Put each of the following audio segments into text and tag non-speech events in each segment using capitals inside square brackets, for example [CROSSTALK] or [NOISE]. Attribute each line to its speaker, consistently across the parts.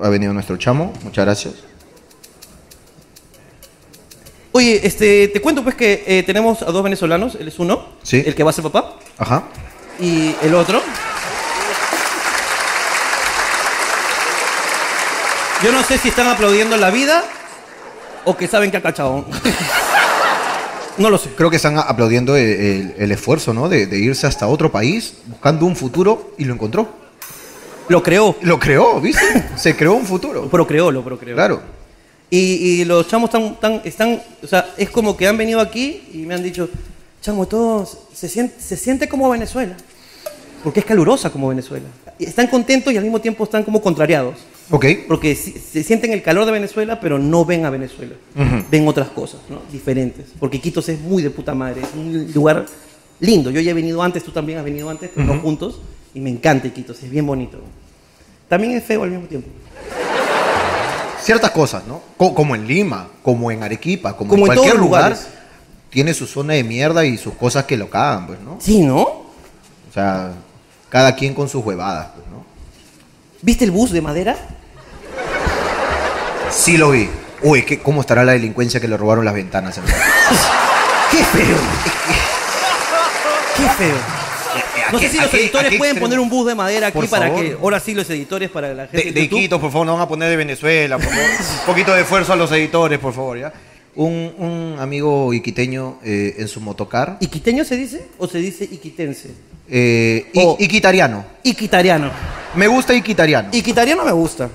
Speaker 1: Ha venido nuestro chamo, muchas gracias.
Speaker 2: Oye, este, te cuento pues que eh, tenemos a dos venezolanos, él es uno,
Speaker 1: Sí.
Speaker 2: el que va a ser papá,
Speaker 1: Ajá.
Speaker 2: y el otro. Yo no sé si están aplaudiendo la vida o que saben que ha cachado. [LAUGHS] no lo sé.
Speaker 1: Creo que están aplaudiendo el, el- el esfuerzo, ¿no? De, de irse hasta otro país buscando un futuro y lo encontró.
Speaker 2: Lo creó,
Speaker 1: Lo creó, ¿viste?
Speaker 2: [LAUGHS]
Speaker 1: Se creó un futuro.
Speaker 2: pero creó, lo procreó.
Speaker 1: Claro.
Speaker 2: Y, y los chamos están, están, están- o sea, es como que han venido aquí y me han dicho, chamo, todo se siente, se siente como Venezuela, porque es calurosa como Venezuela. Y están contentos y al mismo tiempo están como contrariados,
Speaker 1: Ok.
Speaker 2: porque si- se sienten el calor de Venezuela, pero no ven a Venezuela,
Speaker 1: Ujú.
Speaker 2: ven otras cosas, ¿no? Diferentes, porque Quitos es muy de puta madre, es un lugar lindo. Yo ya he venido antes, tú también has venido antes, pero no juntos, y me encanta Iquitos, es bien bonito. También es feo al mismo tiempo.
Speaker 1: Ciertas cosas, ¿no? Co- como en Lima, como en Arequipa, como,
Speaker 2: Como
Speaker 1: en
Speaker 2: en
Speaker 1: cualquier
Speaker 2: todos
Speaker 1: lugar.
Speaker 2: lugares.
Speaker 1: Tiene su zona de mierda y sus cosas que lo cagan, pues, ¿no?
Speaker 2: Sí, ¿no?
Speaker 1: O sea, cada quien con sus huevadas, pues, ¿no?
Speaker 2: ¿Viste el bus de madera?
Speaker 1: Sí lo vi. Uy, ¿qué, ¿cómo estará la delincuencia que le robaron las ventanas? hermano?
Speaker 2: ¡Qué feo! ¡Qué feo! No sé si
Speaker 1: ¿A
Speaker 2: los
Speaker 1: qué- a
Speaker 2: editores
Speaker 1: qué
Speaker 2: pueden
Speaker 1: extremo?
Speaker 2: poner un bus de madera aquí
Speaker 1: Por
Speaker 2: para
Speaker 1: favor.
Speaker 2: que. Ahora sí, los editores para la gente.
Speaker 1: De, de
Speaker 2: YouTube.
Speaker 1: Iquitos, por favor, no van a poner de Venezuela, por favor. un poquito de esfuerzo a los editores, por favor, ¿ya? Un, un amigo iquiteño eh, en su motocar,
Speaker 2: ¿Iquiteño se dice o se dice iquitense?
Speaker 1: eh, i-
Speaker 2: Oh.
Speaker 1: iquitariano.
Speaker 2: Iquitariano.
Speaker 1: Me gusta iquitariano,
Speaker 2: Iquitariano me gusta.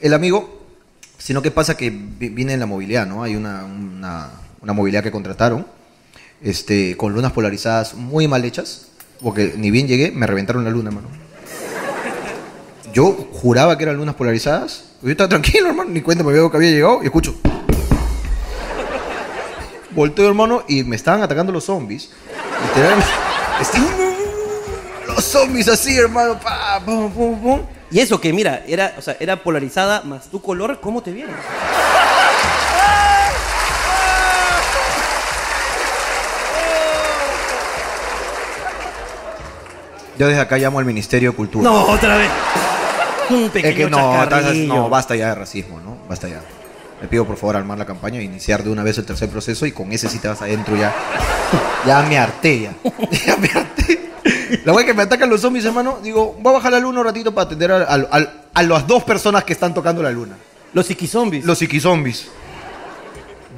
Speaker 1: el amigo, sino que pasa que vi- viene en la movilidad, ¿no? Hay una, una, una movilidad que contrataron, este, con lunas polarizadas muy mal hechas, porque ni bien llegué, me reventaron la luna, hermano. Yo juraba que eran lunas polarizadas, yo estaba tranquilo, hermano, ni cuenta me había dado que había llegado, y escucho... Volteo, hermano, y me estaban atacando los zombies. Literalmente. Estaban- Los zombies así, hermano. Pa, pum, pum, pum.
Speaker 2: Y eso que, mira, era, o sea, era polarizada más tu color, ¿cómo te vieron?
Speaker 1: Yo desde acá llamo al Ministerio de Cultura.
Speaker 2: No, otra vez. Un pequeño
Speaker 1: es que no, tal vez-
Speaker 2: chascarrillo.
Speaker 1: no, basta ya de racismo, ¿no? Basta ya. Le pido por favor armar la campaña e iniciar de una vez el tercer proceso y con ese sí te vas adentro ya. [LAUGHS] Ya me harté ya. [LAUGHS] Ya me harté. La wea que me atacan los zombies, hermano, digo, voy a bajar la luna un ratito para atender a, a- a- a las dos personas que están tocando la luna.
Speaker 2: Los iquizombis.
Speaker 1: Los psiquizombies.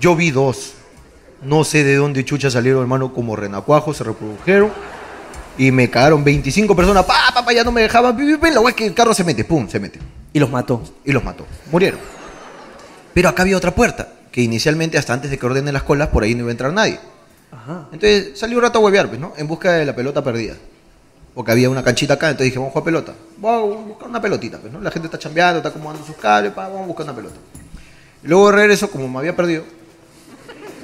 Speaker 1: Yo vi dos. No sé de dónde chucha salieron, hermano, como renacuajos, se reprodujeron. Y me cagaron 25 personas. Pa, pa, pa, ya no me dejaban. pi, pi, pi. La wea es que el carro se mete, pum, se mete
Speaker 2: Y los mató.
Speaker 1: y los mató. Murieron. Pero acá había otra puerta, que inicialmente, hasta antes de que ordenen las colas, por ahí no iba a entrar nadie.
Speaker 2: Ajá.
Speaker 1: Entonces salí un rato a huevear, pues, ¿no? En busca de la pelota perdida. Porque había una canchita acá, entonces dije, vamos a jugar pelota. Vamos a buscar una pelotita, pues, ¿no? La gente está chambeando, está acomodando sus cables, pa, vamos a buscar una pelota. Y luego regreso, como me había perdido,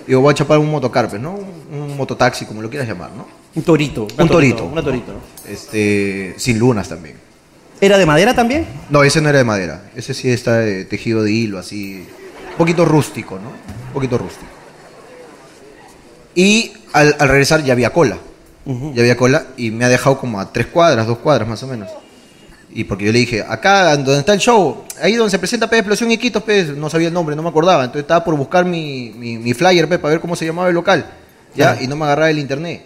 Speaker 1: digo, voy a chapar un motocar, pues, ¿no? Un, un mototaxi, como lo quieras llamar, ¿no?
Speaker 2: Un torito.
Speaker 1: Un torito.
Speaker 2: Una torito.
Speaker 1: Este, sin lunas también.
Speaker 2: ¿Era de madera también?
Speaker 1: No, ese no era de madera. Ese sí está de tejido de hilo, así. Un poquito rústico, ¿no? Un poquito rústico. Y al, al regresar ya había cola. Ya había cola y me ha dejado como a tres cuadras, dos cuadras más o menos. Y porque yo le dije, acá donde está el show, ahí donde se presenta P Explosión Iquitos, P, no sabía el nombre, no me acordaba. Entonces estaba por buscar mi, mi, mi flyer, P, para ver cómo se llamaba el local. Ya,
Speaker 2: Claro.
Speaker 1: y no me agarraba el internet.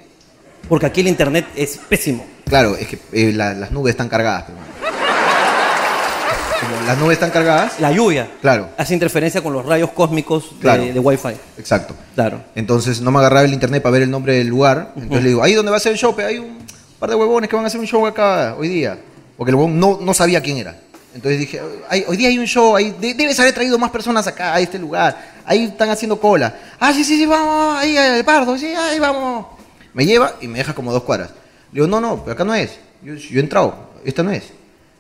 Speaker 2: Porque aquí el internet es pésimo.
Speaker 1: Claro, es que eh, la- las nubes están cargadas, pe, mano. Como las nubes están cargadas,
Speaker 2: La lluvia.
Speaker 1: Claro.
Speaker 2: Hace interferencia con los rayos cósmicos de,
Speaker 1: Claro.
Speaker 2: de Wi-Fi.
Speaker 1: Exacto.
Speaker 2: Claro.
Speaker 1: Entonces no me agarraba el internet para ver el nombre del lugar. Entonces le digo, ahí donde va a ser el show, pe, hay un par de huevones que van a hacer un show acá hoy día. Porque el huevón no, no sabía quién era. Entonces dije, "Ay, hoy día hay un show, ahí de- debes haber traído más personas acá, a este lugar. Ahí están haciendo cola. Ah, sí, sí, sí, vamos, ahí, el pardo, sí, ahí vamos. Me lleva y me deja como dos cuadras. Le digo, no, no, pero acá no es. Yo, yo he entrado, esta no es.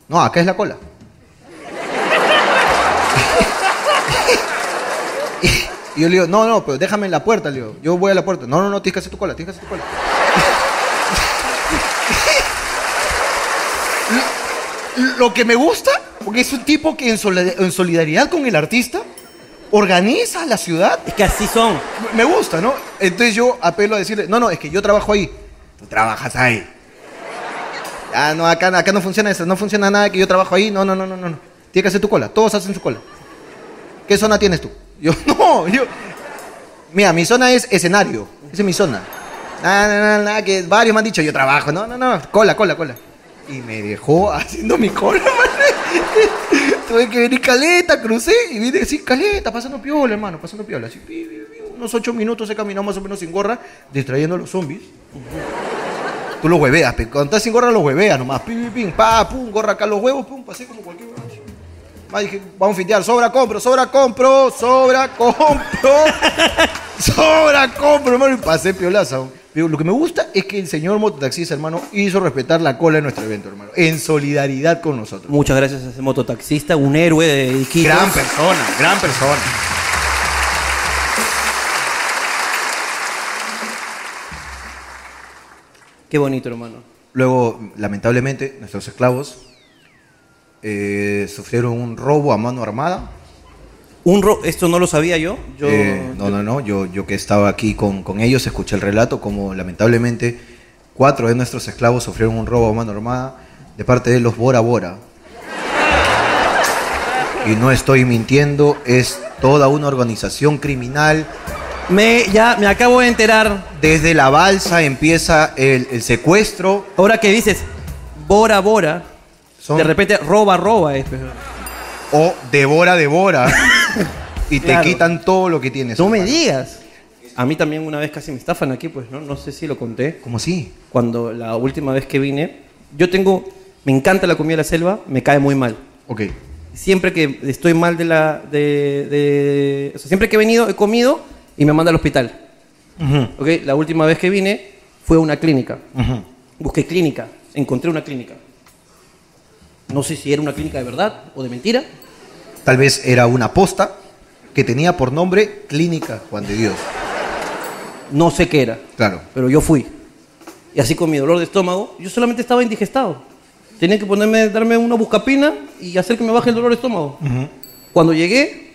Speaker 1: No, acá es la cola. Y yo le digo, no, no, pero déjame en la puerta, le digo. Yo voy a la puerta. No, no, no, tienes que hacer tu cola, tienes que hacer tu cola. [LAUGHS] Lo- Lo que me gusta, porque es un tipo que en solida- en solidaridad con el artista organiza la ciudad
Speaker 2: Es que así son.
Speaker 1: me gusta, ¿no? Entonces yo apelo a decirle, no, no, es que yo trabajo ahí. Tú trabajas ahí. Ah, no, acá, acá no funciona eso, no funciona nada que yo trabajo ahí. No, no, no, no, no. no. Tienes que hacer tu cola. Todos hacen su cola. ¿Qué zona tienes tú? Yo, [LAUGHS] no, yo. Mira, mi zona es escenario. Esa es mi zona. Nada, nada, nada, que varios me han dicho, yo trabajo. No, no, no, cola, cola, cola. Y me dejó [LAUGHS] haciendo mi cola, man. Tuve que venir caleta, crucé y vine así, caleta, pasando piola, hermano, pasando piola. Así, pi, pi, pi, unos ocho minutos he caminado más o menos sin gorra, distrayendo a los zombies. Tú los hueveas, pe. cuando estás sin gorra los hueveas nomás. Pim, pim, pim, pa, pum, gorra acá los huevos, pum, pasé como cualquier huevón. Más dije, vamos a fintear, sobra compro, sobra compro, sobra compro, [LAUGHS] sobra compro, hermano, y pasé piolaza. weón. Digo, lo que me gusta es que el señor mototaxista, hermano, hizo respetar la cola de nuestro evento, hermano, en solidaridad con nosotros.
Speaker 2: Muchas gracias a ese mototaxista, un héroe de Iquitos.
Speaker 1: Gran persona, gran persona.
Speaker 2: Qué bonito, hermano.
Speaker 1: Luego, lamentablemente, nuestros esclavos eh, sufrieron un robo a mano armada.
Speaker 2: Un ro- Esto no lo sabía yo. yo...
Speaker 1: Eh, no, no, no. Yo, yo que estaba aquí con, con ellos, escuché el relato como lamentablemente cuatro de nuestros esclavos sufrieron un robo a mano armada de parte de los Bora Bora. Y no estoy mintiendo, es toda una organización criminal.
Speaker 2: Me, ya me acabo de enterar.
Speaker 1: Desde la balsa empieza el, el secuestro.
Speaker 2: Ahora que dices, Bora Bora,
Speaker 1: Son-
Speaker 2: de repente roba, roba. es.
Speaker 1: o devora,
Speaker 2: [LAUGHS]
Speaker 1: devora. y te
Speaker 2: Claro.
Speaker 1: quitan todo lo que tienes.
Speaker 2: No me
Speaker 1: hermano.
Speaker 2: digas. A mí también una vez casi me estafan aquí, pues no, no sé si lo conté.
Speaker 1: ¿Cómo así?
Speaker 2: Cuando la última vez que vine, yo tengo, me encanta la comida de la selva, me cae muy mal.
Speaker 1: Ok.
Speaker 2: Siempre que estoy mal de la, de, de- o sea, siempre que he venido he comido y me manda al hospital.
Speaker 1: Ujú,
Speaker 2: ¿ok? La última vez que vine fue a una clínica.
Speaker 1: ujú.
Speaker 2: Busqué clínica, encontré una clínica. No sé si era una clínica de verdad o de mentira.
Speaker 1: Tal vez era una posta que tenía por nombre Clínica Juan de Dios.
Speaker 2: No sé qué era.
Speaker 1: Claro.
Speaker 2: Pero yo fui. Y así con mi dolor de estómago, yo solamente estaba indigestado. Tenían que ponerme, darme una buscapina y hacer que me baje el dolor de estómago. Cuando llegué,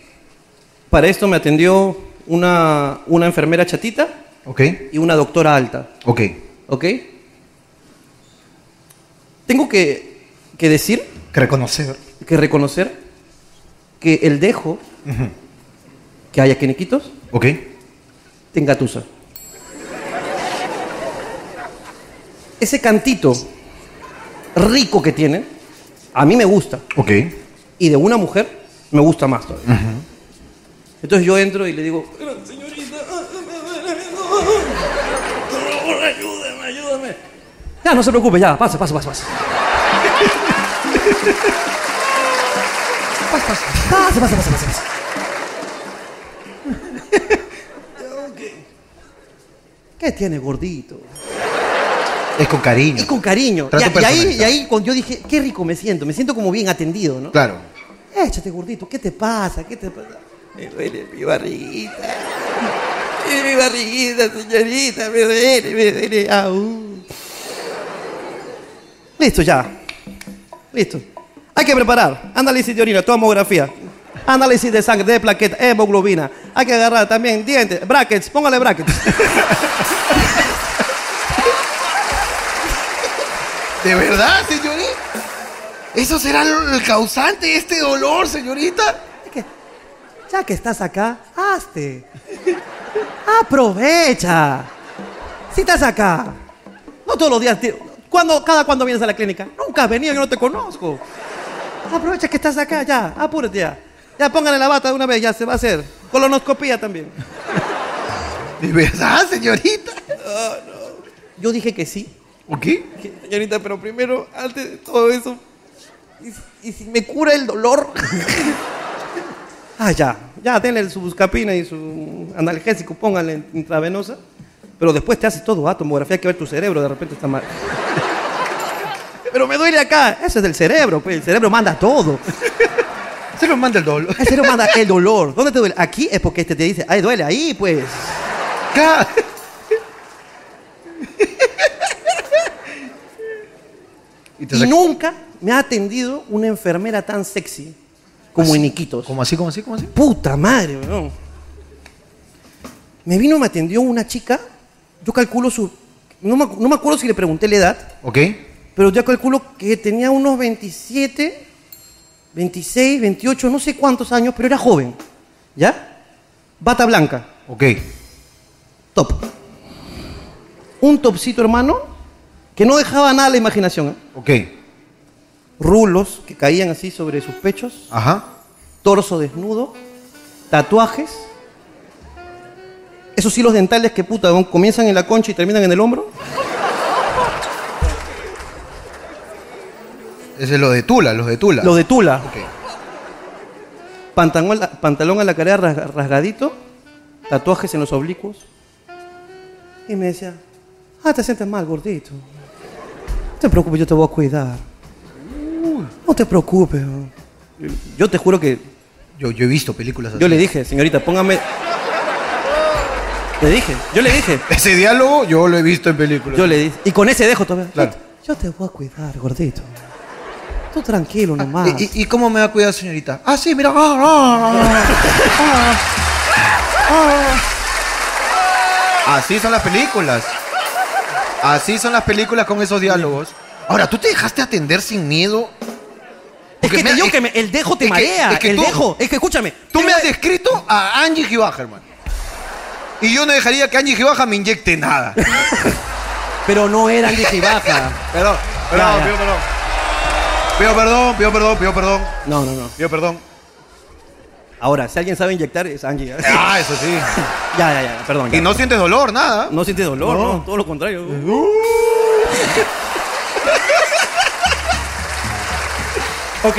Speaker 2: para esto me atendió una, una enfermera chatita
Speaker 1: Ok.
Speaker 2: y una doctora alta.
Speaker 1: Ok.
Speaker 2: ¿Ok? Tengo que, que decir,
Speaker 1: Que reconocer.
Speaker 2: que reconocer que el dejo
Speaker 1: Ujú.
Speaker 2: que hay aquí en Iquitos
Speaker 1: Ok.
Speaker 2: te engatusa. Ese cantito rico que tiene, a mí me gusta.
Speaker 1: Ok.
Speaker 2: Y de una mujer, me gusta más todavía. Entonces yo entro y le digo, "Gran señorita, por favor, ayúdame, ayúdame. Ya, no se preocupe, ya, pasa, pasa, pasa, pasa. Pasa, pasa, pasa, pasa, pasa, pasa, pasa. Ya, ok. ¿Qué tiene gordito?
Speaker 1: Es con cariño.
Speaker 2: Y con cariño. Y, y
Speaker 1: Trato
Speaker 2: ahí, y
Speaker 1: personalizado.
Speaker 2: ahí cuando yo dije, qué rico me siento, me siento como bien atendido, ¿no?
Speaker 1: Claro.
Speaker 2: Échate, gordito, ¿qué te pasa? ¿Qué te pasa? Me duele mi barriguita. Mi barriguita, señorita, me duele, me duele. Aú. Listo, ya. Listo. Hay que preparar. Análisis de orina, tomografía. Análisis de sangre, de plaqueta, hemoglobina. Hay que agarrar también dientes, brackets, póngale brackets.
Speaker 1: ¿De verdad, señorita? ¿Eso será el causante de este dolor, señorita?
Speaker 2: Es que, ya que estás acá, hazte. [LAUGHS] Aprovecha. Si estás acá. No todos los días. te- ¿Cuándo- ¿Cada cuándo vienes a la clínica? Nunca has venido, yo no te conozco. Aprovecha que estás acá, ya. Apúrate ya. Ya póngale la bata de una vez, ya se va a hacer. Colonoscopía también.
Speaker 1: ¿De verdad, señorita?
Speaker 2: Yo dije que sí.
Speaker 1: Ok.
Speaker 2: Dije, Señorita, pero primero, antes de todo eso, ¿y, si- y si me cura el dolor? [LAUGHS] ah, ya, ya, denle su buscapina y su analgésico, pónganle intravenosa, pero después te hace todo, ah, tomografía, hay que ver tu cerebro, de repente está mal. [LAUGHS] pero me duele acá, eso es del cerebro, pues el cerebro manda todo.
Speaker 1: Se lo manda el dolor. [LAUGHS]
Speaker 2: El cerebro manda el dolor. ¿Dónde te duele? Aquí es porque este te dice, ay, duele ahí, pues.
Speaker 1: Claro. Y te
Speaker 2: Y
Speaker 1: saca-
Speaker 2: nunca me ha atendido una enfermera tan sexy como en Iquitos.
Speaker 1: ¿Cómo así, cómo así, cómo así?
Speaker 2: Puta madre, weón. Me vino, me atendió una chica. Yo calculo su. No me, no me acuerdo si le pregunté la edad,
Speaker 1: Ok.
Speaker 2: pero yo calculo que tenía unos 27 26, 28, no sé cuántos años, pero era joven. ¿Ya? Bata blanca,
Speaker 1: Ok.
Speaker 2: top. Un topcito, hermano, que no dejaba nada a la imaginación. ¿eh?
Speaker 1: Ok.
Speaker 2: Rulos que caían así sobre sus pechos,
Speaker 1: Ajá.
Speaker 2: torso desnudo, tatuajes. Esos hilos dentales que puta, weón, comienzan en la concha y terminan en el hombro.
Speaker 1: Ese es lo de Tula, los de Tula.
Speaker 2: Los de Tula.
Speaker 1: Ok.
Speaker 2: Pantalón, pantalón a la cara ras- rasgadito, tatuajes en los oblicuos. Y me decía, ah, te sientes mal, gordito. No te preocupes, yo te voy a cuidar. No te preocupes. weón". Yo te juro que
Speaker 1: Yo, yo he visto películas así.
Speaker 2: yo le dije, señorita, póngame... Le dije, yo le dije,
Speaker 1: Ese diálogo yo lo he visto en películas.
Speaker 2: yo le dije. Y con ese dejo todavía. "Yo
Speaker 1: Claro.
Speaker 2: te- Yo te voy a cuidar, gordito. Tú tranquilo nomás.
Speaker 1: Ah, ¿Y, y- y cómo me va a cuidar, señorita? Ah, sí, mira. Ah, ah, ah, ah, ah. Así son las películas. Así son las películas con esos diálogos. Ahora, ¿tú te dejaste atender sin miedo?
Speaker 2: Es
Speaker 1: Porque
Speaker 2: que
Speaker 1: me-
Speaker 2: te digo
Speaker 1: es-
Speaker 2: que me- el dejo te
Speaker 1: es que-
Speaker 2: marea.
Speaker 1: es que
Speaker 2: el
Speaker 1: tú-
Speaker 2: dejo. Es que escúchame.
Speaker 1: Tú
Speaker 2: tengo-
Speaker 1: me has descrito a Angie Gibaja, hermano. Y yo no dejaría que Angie Gibaja me inyecte nada.
Speaker 2: Pero no era Andy [LAUGHS]
Speaker 1: [LAUGHS]
Speaker 2: Gibaja.
Speaker 1: Perdón,
Speaker 2: Ya, ya.
Speaker 1: perdón, pido perdón. Pido perdón, pido perdón, pido perdón,
Speaker 2: No, no, no.
Speaker 1: pido perdón.
Speaker 2: Ahora, si alguien sabe inyectar, es Angie. ya,
Speaker 1: Ah, eso sí.
Speaker 2: ya, ya, perdón. ya.
Speaker 1: Y no sientes dolor, nada.
Speaker 2: No sientes dolor,
Speaker 1: No.
Speaker 2: no. Todo lo contrario. ok.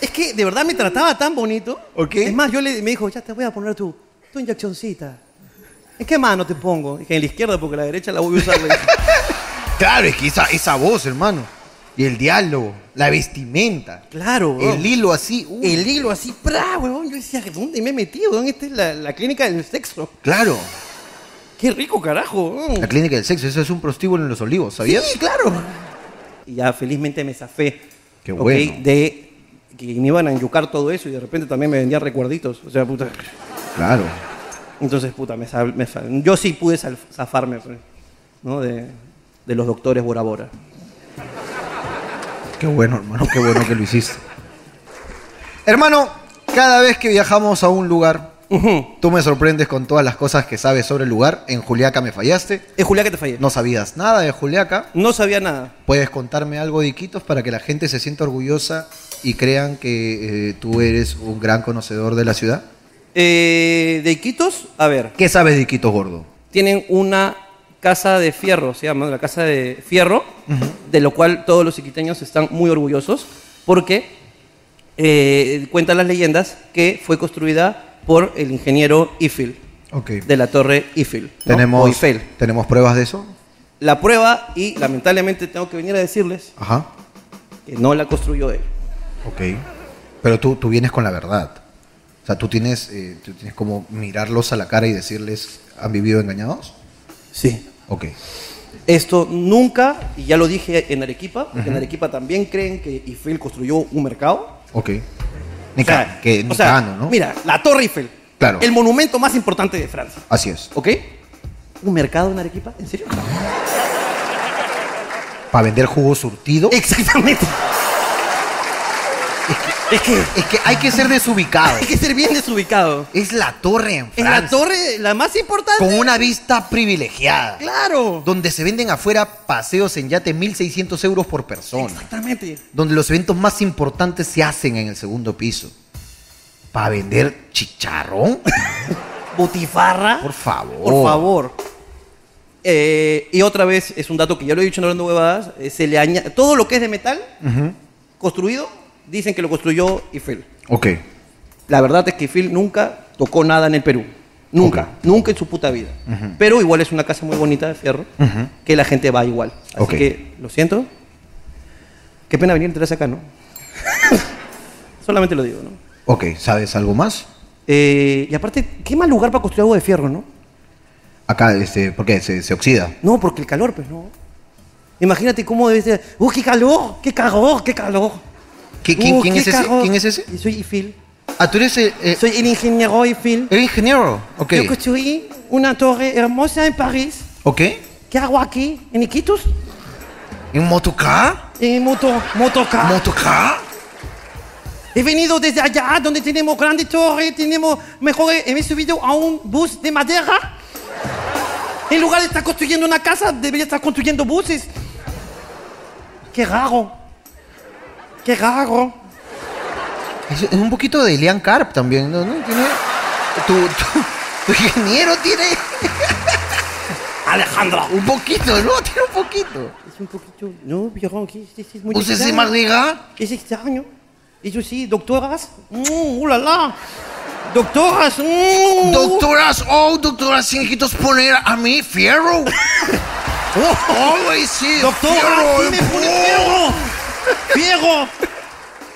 Speaker 2: Es que de verdad me trataba tan bonito.
Speaker 1: Ok.
Speaker 2: Es más, yo le, me dijo, ya te voy a poner tu, tu inyeccioncita. ¿En qué mano te pongo? Dije, en la izquierda porque la derecha la voy a usar. le dije.
Speaker 1: Claro, es que esa, esa voz, hermano. Y el diálogo, la vestimenta.
Speaker 2: claro, weón.
Speaker 1: El hilo así. uh. uy,
Speaker 2: El hilo así, ¡pra, huevón! Yo decía, ¿dónde me he metido? weón? Esta es la, la clínica del sexo.
Speaker 1: Claro.
Speaker 2: ¡Qué rico, carajo! weón!
Speaker 1: La clínica del sexo, eso es un prostíbulo en los olivos, ¿sabías?
Speaker 2: Sí, claro. Y ya felizmente me zafé.
Speaker 1: Qué
Speaker 2: ok,
Speaker 1: bueno.
Speaker 2: de que me iban a enyucar todo eso y de repente también me vendían recuerditos. O sea, puta.
Speaker 1: Claro.
Speaker 2: Entonces, puta, me, sal- me sal- yo sí pude sal- zafarme, pues, ¿no? De, de los doctores Bora Bora.
Speaker 1: Qué bueno, hermano, qué bueno que lo hiciste. hermano, cada vez que viajamos a un lugar, tú me sorprendes con todas las cosas que sabes sobre el lugar. En Juliaca me fallaste.
Speaker 2: Es Julián que Eh, te fallé.
Speaker 1: No sabías nada de Juliaca.
Speaker 2: No sabía nada.
Speaker 1: ¿Puedes contarme algo de Iquitos para que la gente se sienta orgullosa y crean que eh, tú eres un gran conocedor de la ciudad?
Speaker 2: Eh, de Iquitos, a ver.
Speaker 1: ¿Qué sabes de Iquitos, gordo?
Speaker 2: tienen una casa de fierro, se llama, la casa de fierro, de lo cual todos los iquiteños están muy orgullosos, porque eh, cuentan las leyendas que fue construida por el ingeniero Eiffel,
Speaker 1: Ok.
Speaker 2: de la torre Eiffel. ¿no? O
Speaker 1: ¿Tenemos,
Speaker 2: Eiffel.
Speaker 1: ¿Tenemos pruebas de eso?
Speaker 2: La prueba, y lamentablemente tengo que venir a decirles
Speaker 1: Ajá.
Speaker 2: que no la construyó él.
Speaker 1: Ok. Pero tú, tú vienes con la verdad. O sea, tú tienes, eh, tú tienes como mirarlos a la cara y decirles, ¿han vivido engañados?
Speaker 2: Sí.
Speaker 1: Ok.
Speaker 2: Esto nunca, y ya lo dije en Arequipa, porque en Arequipa también creen que Eiffel construyó un mercado.
Speaker 1: Ok. Ni
Speaker 2: O sea,
Speaker 1: ca- que, ni
Speaker 2: o sea,
Speaker 1: cagando, ¿no?
Speaker 2: Mira, la Torre Eiffel.
Speaker 1: Claro.
Speaker 2: El monumento más importante de Francia.
Speaker 1: Así es.
Speaker 2: ¿Ok? ¿Un mercado en Arequipa? ¿En
Speaker 1: [LAUGHS]
Speaker 2: serio?
Speaker 1: Para vender jugo surtido.
Speaker 2: Exactamente. Es que, es
Speaker 1: Es que hay que ser desubicado.
Speaker 2: que, hay que ser bien desubicado.
Speaker 1: es la torre en
Speaker 2: Es
Speaker 1: Francia.
Speaker 2: la torre la más importante.
Speaker 1: con una vista privilegiada.
Speaker 2: Claro.
Speaker 1: Donde se venden afuera paseos en yate 1.600 euros por persona.
Speaker 2: Exactamente.
Speaker 1: Donde los eventos más importantes se hacen en el segundo piso. ¿Para vender chicharrón?
Speaker 2: Butifarra.
Speaker 1: Por favor.
Speaker 2: Por favor. Eh, y otra vez, es un dato que ya lo he dicho en Hablando Huevadas, eh, se le añade, todo lo que es de metal construido, dicen que lo construyó Eiffel.
Speaker 1: Ok.
Speaker 2: La verdad es que Phil nunca tocó nada en el Perú. Nunca,
Speaker 1: Ok.
Speaker 2: nunca en su puta vida. Pero igual es una casa muy bonita de fierro,
Speaker 1: Ujú.
Speaker 2: que la gente va igual. Así
Speaker 1: Ok.
Speaker 2: que, lo siento. Qué pena venir detrás acá, ¿no? [LAUGHS] Solamente lo digo, ¿no?
Speaker 1: Ok, ¿sabes algo más?
Speaker 2: Eh, y aparte, qué mal lugar para construir algo de fierro, ¿no?
Speaker 1: Acá, este, ¿por qué? Se, se oxida.
Speaker 2: No, porque el calor, pues no. Imagínate cómo debe ser. ¡Uh, qué calor! ¡Qué calor! ¡Qué calor!
Speaker 1: ¿Qui- ¿Quién,
Speaker 2: ¡Uh,
Speaker 1: quién
Speaker 2: qué
Speaker 1: es ese?
Speaker 2: calor!
Speaker 1: ¿Quién es ese?
Speaker 2: Yo Soy Eiffel.
Speaker 1: Ah, tú eres el, eh,
Speaker 2: Soy el ingeniero Eiffel.
Speaker 1: el ingeniero. Ok.
Speaker 2: Yo construí una torre hermosa en París.
Speaker 1: Ok.
Speaker 2: ¿Qué hago aquí? ¿En Iquitos?
Speaker 1: ¿En motocar?
Speaker 2: En moto, motocar.
Speaker 1: ¿Motocar?
Speaker 2: He venido desde allá donde tenemos grandes torres, tenemos mejores. He subido a un bus de madera. En lugar de estar construyendo una casa, debería estar construyendo buses. Qué raro. Qué raro.
Speaker 1: Es, es un poquito de Elian Carp también, ¿no? ¿No? Tiene- tu, tu- [LAUGHS] tu ingeniero tiene
Speaker 2: Alejandro.
Speaker 1: [LAUGHS] un poquito, ¿no? Tiene un poquito.
Speaker 2: Es un poquito. No, Pierrón, ¿qué es, es, es muy
Speaker 1: ¿Usted se
Speaker 2: extraño.
Speaker 1: madriga?
Speaker 2: Es extraño. Eso sí, doctoras. Mm, ¡Uh, la, la! Doctoras. mm.
Speaker 1: Doctoras, oh, doctoras, sin hijitos poner a mí [LAUGHS] fierro. Oh, güey, sí,
Speaker 2: Doctora,
Speaker 1: fierro,
Speaker 2: sí me pone
Speaker 1: oh.
Speaker 2: fierro. Fierro.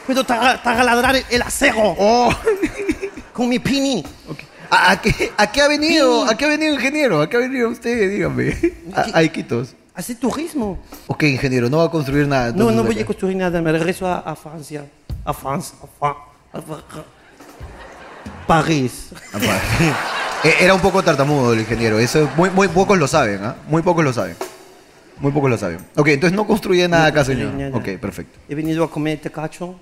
Speaker 2: Puedo tra- trasladar el acero
Speaker 1: Oh.
Speaker 2: con mi pini.
Speaker 1: ¿A, a qué, a qué ha venido? ¿A qué ha venido, ingeniero? ¿A qué ha venido usted? Dígame. A, a Iquitos.
Speaker 2: Hacer turismo.
Speaker 1: Ok, ingeniero, no va a construir nada.
Speaker 2: No,
Speaker 1: entonces,
Speaker 2: no
Speaker 1: acá.
Speaker 2: voy a construir nada. Me regreso a, a Francia. A Francia. A Fran- a Fra- París.
Speaker 1: Ah, [LAUGHS] Eh, Era un poco tartamudo el ingeniero. Eso muy, muy pocos lo saben, ¿ah? Muy pocos lo saben. Muy pocos lo saben. Ok, entonces no construye nada acá, señor.
Speaker 2: construye nada.
Speaker 1: Ok, perfecto.
Speaker 2: He venido a comer tecacho,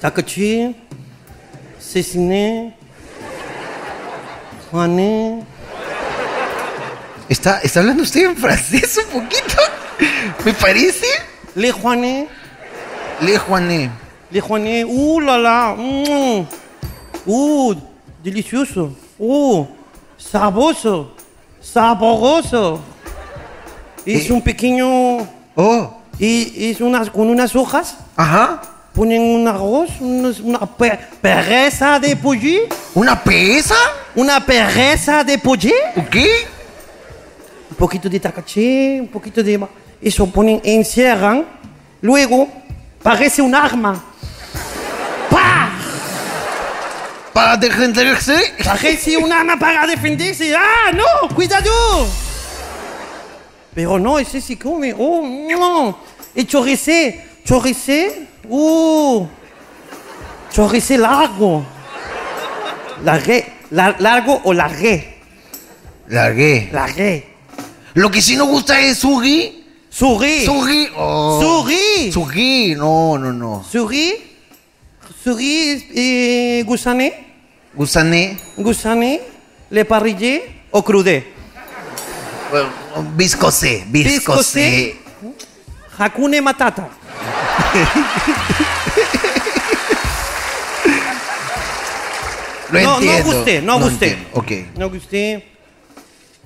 Speaker 2: tacachi, ceciné, juané.
Speaker 1: ¿Está, ¿Está hablando usted en francés un poquito? [LAUGHS] ¿Me parece?
Speaker 2: Le juané,
Speaker 1: Le Juané.
Speaker 2: le juané, uh la la, mm, uh, delicioso, uh, sabroso, saboroso. Es
Speaker 1: Eh.
Speaker 2: un pequeño,
Speaker 1: Oh,
Speaker 2: y es unas, con unas hojas,
Speaker 1: ajá.
Speaker 2: ponen un arroz, unos- una pe- pereza de pollo,
Speaker 1: ¿Una pesa?
Speaker 2: una pereza de pollo.
Speaker 1: ¿O qué?
Speaker 2: un poquito de tacaché, un poquito de... ma- Eso ponen, encierran, luego parece un arma. ¡Pah!
Speaker 1: ¿Para defenderse?
Speaker 2: Parece un arma para defenderse. ¡Ah, no! ¡Cuidado! Pero no, ese sí come. ¡Oh, no! Y choricé, choricé, ¡uh! Choricé largo. Largué, lar- largo o largué,
Speaker 1: Largué.
Speaker 2: largué.
Speaker 1: Lo que sí nos gusta es Sugi.
Speaker 2: Souris,
Speaker 1: Sugi. Oh.
Speaker 2: souris.
Speaker 1: Sugi. No, no, no.
Speaker 2: Souris, souris, eh, gusané,
Speaker 1: Gusané.
Speaker 2: gusané, le parrillé o crudé.
Speaker 1: Bueno, Viscosé. Viscosé.
Speaker 2: Viscosé. Hakune matata.
Speaker 1: Lo
Speaker 2: no,
Speaker 1: entiendo.
Speaker 2: no gusté, no gusté.
Speaker 1: entiendo. Ok.
Speaker 2: No gusté.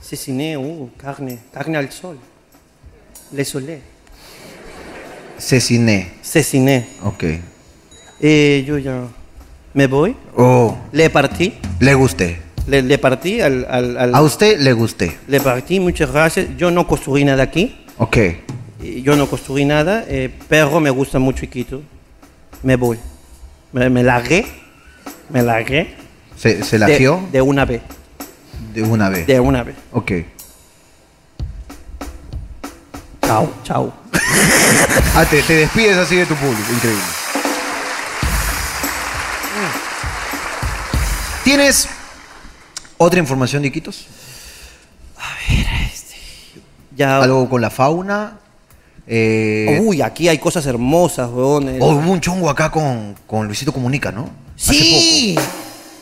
Speaker 2: Ceciné, uh, carne, carne al sol. Le solé.
Speaker 1: Ceciné.
Speaker 2: Ceciné.
Speaker 1: Ok.
Speaker 2: Eh, yo ya me voy.
Speaker 1: Oh.
Speaker 2: Le partí,
Speaker 1: Le gusté.
Speaker 2: le, le partí al... al- al-
Speaker 1: A usted le gusté.
Speaker 2: le partí, muchas gracias. Yo no construí nada aquí.
Speaker 1: Ok.
Speaker 2: Eh, Yo no construí nada, eh, pero me gusta mucho Iquitos. Me voy. Me, me largué. Me largué.
Speaker 1: ¿Se, se la
Speaker 2: de,
Speaker 1: fió
Speaker 2: de una vez.
Speaker 1: de una vez?
Speaker 2: De una vez.
Speaker 1: Ok.
Speaker 2: Chao, chao.
Speaker 1: Ah, te, te despides así de tu público. Increíble. ¿Tienes otra información de Iquitos?
Speaker 2: Ya.
Speaker 1: Algo con la fauna. Eh,
Speaker 2: Uy, aquí hay cosas hermosas, weón. eh.
Speaker 1: oh, hubo un chongo acá con, con Luisito Comunica, ¿no? Hace
Speaker 2: sí.
Speaker 1: poco,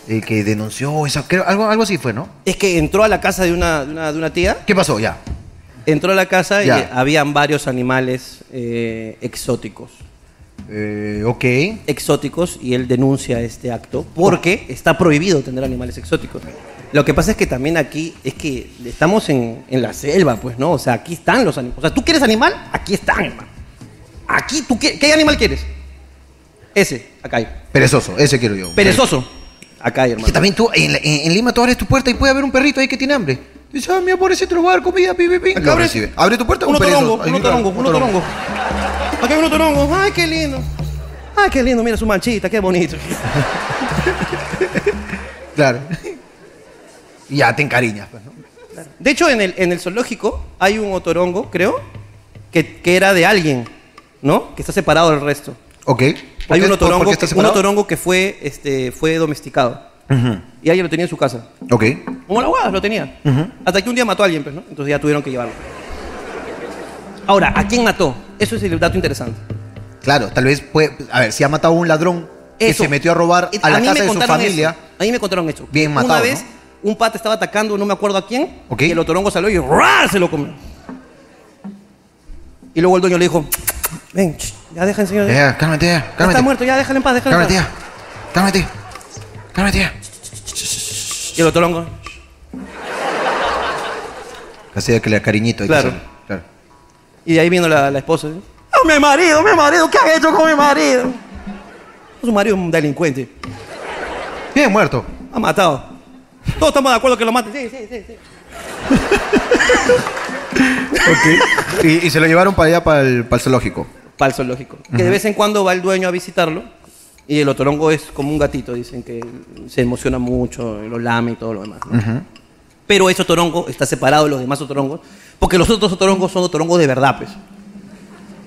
Speaker 1: eh, que denunció esa. creo- algo, algo así fue, ¿no?
Speaker 2: Es que entró a la casa de una, de una, de una tía.
Speaker 1: ¿Qué pasó? Ya.
Speaker 2: Entró a la casa y
Speaker 1: Ya.
Speaker 2: eh, habían varios animales eh, exóticos.
Speaker 1: Eh, ok.
Speaker 2: exóticos y él denuncia este acto porque está prohibido tener animales exóticos. Lo que pasa es que también aquí es que estamos en, en la selva, pues, ¿no? O sea, aquí están los animales. O sea, tú quieres animal, aquí está animal. Aquí tú quieres. ¿Qué animal quieres? Ese, acá hay.
Speaker 1: Perezoso, ese quiero yo.
Speaker 2: Perezoso, acá hay,
Speaker 1: Es que
Speaker 2: hermano.
Speaker 1: también tú, en, la- en- en Lima tú abres tu puerta y puede haber un perrito ahí que tiene hambre. Dice, ah, mira, pobrecito, le voy a dar comida, pi, pi, pi. Lo
Speaker 2: abres-
Speaker 1: recibe. Abre tu puerta,
Speaker 2: Un
Speaker 1: un perezoso.
Speaker 2: otorongo,
Speaker 1: Ahí
Speaker 2: un
Speaker 1: está,
Speaker 2: otorongo, un otorongo. Aquí hay un otorongo. Ay, qué lindo. Ay, qué lindo, mira su manchita, qué bonito.
Speaker 1: Claro. [LAUGHS] Y ya te encariñas. pues, ¿no?
Speaker 2: De hecho, en el, en el zoológico hay un otorongo, creo, que, que era de alguien, ¿no? Que está separado del resto.
Speaker 1: Ok. ¿Por
Speaker 2: Hay
Speaker 1: qué-
Speaker 2: un
Speaker 1: por- por
Speaker 2: otorongo,
Speaker 1: qué
Speaker 2: que,
Speaker 1: está
Speaker 2: un
Speaker 1: separado?
Speaker 2: otorongo que fue, este, fue domesticado. Y alguien lo tenía en su casa.
Speaker 1: Ujú. Ok.
Speaker 2: Como la huevada, lo tenía. Hasta que un día mató a alguien, pues, ¿no? Entonces ya tuvieron que llevarlo. Ahora, ¿a quién mató? Eso es el dato interesante.
Speaker 1: Claro, tal vez puede. A ver, si ha matado a un ladrón, que
Speaker 2: Eso. Eh,
Speaker 1: se metió a robar a la
Speaker 2: mí me
Speaker 1: casa de su
Speaker 2: contaron
Speaker 1: familia.
Speaker 2: eso. A mí me contaron eso.
Speaker 1: Bien matado,
Speaker 2: Una vez, un pata estaba atacando, no me acuerdo a quién,
Speaker 1: Ok.
Speaker 2: y el otorongo salió y ¡rar! se lo comió. Y luego el dueño le dijo, ven, ch, ya deja el señor.
Speaker 1: Ya,
Speaker 2: Ya
Speaker 1: Eh, ya, cálmate, ya,
Speaker 2: está
Speaker 1: cálmate.
Speaker 2: muerto, ya déjalo en paz, déjalo en
Speaker 1: Cálmate,
Speaker 2: paz.
Speaker 1: ya. Cálmate. Cálmate. ya.
Speaker 2: Y el otorongo,
Speaker 1: Así de que le cariñito. hay que
Speaker 2: Claro.
Speaker 1: hacerle, claro.
Speaker 2: y de ahí vino la, la esposa. ¿sí? ¡Ah, mi marido, mi marido! ¿Qué has hecho con mi marido? Su marido es un delincuente.
Speaker 1: Bien muerto.
Speaker 2: Ha matado. Todos estamos de acuerdo que lo maten. Sí, sí, sí. sí.
Speaker 1: [LAUGHS] Y, y se lo llevaron para allá, para el, para el zoológico.
Speaker 2: Falso, lógico. Que de vez en cuando va el dueño a visitarlo y el otorongo es como un gatito, dicen que se emociona mucho, lo lame y todo lo demás. ¿no? Pero ese otorongo está separado de los demás otorongos porque los otros otorongos son otorongos de verdad, pues.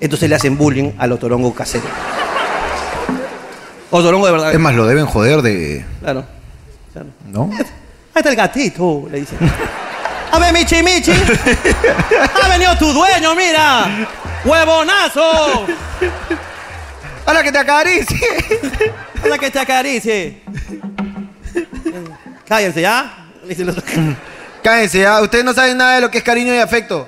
Speaker 2: Entonces le hacen bullying al otorongo casero. Otorongo de verdad.
Speaker 1: Es más, lo deben joder de.
Speaker 2: Claro. claro.
Speaker 1: ¿No?
Speaker 2: Ahí está el gatito, le dicen. A ver, Michi, Michi. Ha venido tu dueño, mira. Huevonazo.
Speaker 1: ¡Hala que te acaricie!
Speaker 2: Hola, que te acaricie. Cállense, ¿ya? Le dicen los-
Speaker 1: Cállense, ¿ah? ustedes no saben nada de lo que es cariño y afecto.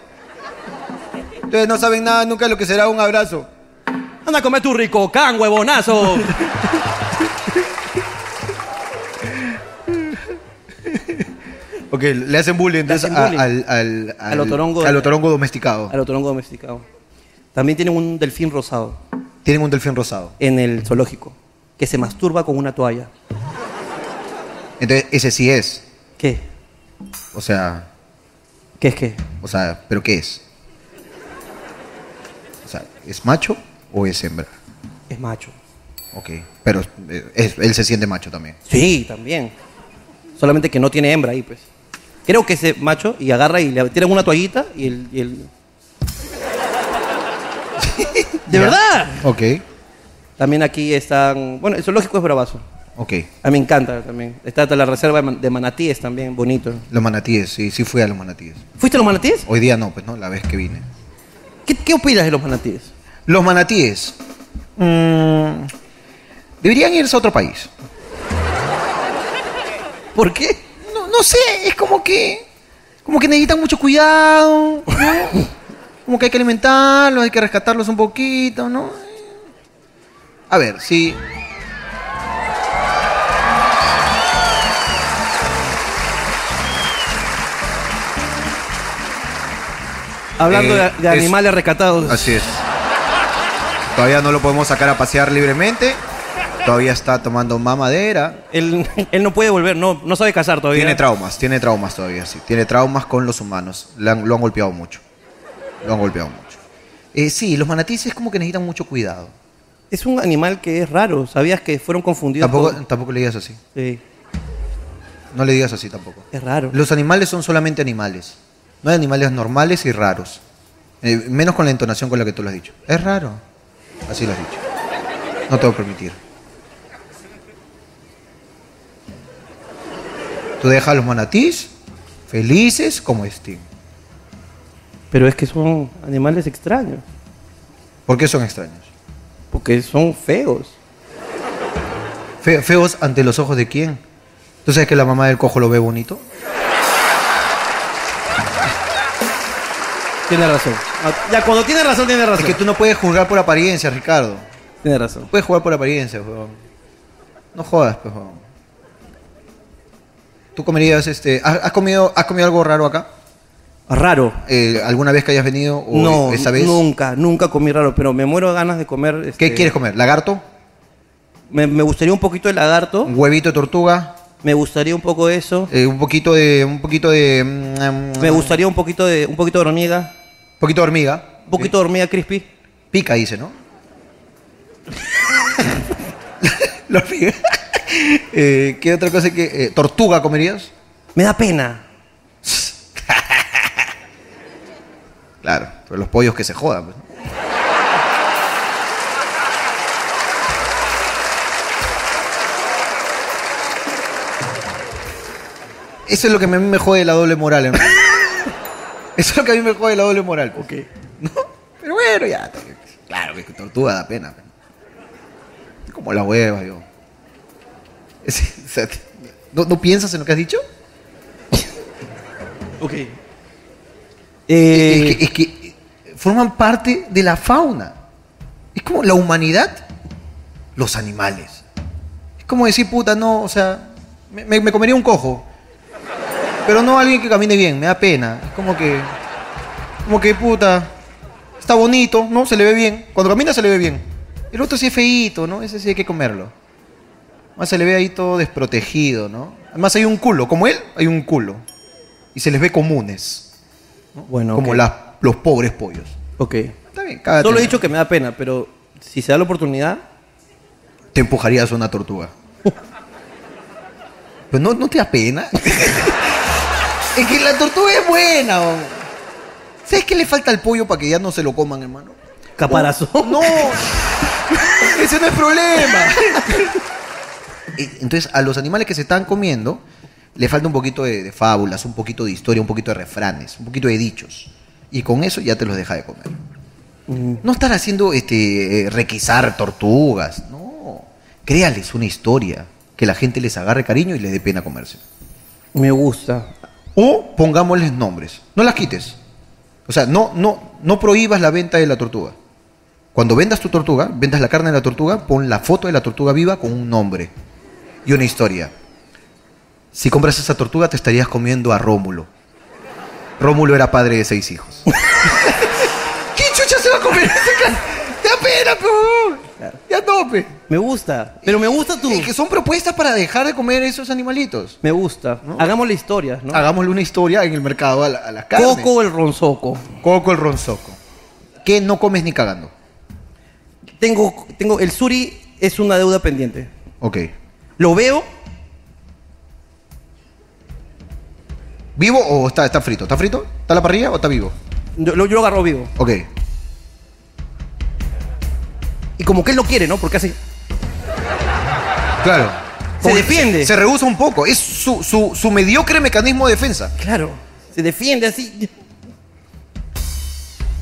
Speaker 1: Ustedes no saben nada nunca de lo que será un abrazo.
Speaker 2: Anda a comer tu rico can, huevonazo.
Speaker 1: Ok, le hacen bullying, entonces,
Speaker 2: hacen bullying.
Speaker 1: a- al, al,
Speaker 2: Al otorongo.
Speaker 1: al otorongo domesticado.
Speaker 2: Al otorongo domesticado. También tienen un delfín rosado
Speaker 1: Tienen un delfín rosado.
Speaker 2: en el zoológico que se masturba con una toalla.
Speaker 1: Entonces, ese sí es.
Speaker 2: ¿Qué?
Speaker 1: O sea,
Speaker 2: ¿Qué es qué?
Speaker 1: o sea, ¿pero qué es? O sea, ¿es macho o es hembra?
Speaker 2: Es macho.
Speaker 1: Ok, pero eh, es- él se siente macho también.
Speaker 2: Sí, también. Solamente que no tiene hembra ahí, pues. Creo que ese macho y agarra y le tiran una toallita y el. y el- [LAUGHS] ¡De
Speaker 1: ¿Ya?
Speaker 2: verdad!
Speaker 1: Ok,
Speaker 2: También aquí están. Bueno, el zoológico es bravazo.
Speaker 1: ok.
Speaker 2: A mí Ah, me encanta también. Está la reserva de man- de manatíes también, bonito.
Speaker 1: Los manatíes, sí, sí fui a los manatíes.
Speaker 2: ¿Fuiste a los manatíes?
Speaker 1: Hoy día no, pues no, la vez que vine.
Speaker 2: ¿Qué, qué opinas de los manatíes?
Speaker 1: Los manatíes. mm, deberían irse a otro país.
Speaker 2: ¿Por qué?
Speaker 1: No, no sé, es como que. Como que necesitan mucho cuidado, ¿no? Como que hay que alimentarlos, hay que rescatarlos un poquito, ¿no? A ver, sí.
Speaker 2: Hablando
Speaker 1: Eh,
Speaker 2: de, de
Speaker 1: es-
Speaker 2: animales rescatados.
Speaker 1: Así es. Todavía no lo podemos sacar a pasear libremente. Todavía está tomando mamadera.
Speaker 2: Él, [LAUGHS] él no puede volver, no, no sabe cazar todavía.
Speaker 1: Tiene traumas, tiene traumas todavía, sí. Tiene traumas con los humanos. Le han- lo han golpeado mucho. Lo han golpeado mucho. Eh, sí, los manatíes como que necesitan mucho cuidado.
Speaker 2: es un animal que es raro. ¿Sabías que fueron confundidos?
Speaker 1: Tampoco,
Speaker 2: con-
Speaker 1: tampoco le digas así.
Speaker 2: Sí,
Speaker 1: No le digas así tampoco.
Speaker 2: es raro.
Speaker 1: Los animales son solamente animales. No hay animales normales y raros. Eh, menos con la entonación con la que tú lo has dicho. Es raro. Así lo has dicho. No te voy a permitir. Tú dejas a los manatís felices como estén.
Speaker 2: Pero es que son animales extraños.
Speaker 1: ¿Por qué son extraños?
Speaker 2: Porque son feos.
Speaker 1: Fe- feos ante los ojos de quién. ¿Tú sabes que la mamá del cojo lo ve bonito?
Speaker 2: Tiene razón. Ah, Ya, cuando tiene razón, tiene razón.
Speaker 1: Es que tú no puedes juzgar por apariencia, Ricardo.
Speaker 2: Tiene razón.
Speaker 1: No puedes jugar por apariencia, weón. No jodas, pues, weón. ¿Tú comerías este. ¿Has, has comido, ¿Has comido algo raro acá?
Speaker 2: Raro.
Speaker 1: Eh, ¿Alguna vez que hayas venido? ¿O
Speaker 2: No,
Speaker 1: esta vez?
Speaker 2: nunca, nunca comí raro, pero me muero de ganas de comer.
Speaker 1: ¿Qué
Speaker 2: este,
Speaker 1: quieres comer? ¿Lagarto?
Speaker 2: Me, me gustaría un poquito de lagarto,
Speaker 1: ¿Un huevito de tortuga?
Speaker 2: me gustaría un poco de eso,
Speaker 1: Eh, ¿Un poquito de. un poquito de. mm,
Speaker 2: me
Speaker 1: mm,
Speaker 2: gustaría un poquito de un poquito de hormiga,
Speaker 1: Un poquito de hormiga?
Speaker 2: un poquito de hormiga crispy.
Speaker 1: Pica, dice, ¿no? [LAUGHS] La hormiga. Eh, ¿Qué otra cosa que. eh, ¿Tortuga comerías?
Speaker 2: Me da pena.
Speaker 1: Claro, pero los pollos que se jodan. pues. Eso es lo que a mí me jode la doble moral, hermano. Eso es lo que a mí me jode la doble moral.
Speaker 2: [LAUGHS]
Speaker 1: pues. ¿No? Pero bueno, ya. Claro, que tortuga da pena. pues. Como la hueva, yo. [LAUGHS] Es- o sea, ¿no, no piensas en lo que has dicho?
Speaker 2: Ok. Eh.
Speaker 1: Es, que, es que forman parte de la fauna. Es como la humanidad, los animales. Es como decir, puta, no, o sea, me, me- me comería un cojo. Pero no alguien que camine bien, me da pena. Es como que, como que, puta, está bonito, ¿no? Se le ve bien. Cuando camina se le ve bien. El otro sí es feíto, ¿no? Ese sí hay que comerlo. Más se le ve ahí todo desprotegido, ¿no? Además hay un culo, como él, hay un culo. Y se les ve comunes
Speaker 2: bueno,
Speaker 1: como
Speaker 2: ok.
Speaker 1: las- los pobres pollos.
Speaker 2: Ok.
Speaker 1: Está bien, cágate.
Speaker 2: Solo he dicho que me da pena, pero si se da la oportunidad,
Speaker 1: Te empujarías a una
Speaker 2: [LAUGHS]
Speaker 1: tortuga. Pero no, no te da pena. [LAUGHS] es que la tortuga es buena. o- ¿Sabes qué le falta al pollo para que ya no se lo coman, hermano?
Speaker 2: [LAUGHS]
Speaker 1: Oh,
Speaker 2: caparazón.
Speaker 1: No. Ese no es
Speaker 2: [LAUGHS]
Speaker 1: problema. Eh, Entonces, a los animales que se están comiendo, le falta un poquito de, de fábulas, un poquito de historia, un poquito de refranes, un poquito de dichos. Y con eso ya te los deja de comer.
Speaker 2: Mm,
Speaker 1: No estar haciendo este eh, requisar tortugas, no. Créales una historia que la gente les agarre cariño y les dé pena comerse.
Speaker 2: Me gusta.
Speaker 1: O pongámosles nombres. No las quites. O sea, no, no, no prohíbas la venta de la tortuga. Cuando vendas tu tortuga, vendas la carne de la tortuga, pon la foto de la tortuga viva con un nombre y una historia. Si compras esa tortuga, te estarías comiendo a Rómulo. Rómulo era padre de seis [LAUGHS] hijos. ¿Qué chucha se va a comer ese can- ¡Te da pena, pe! ¡Ya tope!
Speaker 2: Me gusta. Pero me gusta tú.
Speaker 1: Es que son propuestas para dejar de comer esos animalitos.
Speaker 2: Me gusta. Hagamos la historia, ¿no?
Speaker 1: Hagámosle una historia en el mercado a, la- a las carnes.
Speaker 2: Coco el ronzoco.
Speaker 1: Coco el ronzoco. Que no comes ni cagando.
Speaker 2: Tengo, tengo, el suri es una deuda pendiente.
Speaker 1: Ok.
Speaker 2: Lo veo,
Speaker 1: ¿Vivo o está, está frito? ¿Está frito? ¿Está a la parrilla o está vivo?
Speaker 2: yo lo, yo lo agarro vivo.
Speaker 1: Ok.
Speaker 2: Y como que él lo quiere, ¿no? Porque hace.
Speaker 1: Claro.
Speaker 2: Se
Speaker 1: Como-
Speaker 2: defiende.
Speaker 1: Se, se rehúsa un poco. Es su, su- su mediocre mecanismo de defensa.
Speaker 2: Claro, se defiende así.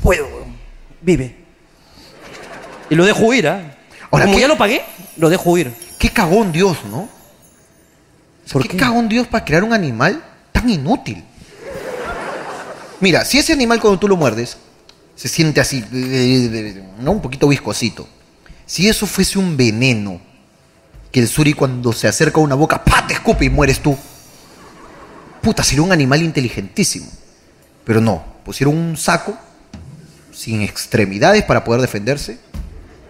Speaker 2: Puedo, weón. Vive. Y lo dejo huir, ¿ah?
Speaker 1: Ahora,
Speaker 2: como
Speaker 1: ¿qué?
Speaker 2: ya lo pagué, lo dejo huir.
Speaker 1: Qué cagón Dios, ¿no? O sea,
Speaker 2: ¿Por
Speaker 1: qué,
Speaker 2: qué?
Speaker 1: cagón Dios para crear un animal tan inútil? Mira, si ese animal cuando tú lo muerdes se siente así, eh, ¿no? Un poquito viscosito. Si eso fuese un veneno, que el suri cuando se acerca a una boca, ¡pa! te escupe y mueres tú. Puta, sería un animal inteligentísimo. Pero no, pusieron un saco sin extremidades para poder defenderse,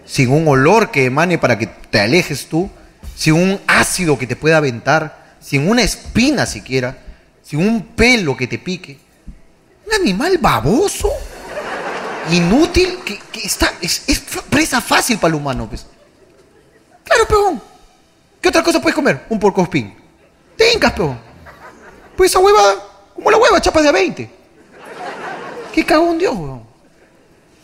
Speaker 1: sin un olor que emane para que te alejes tú, sin un ácido que te pueda aventar, sin una espina siquiera, sin un pelo que te pique. Un animal baboso, inútil, que, que está, es, es f- presa fácil para el humano. Pues. Claro, peón. ¿Qué otra cosa puedes comer? Un porcospín. Te hincas, peón. Pues esa hueva, como la hueva, chapa de a 20. ¿Qué cagón Dios, weón?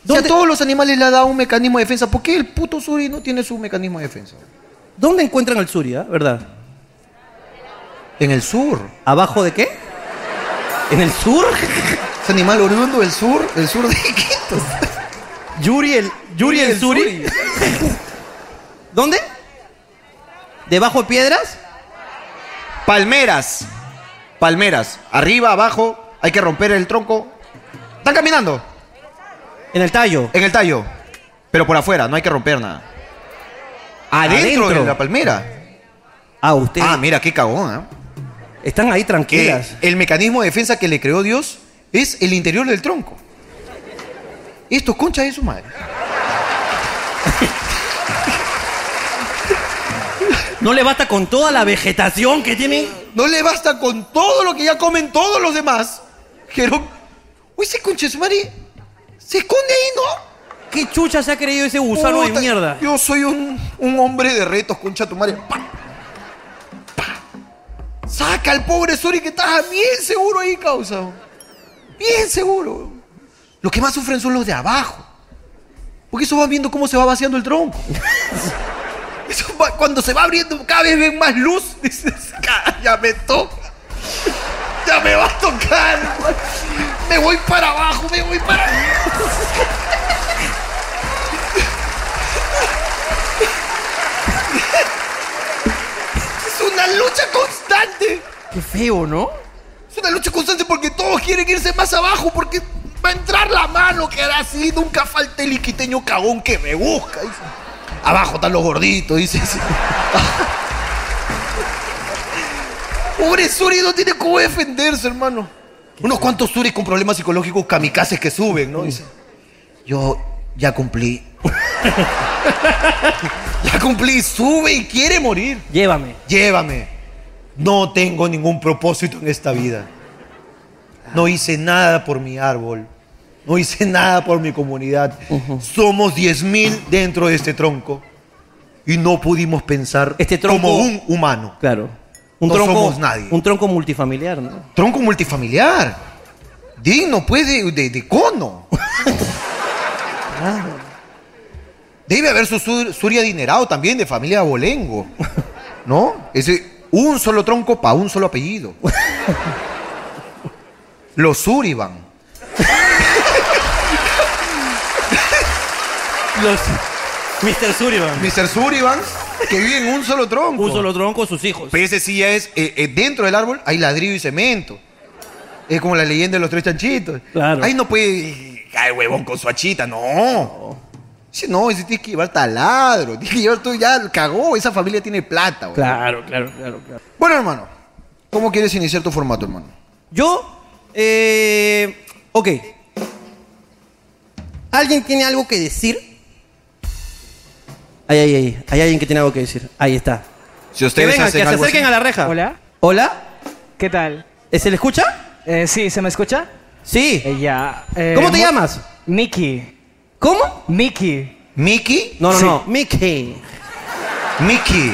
Speaker 1: Si a
Speaker 2: ¿Dónde-
Speaker 1: todos los animales le ha dado un mecanismo de defensa, ¿por qué el puto suri no tiene su mecanismo de defensa?
Speaker 2: ¿Dónde encuentran al Suri, ah? ¿Verdad?
Speaker 1: En el sur.
Speaker 2: ¿Abajo de qué? ¿En el sur? [LAUGHS]
Speaker 1: Ese animal oriundo del sur, del sur de [LAUGHS] Quito.
Speaker 2: Yuri el, Yuri el, Suri. [LAUGHS] ¿Dónde? ¿Debajo de piedras?
Speaker 1: Palmeras. Palmeras. Arriba, abajo, hay que romper el tronco. Están caminando
Speaker 2: En el tallo.
Speaker 1: en el tallo, pero por afuera, no hay que romper nada. Adentro,
Speaker 2: Adentro.
Speaker 1: de la palmera.
Speaker 2: Ah, ustedes
Speaker 1: Ah, mira, qué cagón, ¿ah?
Speaker 2: están ahí
Speaker 1: que
Speaker 2: tranquilas.
Speaker 1: el mecanismo de defensa que le creó Dios es el interior del tronco. Esto es concha de su madre. Eh.
Speaker 2: No le basta con toda la vegetación que tienen.
Speaker 1: No le basta con todo lo que ya comen todos los demás. Pero, uy, ese concha de su madre se esconde ahí, ¿no?
Speaker 2: ¿Qué chucha se ha creído ese gusano
Speaker 1: Puta,
Speaker 2: de mierda?
Speaker 1: Yo soy un, un hombre de retos, concha de tu madre. Pa, pa. Saca al pobre Suri que está bien seguro ahí, causa. Bien seguro. Los que más sufren son los de abajo. Porque eso van viendo cómo se va vaciando el tronco. [LAUGHS] Eso va- cuando se va abriendo, cada vez ven más luz. [LAUGHS] Dices, "Ca- ya me toca. Ya me va a tocar. Me voy para abajo, me voy para Es un una lucha constante.
Speaker 3: Qué feo, ¿no?
Speaker 1: Es una lucha constante porque todos quieren irse más abajo, porque va a entrar la mano que hará así, nunca falta el iquiteño cagón que me busca. dice. Abajo están los gorditos, dices. [LAUGHS] Pobre Suri no tiene cómo defenderse, hermano. Unos cuantos Suris con problemas psicológicos kamikazes que suben, ¿no? Dice, yo ya cumplí. [LAUGHS] ya cumplí, sube y quiere morir.
Speaker 2: Llévame.
Speaker 1: Llévame. No tengo ningún propósito en esta vida. No hice nada por mi árbol. No hice [LAUGHS] nada por mi comunidad. Somos 10.000 dentro de este tronco. Y no pudimos pensar
Speaker 2: Este tronco-
Speaker 1: como un humano.
Speaker 2: Claro.
Speaker 1: No somos nadie.
Speaker 2: Un tronco multifamiliar, ¿no?
Speaker 1: Tronco multifamiliar. Digno, pues, de, de- de cono. Debe haber su sur, suri adinerado también, de familia abolengo. ¿No? Ese, un solo tronco para un solo apellido. Los Suriban.
Speaker 2: Los. Mr. Sullivan.
Speaker 1: Mr. Suriban, que viven en un solo tronco.
Speaker 2: Un solo tronco, sus hijos.
Speaker 1: Pero ese sí ya es, eh, eh, dentro del árbol hay ladrillo y cemento. Es como la leyenda de los tres chanchitos.
Speaker 2: Claro.
Speaker 1: Ahí no puede caer huevón con su achita, no. Dice, no, ese tiene que llevar taladro, [LAUGHS] tiene que llevar todo, ya cagó, esa familia tiene plata, güey.
Speaker 2: Claro, claro, claro, claro.
Speaker 1: Bueno, hermano, ¿cómo quieres iniciar tu formato, hermano?
Speaker 2: Yo, eh, ok. ¿Alguien tiene algo que decir? Ay, ay, ay. Hay alguien que tiene algo que decir. Ahí está.
Speaker 1: Si
Speaker 2: Que vengan, que se acerquen a la reja.
Speaker 3: Hola.
Speaker 2: Hola.
Speaker 3: ¿Qué tal?
Speaker 2: ¿Eh, ¿Se le escucha?
Speaker 3: Eh, sí, ¿se me escucha?
Speaker 2: Sí.
Speaker 3: Eh, ya. eh,
Speaker 2: ¿Cómo te
Speaker 3: mu-
Speaker 2: llamas?
Speaker 3: Miki.
Speaker 2: ¿Cómo?
Speaker 3: Miki.
Speaker 1: ¿Mickey?
Speaker 2: No, no,
Speaker 3: Sí.
Speaker 2: no. Mickey.
Speaker 1: Mickey.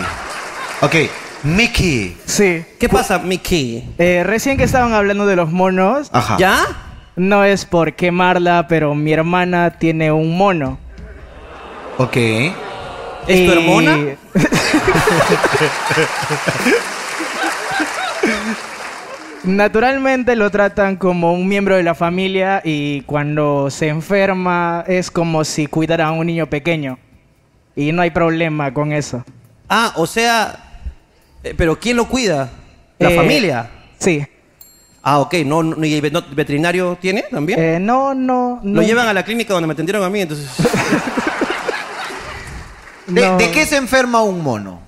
Speaker 1: Ok, Mickey.
Speaker 3: Sí.
Speaker 2: ¿Qué pasa, Mickey?
Speaker 3: Eh, recién que estaban hablando de los monos,
Speaker 2: Ah.
Speaker 1: Ajá.
Speaker 2: ¿Ya?
Speaker 3: no es por quemarla, pero mi hermana tiene un mono.
Speaker 1: Ok.
Speaker 2: ¿Es tu
Speaker 3: Y-
Speaker 2: hermana?
Speaker 3: [LAUGHS] Naturalmente lo tratan como un miembro de la familia y cuando se enferma es como si cuidara a un niño pequeño. Y no hay problema con eso.
Speaker 2: Ah, o sea. eh, ¿Pero quién lo cuida? ¿La
Speaker 3: Eh,
Speaker 2: familia?
Speaker 3: Sí.
Speaker 2: Ah, ok. No, no, ¿Y el vet- veterinario tiene también?
Speaker 3: Eh, no, no, no.
Speaker 2: Lo llevan a la clínica donde me atendieron a
Speaker 3: [LAUGHS]
Speaker 2: mí, entonces.
Speaker 1: ¿De,
Speaker 3: no.
Speaker 1: de qué se enferma un mono?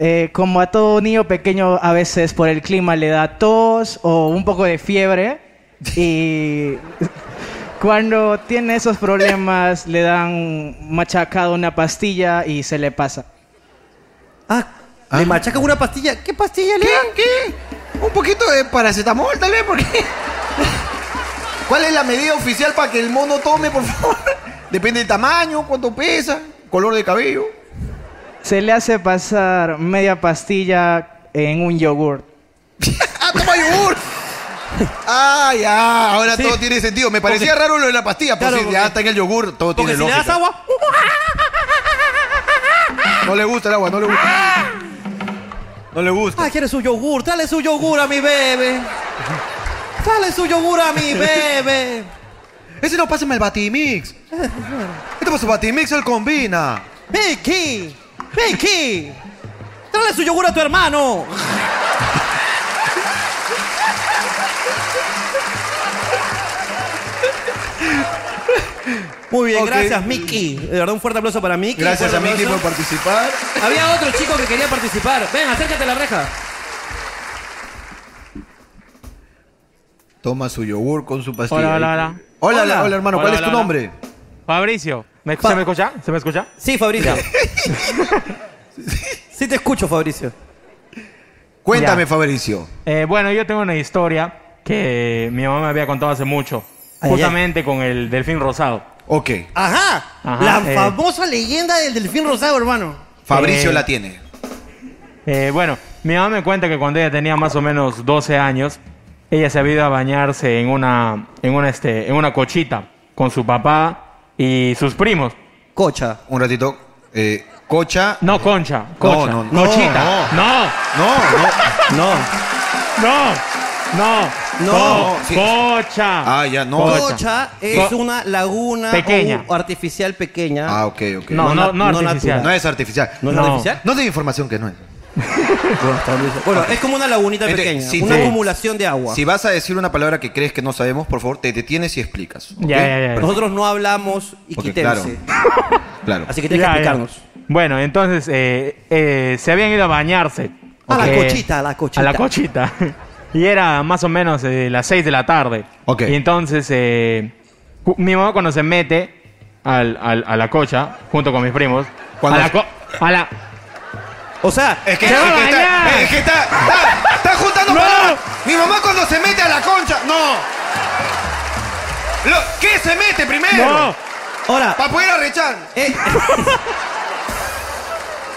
Speaker 3: Eh, como a todo niño pequeño, a veces por el clima le da tos o un poco de fiebre. Y [LAUGHS] cuando tiene esos problemas, le dan machacado una pastilla y se le pasa.
Speaker 2: Ah,
Speaker 1: Ah.
Speaker 2: le machacan una pastilla. ¿Qué pastilla le dan?
Speaker 1: ¿Qué? Un poquito de paracetamol, tal vez, porque. [LAUGHS] ¿Cuál es la medida oficial para que el mono tome, por favor? [LAUGHS] Depende del tamaño, cuánto pesa, color de cabello.
Speaker 3: Se le hace pasar media pastilla en un yogur.
Speaker 1: ¡Ah, toma yogur! [LAUGHS] ¡Ah, ya! Ahora
Speaker 2: Sí.
Speaker 1: todo tiene sentido. Me parecía raro lo de la pastilla, pero
Speaker 2: Claro,
Speaker 1: si ya
Speaker 2: porque-
Speaker 1: está en el yogur, todo
Speaker 2: Porque
Speaker 1: tiene
Speaker 2: si le
Speaker 1: lógica.
Speaker 2: das agua.
Speaker 1: No le gusta el agua, no le gusta.
Speaker 2: [LAUGHS]
Speaker 1: No le gusta.
Speaker 2: Ah, quiere su yogur. Dale su yogur a mi
Speaker 1: [LAUGHS]
Speaker 2: bebé. Dale su yogur a mi bebé.
Speaker 1: Ese no, pásame el
Speaker 2: [LAUGHS]
Speaker 1: batimix. Este pasa batimix, él combina.
Speaker 2: Mickey. Mickey. Dale su yogur a tu hermano. Muy bien,
Speaker 1: Ok.
Speaker 2: gracias Mickey. De verdad, un fuerte aplauso para Mickey.
Speaker 1: Gracias a
Speaker 2: Fuerte
Speaker 1: Miki por
Speaker 2: aplauso.
Speaker 1: participar.
Speaker 2: Había otro chico que quería participar. Ven, acércate a la reja.
Speaker 1: Toma su yogur con su pastilla.
Speaker 4: Hola, hola, hola.
Speaker 1: Hola,
Speaker 2: Hola.
Speaker 1: hola, hermano, ¿cuál
Speaker 4: Hola,
Speaker 1: es tu
Speaker 4: hola, hola.
Speaker 1: nombre?
Speaker 4: Fabricio, ¿me,
Speaker 2: Fa-
Speaker 4: ¿se me escucha? ¿Se me escucha?
Speaker 2: Sí, Fabricio. sí te escucho, Fabricio.
Speaker 1: Cuéntame,
Speaker 4: Ya.
Speaker 1: Fabricio.
Speaker 4: Eh, bueno, yo tengo una historia que mi mamá me había contado hace mucho,
Speaker 2: Ay,
Speaker 4: justamente con el delfín rosado.
Speaker 1: Ok,
Speaker 2: Ajá.
Speaker 4: Ajá,
Speaker 2: la
Speaker 4: eh.
Speaker 2: famosa leyenda del delfín rosado, hermano.
Speaker 1: Fabricio
Speaker 4: Eh,
Speaker 1: la tiene.
Speaker 4: Eh, bueno, mi mamá me cuenta que cuando ella tenía más o menos 12 años, ella se había ido a bañarse en una, en una, este, en una cochita con su papá y sus primos.
Speaker 2: Cocha.
Speaker 1: Un ratito. Eh, cocha.
Speaker 4: No, concha, concha.
Speaker 1: No, no, no,
Speaker 4: cochita. No,
Speaker 1: No, no.
Speaker 2: No.
Speaker 4: no, no,
Speaker 2: No.
Speaker 4: co-
Speaker 1: Sí.
Speaker 4: Cocha.
Speaker 1: Ah, ya, no.
Speaker 4: Cocha.
Speaker 2: Cocha es
Speaker 4: Co-
Speaker 2: una laguna
Speaker 4: Pequeña.
Speaker 2: o artificial pequeña.
Speaker 1: Ah, ok, ok.
Speaker 4: No, no, no,
Speaker 2: No
Speaker 4: artificial.
Speaker 1: No es artificial.
Speaker 2: ¿No es
Speaker 4: No.
Speaker 2: artificial?
Speaker 1: No te información que no es.
Speaker 2: Buenas tardes. Bueno, es como una lagunita
Speaker 1: Gente,
Speaker 2: pequeña,
Speaker 1: si
Speaker 2: una
Speaker 1: te-
Speaker 2: acumulación de agua.
Speaker 1: Si vas a decir una palabra que crees que no sabemos, por favor, te detienes y explicas. ¿ok?
Speaker 4: Ya, ya, ya.
Speaker 2: Nosotros no hablamos y
Speaker 1: Porque,
Speaker 2: quítense.
Speaker 4: [LAUGHS]
Speaker 1: Claro.
Speaker 2: Así que tienes
Speaker 4: Ya,
Speaker 2: que
Speaker 4: ya.
Speaker 2: explicarnos.
Speaker 4: Bueno, entonces eh, eh, se habían ido a bañarse.
Speaker 2: A la
Speaker 4: Ok.
Speaker 2: cochita, a la cochita.
Speaker 4: A la cochita. [LAUGHS] Y era más o menos eh, las 6 de la tarde.
Speaker 1: Ok.
Speaker 4: Y entonces eh, ju- mi mamá cuando se mete al- al- a la cocha, junto con mis primos,
Speaker 1: Cuando-
Speaker 4: a la, co- a la-
Speaker 2: O sea,
Speaker 1: Es que,
Speaker 4: ¡Se va
Speaker 1: es
Speaker 4: a
Speaker 1: que está,
Speaker 4: bañar!
Speaker 1: es que está, está, está juntando
Speaker 4: ¡No!
Speaker 1: palabras. Mi mamá cuando se mete a la concha, no. Lo- ¿Qué se mete primero?
Speaker 4: ¡No!
Speaker 2: ahora,
Speaker 1: Para poder arrechar.
Speaker 2: eh, [LAUGHS]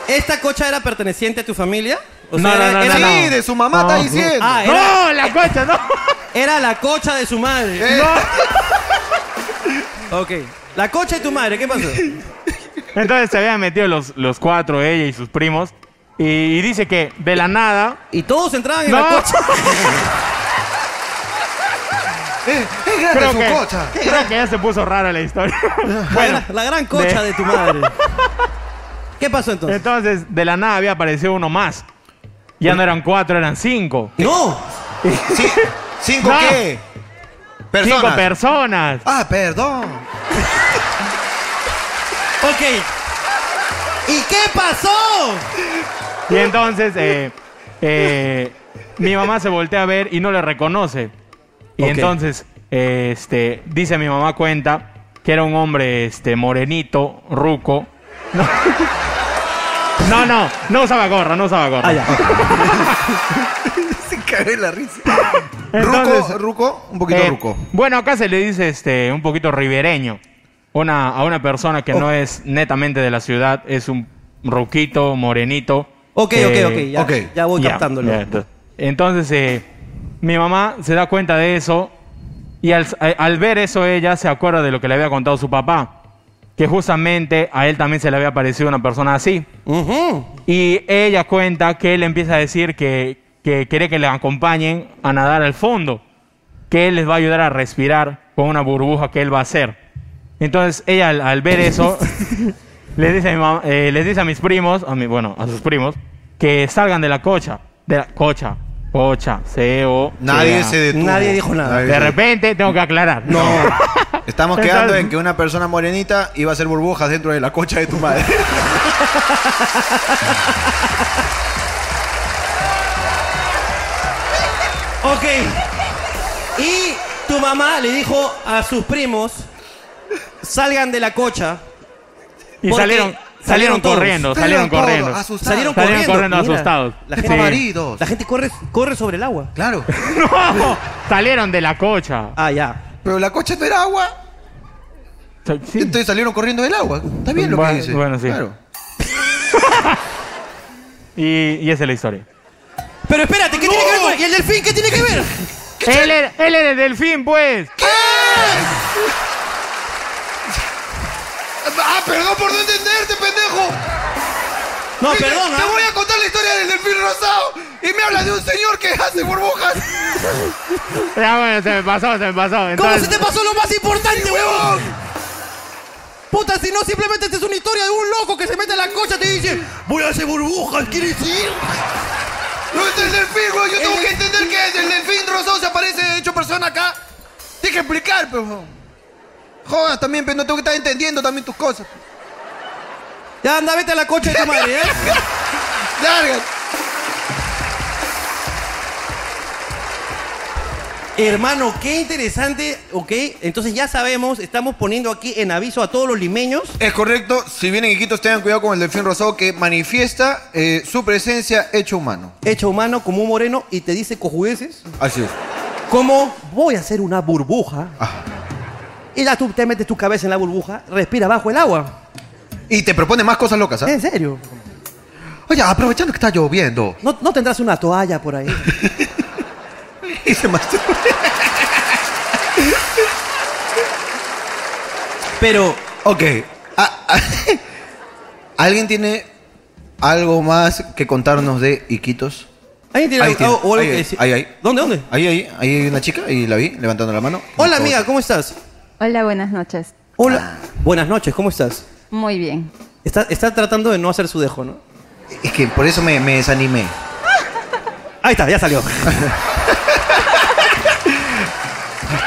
Speaker 2: ¿esta cocha era perteneciente a tu familia? O
Speaker 4: No, no,
Speaker 2: era,
Speaker 4: no, no,
Speaker 2: era-
Speaker 1: sí,
Speaker 4: no.
Speaker 1: de su mamá está
Speaker 4: No.
Speaker 1: diciendo.
Speaker 2: Ah, era,
Speaker 4: ¡No! ¡La cocha, no! [LAUGHS]
Speaker 2: era la cocha de su madre.
Speaker 1: Eh,
Speaker 2: Ok. La cocha de tu madre, ¿qué
Speaker 1: [LAUGHS]
Speaker 2: pasó?
Speaker 4: Entonces se habían metido los, los cuatro, ella y sus primos. Y, y dice que de la nada...
Speaker 2: Y todos entraban en la
Speaker 4: No.
Speaker 2: cocha.
Speaker 1: eh, es grande
Speaker 4: Creo
Speaker 1: su
Speaker 4: que,
Speaker 1: cocha.
Speaker 4: creo que ya se puso rara la historia.
Speaker 2: la, gran- la gran cocha de...
Speaker 4: de- [LAUGHS]
Speaker 2: tu madre. ¿Qué pasó entonces?
Speaker 4: Entonces, de la nada había aparecido uno más. Ya no eran cuatro, eran cinco.
Speaker 2: ¡No!
Speaker 1: Sí, ¿Cinco
Speaker 4: No.
Speaker 1: qué? Personas.
Speaker 4: Cinco personas.
Speaker 1: ah, perdón.
Speaker 2: Ok. ¿Y qué pasó?
Speaker 4: Y entonces, eh, eh, mi mamá se voltea a ver y no le reconoce. Y
Speaker 2: Ok.
Speaker 4: entonces, eh, este, dice mi mamá cuenta que era un hombre, este, morenito, ruco. [LAUGHS] No, no, no, no usaba gorra, no usaba gorra.
Speaker 2: Ah, ya.
Speaker 1: Se cagué la risa.
Speaker 4: Entonces-
Speaker 1: ruco, ruco, un poquito
Speaker 4: Eh,
Speaker 1: ruco.
Speaker 4: Bueno, acá se le dice este un poquito ribereño. Una, a una persona
Speaker 2: Oh.
Speaker 4: que no es netamente de la ciudad, es un ruquito, morenito.
Speaker 2: Ok,
Speaker 4: eh,
Speaker 2: ok, ok. Ya,
Speaker 1: ok.
Speaker 2: ya voy
Speaker 4: ya,
Speaker 2: captándolo.
Speaker 4: ya, ento- entonces, eh, mi mamá se da cuenta de eso y al, a- al ver eso ella se acuerda de lo que le había contado su papá, que justamente a él también se le había parecido una persona así.
Speaker 2: Ujú.
Speaker 4: Y ella cuenta que él empieza a decir que, que quiere que le acompañen a nadar al fondo, que él les va a ayudar a respirar con una burbuja que él va a hacer. Entonces ella al, al ver eso, les, dice a mi mam- eh, les dice a mis primos, a mi, bueno, a sus primos, que salgan de la cocha, de la cocha, cocha, CEO.
Speaker 1: Nadie se detuvo.
Speaker 2: Nadie dijo nada.
Speaker 1: Nadie
Speaker 4: De
Speaker 1: se-
Speaker 4: repente tengo que aclarar.
Speaker 2: No.
Speaker 1: Estamos quedando
Speaker 4: Entonces-
Speaker 1: en que una persona morenita iba a hacer burbujas dentro de la cocha de
Speaker 4: [LAUGHS]
Speaker 1: tu madre.
Speaker 2: Ok. Y tu mamá le dijo a sus primos: salgan de la cocha.
Speaker 4: Y
Speaker 2: Porque
Speaker 4: salieron,
Speaker 2: salieron
Speaker 4: salieron
Speaker 2: todos.
Speaker 4: corriendo,
Speaker 1: Salieron
Speaker 4: salieron
Speaker 1: todos,
Speaker 4: corriendo.
Speaker 1: asustados.
Speaker 4: Salieron
Speaker 2: Salieron, corriendo.
Speaker 4: corriendo
Speaker 2: Mira,
Speaker 4: asustados.
Speaker 2: La
Speaker 4: Sí.
Speaker 2: gente,
Speaker 1: Maridos.
Speaker 2: la gente corre, corre sobre el agua.
Speaker 1: Claro.
Speaker 4: [LAUGHS] No, salieron de la cocha.
Speaker 2: Ah, ya.
Speaker 1: Pero la cocha no era agua.
Speaker 4: Sí.
Speaker 1: Entonces salieron corriendo del agua. Está bien lo que
Speaker 4: Bueno,
Speaker 1: dice.
Speaker 4: bueno, sí.
Speaker 1: Claro.
Speaker 4: [LAUGHS] Y, y esa es la historia.
Speaker 2: Pero espérate, ¿qué tiene que ver con- ¿Y el delfín qué tiene que ver?
Speaker 4: Él era, él era el delfín, pues.
Speaker 1: Ah, perdón por no entenderte, pendejo.
Speaker 2: No,
Speaker 1: Mira,
Speaker 2: perdón.
Speaker 1: Te
Speaker 2: ¿ah?
Speaker 1: voy a contar la historia del delfín rosado y me hablas de un señor que hace burbujas.
Speaker 4: Ya, Ah, bueno, se me pasó, se me pasó.
Speaker 2: ¿Cómo
Speaker 4: Entonces,
Speaker 2: se te pasó lo más importante, huevón? Puta, si no, simplemente esta es una historia de un loco que se mete en la cocha y te dice: Voy a hacer burbujas, ¿quieres ir?
Speaker 1: No es el delfín, güey. Yo tengo que entender que el delfín rosado se aparece de hecho persona acá. Tienes que explicar, pero. Jodas también, pero no tengo que estar entendiendo también tus cosas.
Speaker 2: Ya anda, vete a la cocha de tu madre, ¿eh? [LAUGHS]
Speaker 1: Lárgate.
Speaker 2: Hermano, qué interesante, ok. Entonces ya sabemos, estamos poniendo aquí en aviso a todos los limeños.
Speaker 1: Es correcto, si vienen Iquitos tengan cuidado con el delfín rosado que manifiesta eh, su presencia hecho humano.
Speaker 2: Hecho humano como un moreno y te dice cojudeces.
Speaker 1: Así es.
Speaker 2: Como voy a hacer una burbuja. Y ya tú te metes tu cabeza en la burbuja, respira bajo el agua.
Speaker 1: Y te propone más cosas locas, ¿ah?
Speaker 2: En serio.
Speaker 1: Oye, aprovechando que está lloviendo.
Speaker 2: No, no tendrás una toalla por ahí.
Speaker 1: [LAUGHS] Y se masturba.
Speaker 2: Pero,
Speaker 1: Ok. Ah, ah, [LAUGHS] ¿Alguien tiene algo más que contarnos de Iquitos?
Speaker 2: ¿alguien tiene
Speaker 1: Ahí
Speaker 2: algo, Ah,
Speaker 1: tiene,
Speaker 2: algo- algo
Speaker 1: ahí,
Speaker 2: que
Speaker 1: ahí,
Speaker 2: decir?
Speaker 1: ahí, ahí.
Speaker 2: ¿Dónde, dónde?
Speaker 1: Ahí, ahí, ahí hay una chica y la vi levantando la mano.
Speaker 2: Hola, amiga, ¿cómo estás?
Speaker 5: Hola, buenas noches.
Speaker 1: Ah.
Speaker 2: Hola. Buenas noches, ¿cómo estás?
Speaker 5: Muy bien.
Speaker 2: Está, está tratando de no hacer su dejo, ¿no?
Speaker 1: Es que por eso me, me desanimé.
Speaker 2: Ahí está, ya
Speaker 1: [LAUGHS]
Speaker 2: salió.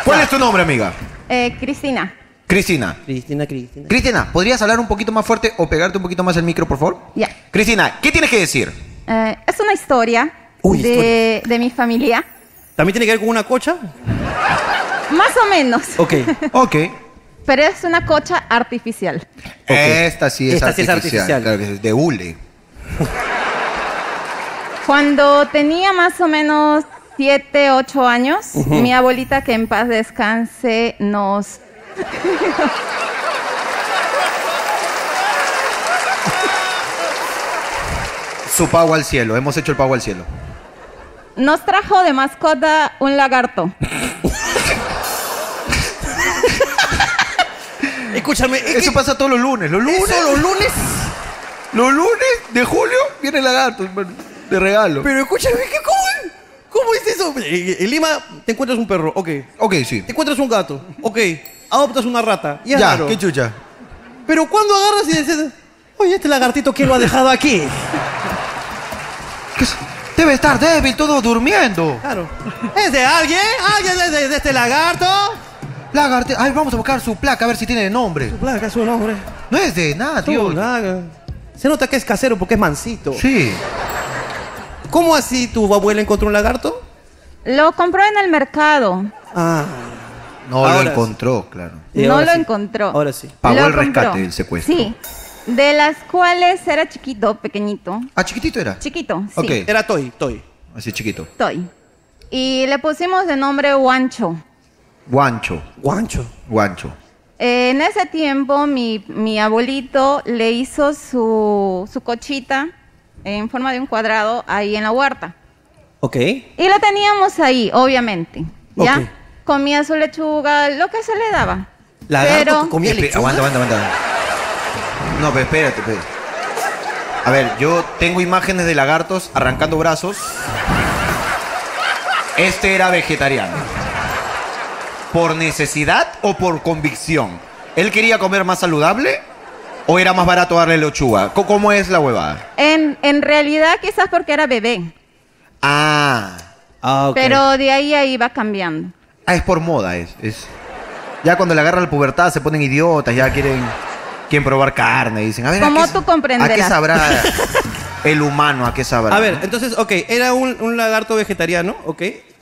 Speaker 1: ¿Cuál es tu nombre, amiga?
Speaker 5: Eh, Cristina,
Speaker 1: Cristina.
Speaker 2: Cristina, Cristina.
Speaker 1: Cristina, ¿podrías hablar un poquito más fuerte o pegarte un poquito más el micro, por favor?
Speaker 5: ya.
Speaker 1: Cristina, ¿qué tienes que decir?
Speaker 5: Eh, es una historia
Speaker 2: Uy,
Speaker 5: de, de mi familia,
Speaker 2: ¿También tiene que ver con una cocha?
Speaker 5: más o menos,
Speaker 2: Ok.
Speaker 1: Ok.
Speaker 5: pero es una cocha artificial.
Speaker 1: Esta sí es
Speaker 2: Esta sí es
Speaker 1: artificial.
Speaker 2: artificial.
Speaker 1: Claro que es de hule.
Speaker 5: Cuando tenía más o menos 7, 8 años, mi abuelita, que en paz descanse, nos...
Speaker 1: Su pago al cielo. Hemos hecho el pago al cielo.
Speaker 5: Nos trajo de mascota un lagarto.
Speaker 2: [LAUGHS] Escúchame, es
Speaker 1: Eso
Speaker 2: que-
Speaker 1: pasa todos los lunes. Los lunes.
Speaker 2: Eso,
Speaker 1: los lunes. Los lunes de julio viene el lagarto hermano, de regalo.
Speaker 2: pero escúchame, es que ¿cómo, cómo es eso? Eh, En Lima te encuentras un perro, ok.
Speaker 1: Ok, sí.
Speaker 2: Te encuentras un gato, ok. Adoptas una rata, y es
Speaker 1: Ya,
Speaker 2: raro.
Speaker 1: qué chucha.
Speaker 2: Pero cuando agarras y dices, oye, este lagartito, ¿quién lo ha dejado aquí?
Speaker 1: ¿Qué es? Debe estar débil, todo durmiendo.
Speaker 2: Claro. ¿Es de alguien? ¿Alguien es de, de este lagarto?
Speaker 1: Lagarto. Ay, vamos a buscar su placa a ver si tiene nombre.
Speaker 2: Plaga, su nombre.
Speaker 1: No es de nada,
Speaker 2: Tío,
Speaker 1: tío.
Speaker 2: plaga. Se nota que es casero porque es mansito.
Speaker 1: Sí.
Speaker 2: ¿Cómo así tu abuela encontró un lagarto?
Speaker 5: Lo compró en el mercado.
Speaker 2: Ah.
Speaker 1: No
Speaker 2: Ahora sí.
Speaker 1: lo encontró, claro.
Speaker 2: Y
Speaker 5: no
Speaker 2: ahora
Speaker 5: lo
Speaker 2: sí.
Speaker 5: encontró.
Speaker 2: Ahora sí.
Speaker 1: Pagó
Speaker 5: Lo
Speaker 1: el rescate
Speaker 5: compró.
Speaker 1: del secuestro.
Speaker 5: Sí. De las cuales era chiquito, pequeñito.
Speaker 1: Ah, chiquitito era.
Speaker 5: Chiquito, sí.
Speaker 1: Ok.
Speaker 2: Era Toy, Toy.
Speaker 1: Así chiquito.
Speaker 5: Toy. Y le pusimos de nombre Guancho.
Speaker 1: Guancho.
Speaker 2: Guancho.
Speaker 1: Guancho.
Speaker 5: Eh, en ese tiempo, mi, mi abuelito le hizo su, su cochita en forma de un cuadrado ahí en la huerta.
Speaker 2: Ok.
Speaker 5: Y la teníamos ahí, obviamente. ¿Ya?
Speaker 2: Ok.
Speaker 5: Comía su lechuga, lo que se le daba.
Speaker 2: Lagarto
Speaker 5: Pero-
Speaker 2: que comía
Speaker 1: Espe-
Speaker 2: lechuga.
Speaker 1: Aguanta, aguanta, aguanta. No, pero espérate, espérate. A ver, yo tengo imágenes de lagartos arrancando brazos. Este era vegetariano. ¿Por necesidad o por convicción? ¿Él quería comer más saludable o era más barato darle lechuga? Co- ¿Cómo es la huevada?
Speaker 5: En, en realidad, quizás porque era bebé.
Speaker 1: Ah,
Speaker 2: Ah, ok.
Speaker 5: Pero de ahí a ahí va cambiando.
Speaker 1: ah, es por moda, es, es. Ya cuando le agarra la pubertad se ponen idiotas, ya quieren, quieren probar carne. Dicen, a ver,
Speaker 5: Como
Speaker 1: ¿a qué,
Speaker 5: tú comprenderás.
Speaker 1: ¿A qué sabrá
Speaker 5: [LAUGHS]
Speaker 1: el humano? ¿A qué sabrá?
Speaker 2: A ver, entonces, ok, era un, un lagarto vegetariano, ok.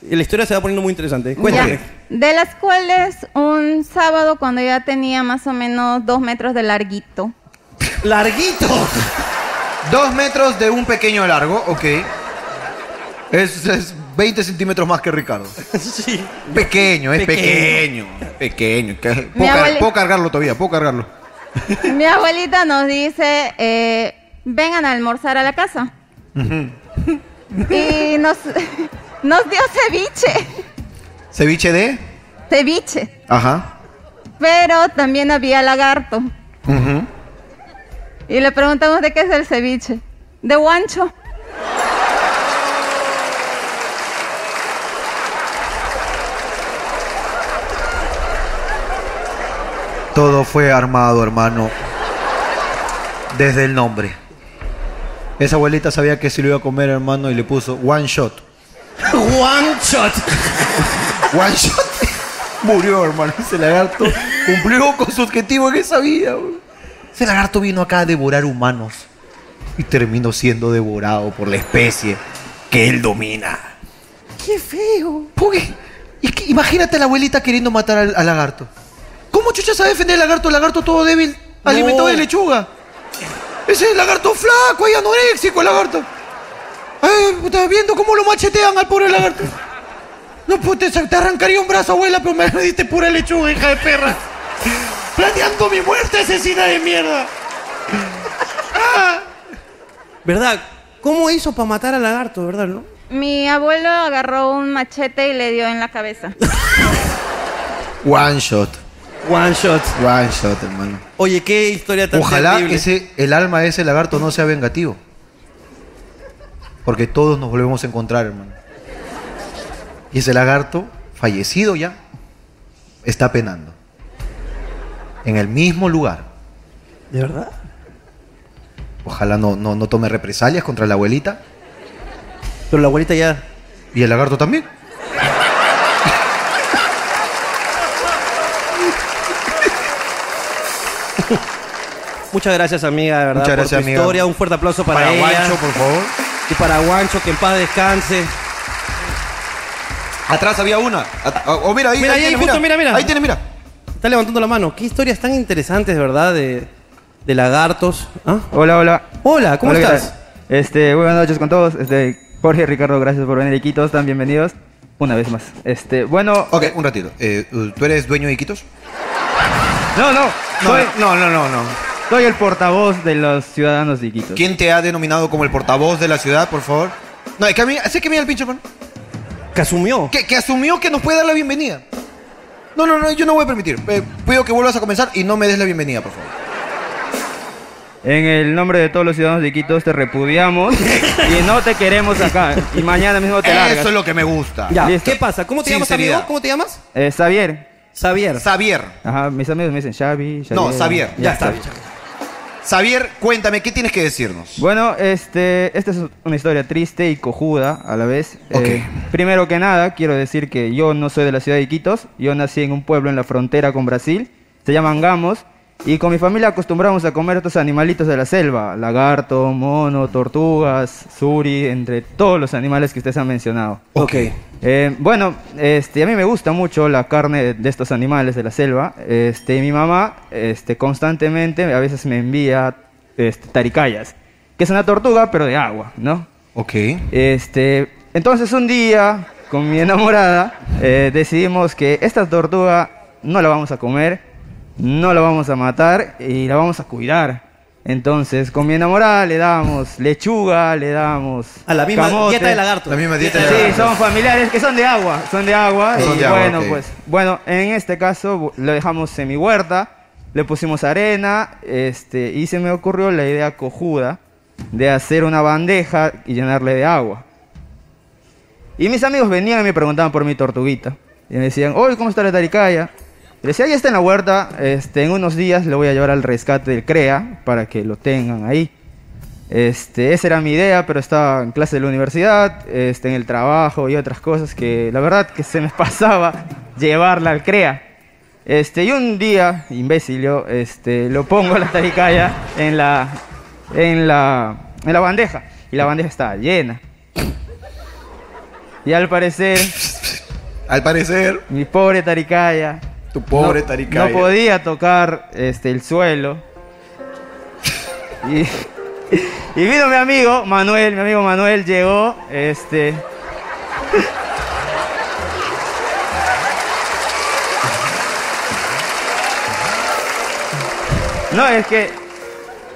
Speaker 2: Y la historia se va poniendo muy interesante. Cuéntame.
Speaker 1: [LAUGHS]
Speaker 5: Ya. De las cuales un sábado cuando ya tenía más o menos dos metros de larguito,
Speaker 2: ¡Larguito!
Speaker 1: Dos metros de un pequeño largo, ok. Es, es 20 centímetros más que [LAUGHS] Ricardo.
Speaker 2: sí.
Speaker 1: Pequeño, es
Speaker 2: Pequeño.
Speaker 1: pequeño. Pequeño. que-
Speaker 5: Mi
Speaker 1: Puedo, car-
Speaker 5: abuela-
Speaker 1: puedo cargarlo todavía, puedo cargarlo.
Speaker 5: mi abuelita nos dice, eh, vengan a almorzar a la casa. y nos, nos dio ceviche,
Speaker 1: Ceviche de.
Speaker 5: ceviche,
Speaker 1: Ajá.
Speaker 5: pero también había lagarto.
Speaker 1: Ujú.
Speaker 5: Y le preguntamos de qué es el ceviche. De guancho.
Speaker 1: Todo fue armado, hermano. Desde el nombre. Esa abuelita sabía que se lo iba a comer, hermano, y le puso one shot.
Speaker 2: One shot.
Speaker 1: One shot. Murió, hermano. Ese lagarto cumplió con su objetivo en esa vida. bro. Ese lagarto vino acá a devorar humanos. Y terminó siendo devorado por la especie que él domina. ¡Qué feo! imagínate a la abuelita queriendo matar al, al lagarto. ¿Cómo chucha sabe defender al lagarto? El lagarto todo débil, alimentado de lechuga. Ese es el lagarto flaco y anoréxico, el lagarto. Ay, puta, viendo cómo lo machetean al pobre lagarto. No, puta, se- te arrancaría un brazo, abuela, pero me diste pura lechuga, hija de perra. Planeando mi muerte, asesina de mierda.
Speaker 2: ¿Verdad? ¿Cómo hizo para matar al lagarto, verdad, no?
Speaker 5: Mi abuelo agarró un machete y le dio en la cabeza.
Speaker 1: One shot,
Speaker 2: One shot.
Speaker 1: one shot, hermano.
Speaker 2: Oye, qué historia tan
Speaker 1: Ojalá
Speaker 2: terrible.
Speaker 1: ese, el alma de ese lagarto no sea vengativo. Porque todos nos volvemos a encontrar, hermano. Y ese lagarto, fallecido ya, está penando. En el mismo lugar.
Speaker 2: ¿De verdad?
Speaker 1: Ojalá no, no, no tome represalias contra la abuelita.
Speaker 2: Pero la abuelita ya.
Speaker 1: Y el lagarto también.
Speaker 2: Muchas gracias, amiga, de verdad,
Speaker 1: Muchas gracias,
Speaker 2: por tu
Speaker 1: amiga.
Speaker 2: historia. Un fuerte aplauso para, ella.
Speaker 1: Guancho, por favor.
Speaker 2: Y para Guancho, que en paz descanse.
Speaker 1: Atrás había una. At- oh, mira, ahí,
Speaker 2: Mira, ahí,
Speaker 1: ahí, tienes,
Speaker 2: justo, mira, mira.
Speaker 1: Ahí tienes, mira.
Speaker 2: Está levantando la mano. Qué historias tan interesantes, de verdad, de, de lagartos. ¿Ah?
Speaker 6: Hola, hola.
Speaker 2: Hola, ¿cómo
Speaker 6: Hola, ¿qué
Speaker 2: estás?
Speaker 6: tal? Este, buenas noches con todos. Este, Jorge, Ricardo, gracias por venir aquí. Todos están bienvenidos una vez más. Este, bueno,
Speaker 1: Ok, un ratito. Eh, ¿Tú eres dueño de Iquitos?
Speaker 6: no, no, soy,
Speaker 1: no, no, no, no.
Speaker 6: soy el portavoz de los ciudadanos de Iquitos.
Speaker 1: ¿Quién te ha denominado como el portavoz de la ciudad, por favor? No, es que a mí, sé que mira el pinche man.
Speaker 2: Que asumió.
Speaker 1: Que, que asumió que nos puede dar la bienvenida. No, no, no, yo no voy a permitir. Eh, pido que vuelvas a comenzar y no me des la bienvenida, por favor.
Speaker 6: En el nombre de todos los ciudadanos de Iquitos te repudiamos
Speaker 2: [LAUGHS]
Speaker 6: y no te queremos acá. Y mañana mismo te largas.
Speaker 1: Eso es lo que me gusta.
Speaker 2: Ya,
Speaker 6: Listo.
Speaker 2: ¿qué pasa? ¿Cómo te
Speaker 1: Sinceridad.
Speaker 2: llamas, amigo? ¿Cómo te llamas?
Speaker 6: Eh, Xavier.
Speaker 2: Xavier.
Speaker 1: Xavier.
Speaker 6: Ajá, mis amigos me dicen Xavi, Xavier.
Speaker 1: No, Xavier.
Speaker 2: ya está.
Speaker 1: Xavier, cuéntame, ¿qué tienes que decirnos?
Speaker 6: Bueno, este, esta es una historia triste y cojuda a la vez. Eh,
Speaker 1: Ok.
Speaker 6: primero que nada, quiero decir que yo no soy de la ciudad de Iquitos. Yo nací en un pueblo en la frontera con Brasil. Se llaman Gamos. Y con mi familia acostumbramos a comer estos animalitos de la selva. Lagarto, mono, tortugas, suri, entre todos los animales que ustedes han mencionado.
Speaker 2: Ok.
Speaker 6: Eh, bueno, este, a mí me gusta mucho la carne de, de estos animales de la selva. Este, y mi mamá este, constantemente a veces me envía este, taricayas, que es una tortuga pero de agua, ¿no?
Speaker 1: Ok.
Speaker 6: Este, entonces un día con mi enamorada eh, decidimos que esta tortuga no la vamos a comer, no la vamos a matar y la vamos a cuidar. Entonces con mi enamorada le damos lechuga, le damos
Speaker 2: A la misma
Speaker 6: camote.
Speaker 2: dieta de lagarto.
Speaker 1: La misma dieta.
Speaker 6: Sí, son familiares que son de agua, son de agua.
Speaker 1: Son
Speaker 6: y
Speaker 1: de agua,
Speaker 6: bueno,
Speaker 1: ok.
Speaker 6: pues, bueno, en este caso bu- lo dejamos en mi huerta, le pusimos arena, este, y se me ocurrió la idea cojuda de hacer una bandeja y llenarle de agua. Y mis amigos venían y me preguntaban por mi tortuguita y me decían, "Oye, ¿cómo está la taricaya?" Y decía, "Ya está en la huerta, este, en unos días le voy a llevar al rescate del CREA para que lo tengan ahí." Este, esa era mi idea, pero estaba en clase de la universidad, este, en el trabajo y otras cosas que la verdad que se me [LAUGHS] pasaba llevarla al CREA. Este, y un día, imbécil yo, este, lo pongo a la taricaya en la, en, la, en la bandeja. Y la bandeja estaba llena. Y al parecer,
Speaker 1: Al parecer,
Speaker 6: mi pobre taricaya
Speaker 1: tu pobre
Speaker 6: no,
Speaker 1: taricaya.
Speaker 6: no podía tocar este, el suelo. Y, y vino mi amigo Manuel, mi amigo Manuel llegó, este... No, es que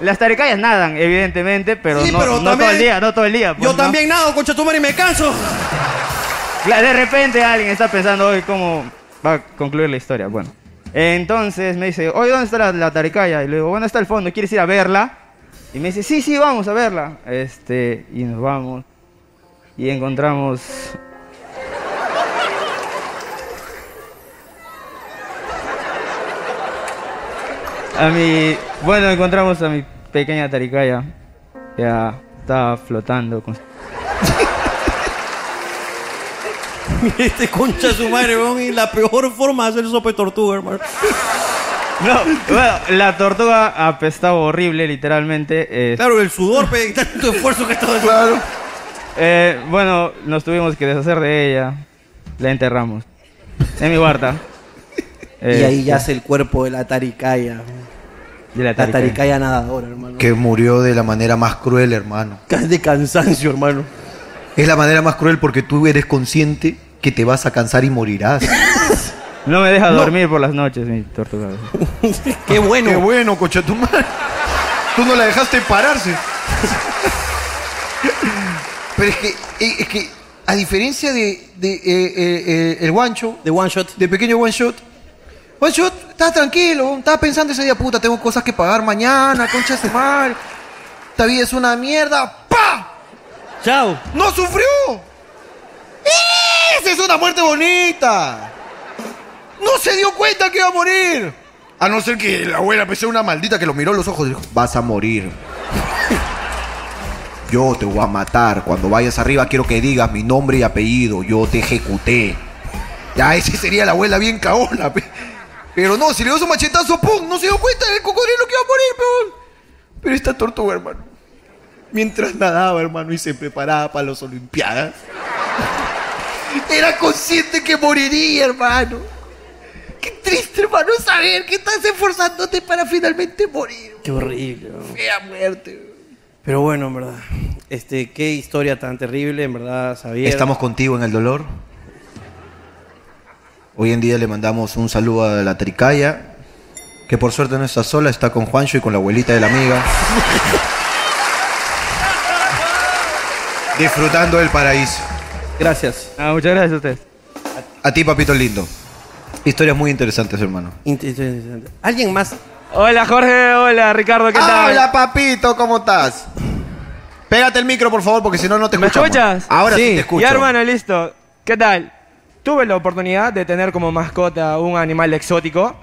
Speaker 6: las taricayas nadan, evidentemente, pero,
Speaker 2: Sí,
Speaker 6: no,
Speaker 2: pero
Speaker 6: no
Speaker 2: también-
Speaker 6: todo el día, no todo el día. pues,
Speaker 2: Yo
Speaker 6: ¿no?
Speaker 2: también nado, concha tu madre, y me canso. [LAUGHS]
Speaker 6: Claro, de repente alguien está pensando hoy cómo va a concluir la historia. Bueno, entonces me dice, oye, ¿dónde está la, la taricaya? Y le digo, bueno, está al fondo, ¿quieres ir a verla? Y me dice, sí, sí, vamos a verla. Este, y nos vamos. Y encontramos... A mi... Bueno, encontramos a mi pequeña taricaya. Ya estaba flotando con
Speaker 2: Este concha su madre, weón, y la peor forma de hacer sopa de tortuga, hermano.
Speaker 6: No, bueno, la tortuga apestaba horrible, literalmente. eh,
Speaker 2: Claro, el sudor, pe, [LAUGHS] y tanto esfuerzo que estaba haciendo.
Speaker 1: Claro.
Speaker 6: eh, bueno, nos tuvimos que deshacer de ella. La enterramos. En mi huerta.
Speaker 2: Y
Speaker 6: Eh,
Speaker 2: ahí yace el cuerpo de la taricaya.
Speaker 6: De la
Speaker 2: La
Speaker 6: taricaya.
Speaker 2: taricaya nadadora, hermano. [LAUGHS]
Speaker 1: Que murió de la manera más cruel, hermano.
Speaker 2: De cansancio, hermano.
Speaker 1: Es la manera más cruel porque tú eres consciente que te vas a cansar y morirás.
Speaker 6: No me deja dormir por las noches, mi tortuga.
Speaker 2: Qué bueno.
Speaker 1: Qué bueno, coche tu madre. Tú no la dejaste pararse. Pero es que, eh, es que a diferencia de, de, eh, eh, eh, el guancho,
Speaker 2: De one shot.
Speaker 1: de pequeño one shot, one shot, estás tranquilo, estás pensando ese día, puta, tengo cosas que pagar mañana, concha de mal. Esta vida es una mierda. ¡Pah!
Speaker 2: Chao.
Speaker 1: ¡No sufrió! ¡Esa es una muerte bonita! ¡No se dio cuenta que iba a morir! A no ser que la abuela pensó una maldita que lo miró en los ojos y dijo, vas a morir. Yo te voy a matar. Cuando vayas arriba quiero que digas mi nombre y apellido. Yo te ejecuté. Ya, esa sería la abuela bien caona. pe. Pero no, si le dio su machetazo, ¡pum! No se dio cuenta del cocodrilo que iba a morir, peón. Pero esta tortuga, hermano. Mientras nadaba, hermano, y se preparaba para las Olimpiadas. Era consciente que moriría, hermano. Qué triste, hermano, saber que estás esforzándote para finalmente morir.
Speaker 2: Qué horrible. ¿no?
Speaker 1: Fea muerte.
Speaker 2: Pero bueno, en verdad. Este, qué historia tan terrible, en verdad, Xavier.
Speaker 1: Estamos contigo en el dolor. Hoy en día le mandamos un saludo a la Tricaya, que por suerte no está sola, está con Juancho y con la abuelita de la amiga. Disfrutando del paraíso.
Speaker 2: Gracias.
Speaker 7: Ah, muchas gracias a ustedes.
Speaker 1: A ti, papito lindo. Historias muy interesantes, hermano.
Speaker 2: Int- Interesante. ¿Alguien más?
Speaker 7: Hola Jorge, hola Ricardo, ¿qué tal?
Speaker 1: Hola, papito, ¿cómo estás? Pégate el micro, por favor, porque si no, no te
Speaker 7: ¿Me
Speaker 1: escuchamos.
Speaker 7: escuchas?
Speaker 1: Ahora sí, te escucho.
Speaker 7: Ya hermano, listo. ¿Qué tal? Tuve la oportunidad de tener como mascota un animal exótico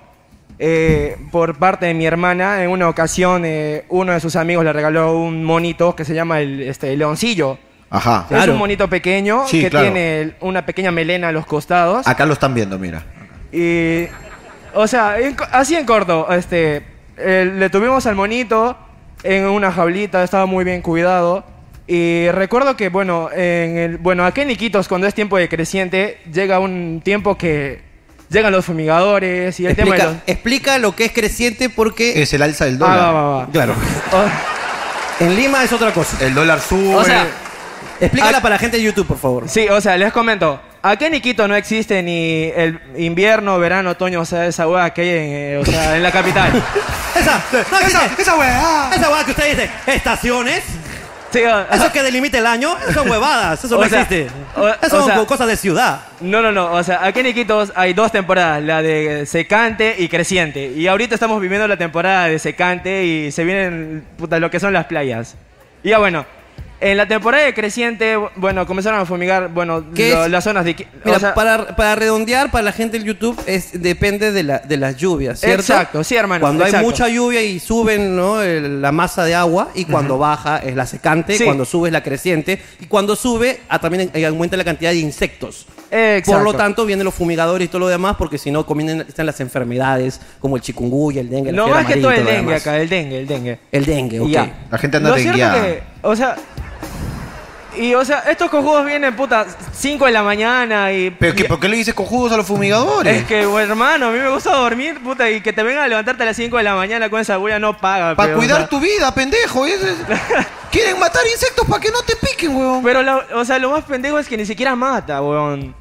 Speaker 7: eh, por parte de mi hermana. En una ocasión, eh, uno de sus amigos le regaló un monito que se llama el, este, el leoncillo.
Speaker 1: Ajá.
Speaker 7: Es
Speaker 2: Claro.
Speaker 7: un monito pequeño
Speaker 1: Sí,
Speaker 7: que
Speaker 1: claro.
Speaker 7: tiene el- una pequeña melena a los costados.
Speaker 1: Acá lo están viendo, mira.
Speaker 7: Y, o sea, en co- así en corto, este, eh, le tuvimos al monito en una jaulita, estaba muy bien cuidado. Y recuerdo que, bueno, en el, bueno, aquí en Iquitos, cuando es tiempo de creciente, llega un tiempo que llegan los fumigadores y el tema de
Speaker 2: Explica,
Speaker 7: los...
Speaker 2: explica lo que es creciente porque
Speaker 1: Es el alza del
Speaker 7: Ah,
Speaker 1: dólar.
Speaker 7: va, va, va.
Speaker 1: Claro.
Speaker 7: Oh,
Speaker 2: en Lima es otra cosa.
Speaker 1: El dólar sube.
Speaker 2: O sea, explícala
Speaker 7: Ah.
Speaker 2: para la gente de YouTube, por favor.
Speaker 7: sí, o sea, les comento. Aquí en Iquitos no existe ni el invierno, verano, otoño, o sea, esa hueá que hay en, eh, o sea, en la
Speaker 4: [LAUGHS]
Speaker 7: capital.
Speaker 2: Esa, no,
Speaker 1: esa,
Speaker 2: existe.
Speaker 1: esa weá.
Speaker 2: esa hueá que usted dice, estaciones,
Speaker 7: Sí, o-
Speaker 2: eso que delimita el año, eso son huevadas, eso
Speaker 7: O
Speaker 2: no
Speaker 7: sea,
Speaker 2: existe.
Speaker 7: o-
Speaker 2: Eso
Speaker 7: o
Speaker 2: son
Speaker 7: sea-
Speaker 2: co- cosas de ciudad.
Speaker 7: No, no, no. O sea, aquí en Iquitos hay dos temporadas, la de secante y creciente. Y ahorita estamos viviendo la temporada de secante y se vienen puta, lo que son las playas. Y ya bueno, en la temporada de creciente, bueno, comenzaron a fumigar, bueno,
Speaker 2: ¿Qué
Speaker 7: lo-
Speaker 2: es?
Speaker 7: las zonas de... Iqui-
Speaker 2: Mira,
Speaker 7: o sea,
Speaker 2: para, para redondear para la gente el YouTube es depende de, la, de las lluvias, ¿cierto?
Speaker 7: Exacto, sí, hermano,
Speaker 2: Cuando hay
Speaker 7: exacto.
Speaker 2: mucha lluvia y suben ¿no? el- la masa de agua y cuando baja es la secante,
Speaker 7: Sí.
Speaker 2: cuando sube es la creciente y cuando sube ah, también eh, aumenta la cantidad de insectos.
Speaker 7: Exacto.
Speaker 2: Por lo tanto vienen los fumigadores y todo lo demás porque si no comienzan están las enfermedades como el chikungunya, el dengue, la
Speaker 7: No
Speaker 2: fiebre
Speaker 7: más que todo el
Speaker 2: amarilla y
Speaker 7: dengue
Speaker 2: lo demás.
Speaker 7: acá, el dengue, el dengue.
Speaker 2: El dengue, ok.
Speaker 7: Y ya.
Speaker 1: La gente anda
Speaker 7: Lo cierto
Speaker 1: dengueada.
Speaker 7: que, o sea... Y, o sea, estos cojudos vienen, puta, 5 de la mañana y...
Speaker 1: Pero que, ¿por qué le dices cojudos a los fumigadores?
Speaker 7: Es que, bueno, hermano, a mí me gusta dormir, puta, y que te vengan a levantarte a las 5 de la mañana con esa bulla no paga.
Speaker 1: Para
Speaker 7: pero,
Speaker 1: cuidar
Speaker 7: o sea,
Speaker 1: tu vida, pendejo. es- es-
Speaker 7: [LAUGHS]
Speaker 1: Quieren matar insectos para que no te piquen, huevón.
Speaker 7: Pero, la- o sea, lo más pendejo es que ni siquiera mata, weón.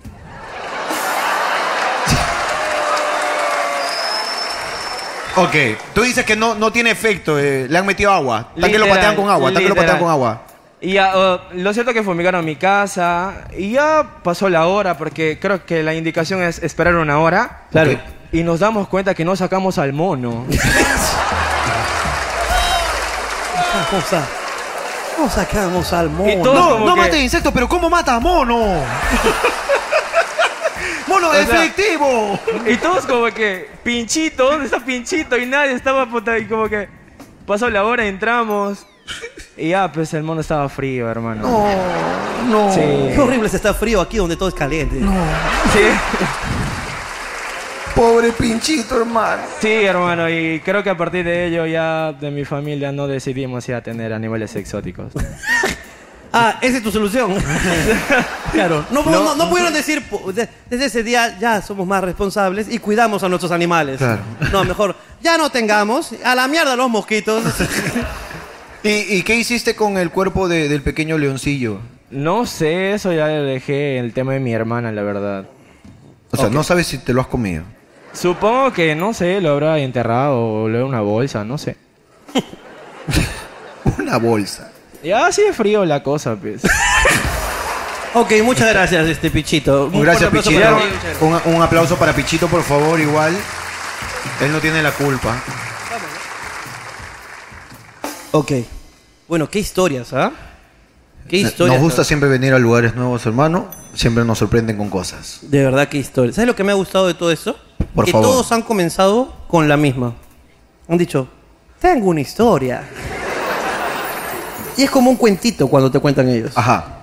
Speaker 1: Ok, tú dices que no, no tiene efecto. eh, le han metido agua. Está que lo
Speaker 7: Literal,
Speaker 1: patean con agua. Está que lo
Speaker 7: literal.
Speaker 1: patean con agua.
Speaker 7: Y ya, o, lo cierto que fumigaron mi casa, y ya pasó la hora, porque creo que la indicación es esperar una hora.
Speaker 1: Claro.
Speaker 7: Y nos damos cuenta que no sacamos al mono.
Speaker 2: Vamos a, vamos a sacamos al
Speaker 7: Y
Speaker 2: mono.
Speaker 7: todo-
Speaker 1: No,
Speaker 7: como
Speaker 1: no
Speaker 7: que-
Speaker 1: mates insectos, pero ¿cómo mata a mono? ¡Mono
Speaker 7: sea-
Speaker 1: efectivo!
Speaker 7: y todos como que, pinchito, ¿dónde está pinchito? Y nadie estaba, puta, y como que pasó la hora, entramos. Y ya, pues el mono estaba frío, hermano.
Speaker 1: no.
Speaker 7: Sí.
Speaker 2: Qué horrible se está frío aquí donde todo es caliente.
Speaker 7: Sí,
Speaker 1: Pobre pinchito, hermano.
Speaker 7: sí, hermano, y creo que a partir de ello ya de mi familia no decidimos ir a tener animales exóticos.
Speaker 2: Ah, esa es tu solución. [LAUGHS] claro. No, pu- no- no pudieron decir, pu- de- desde ese día ya somos más responsables y cuidamos a nuestros animales.
Speaker 1: Claro.
Speaker 2: No, mejor, ya no tengamos, a la mierda los mosquitos.
Speaker 1: ¿Y, y qué hiciste con el cuerpo de- del pequeño leoncillo?
Speaker 7: No sé, eso ya le dejé el tema de mi hermana, la verdad.
Speaker 1: O sea, no sabes si te lo has comido. [LAUGHS]
Speaker 7: Supongo que, no sé, lo habrá enterrado o lo en una bolsa, no sé.
Speaker 1: Una bolsa.
Speaker 7: Ya así de frío la cosa, pues.
Speaker 2: [LAUGHS] ok, muchas gracias, este Pichito. Un
Speaker 1: Gracias,
Speaker 2: fuerte aplauso
Speaker 1: Pichito.
Speaker 2: para ti. Muchas gracias.
Speaker 1: Un, un aplauso para Pichito, por favor, igual. Él no tiene la culpa.
Speaker 2: Ok. Bueno, qué historias, ¿ah? Qué historias.
Speaker 1: Eh, Nos gusta
Speaker 2: ¿ah?
Speaker 1: siempre venir a lugares nuevos, hermano. Siempre nos sorprenden con cosas.
Speaker 2: De verdad, qué historias. ¿Sabes lo que me ha gustado de todo eso?
Speaker 1: Por
Speaker 2: que
Speaker 1: favor.
Speaker 2: todos han comenzado con la misma. Han dicho, tengo una historia. Y es como un cuentito cuando te cuentan ellos.
Speaker 1: Ajá.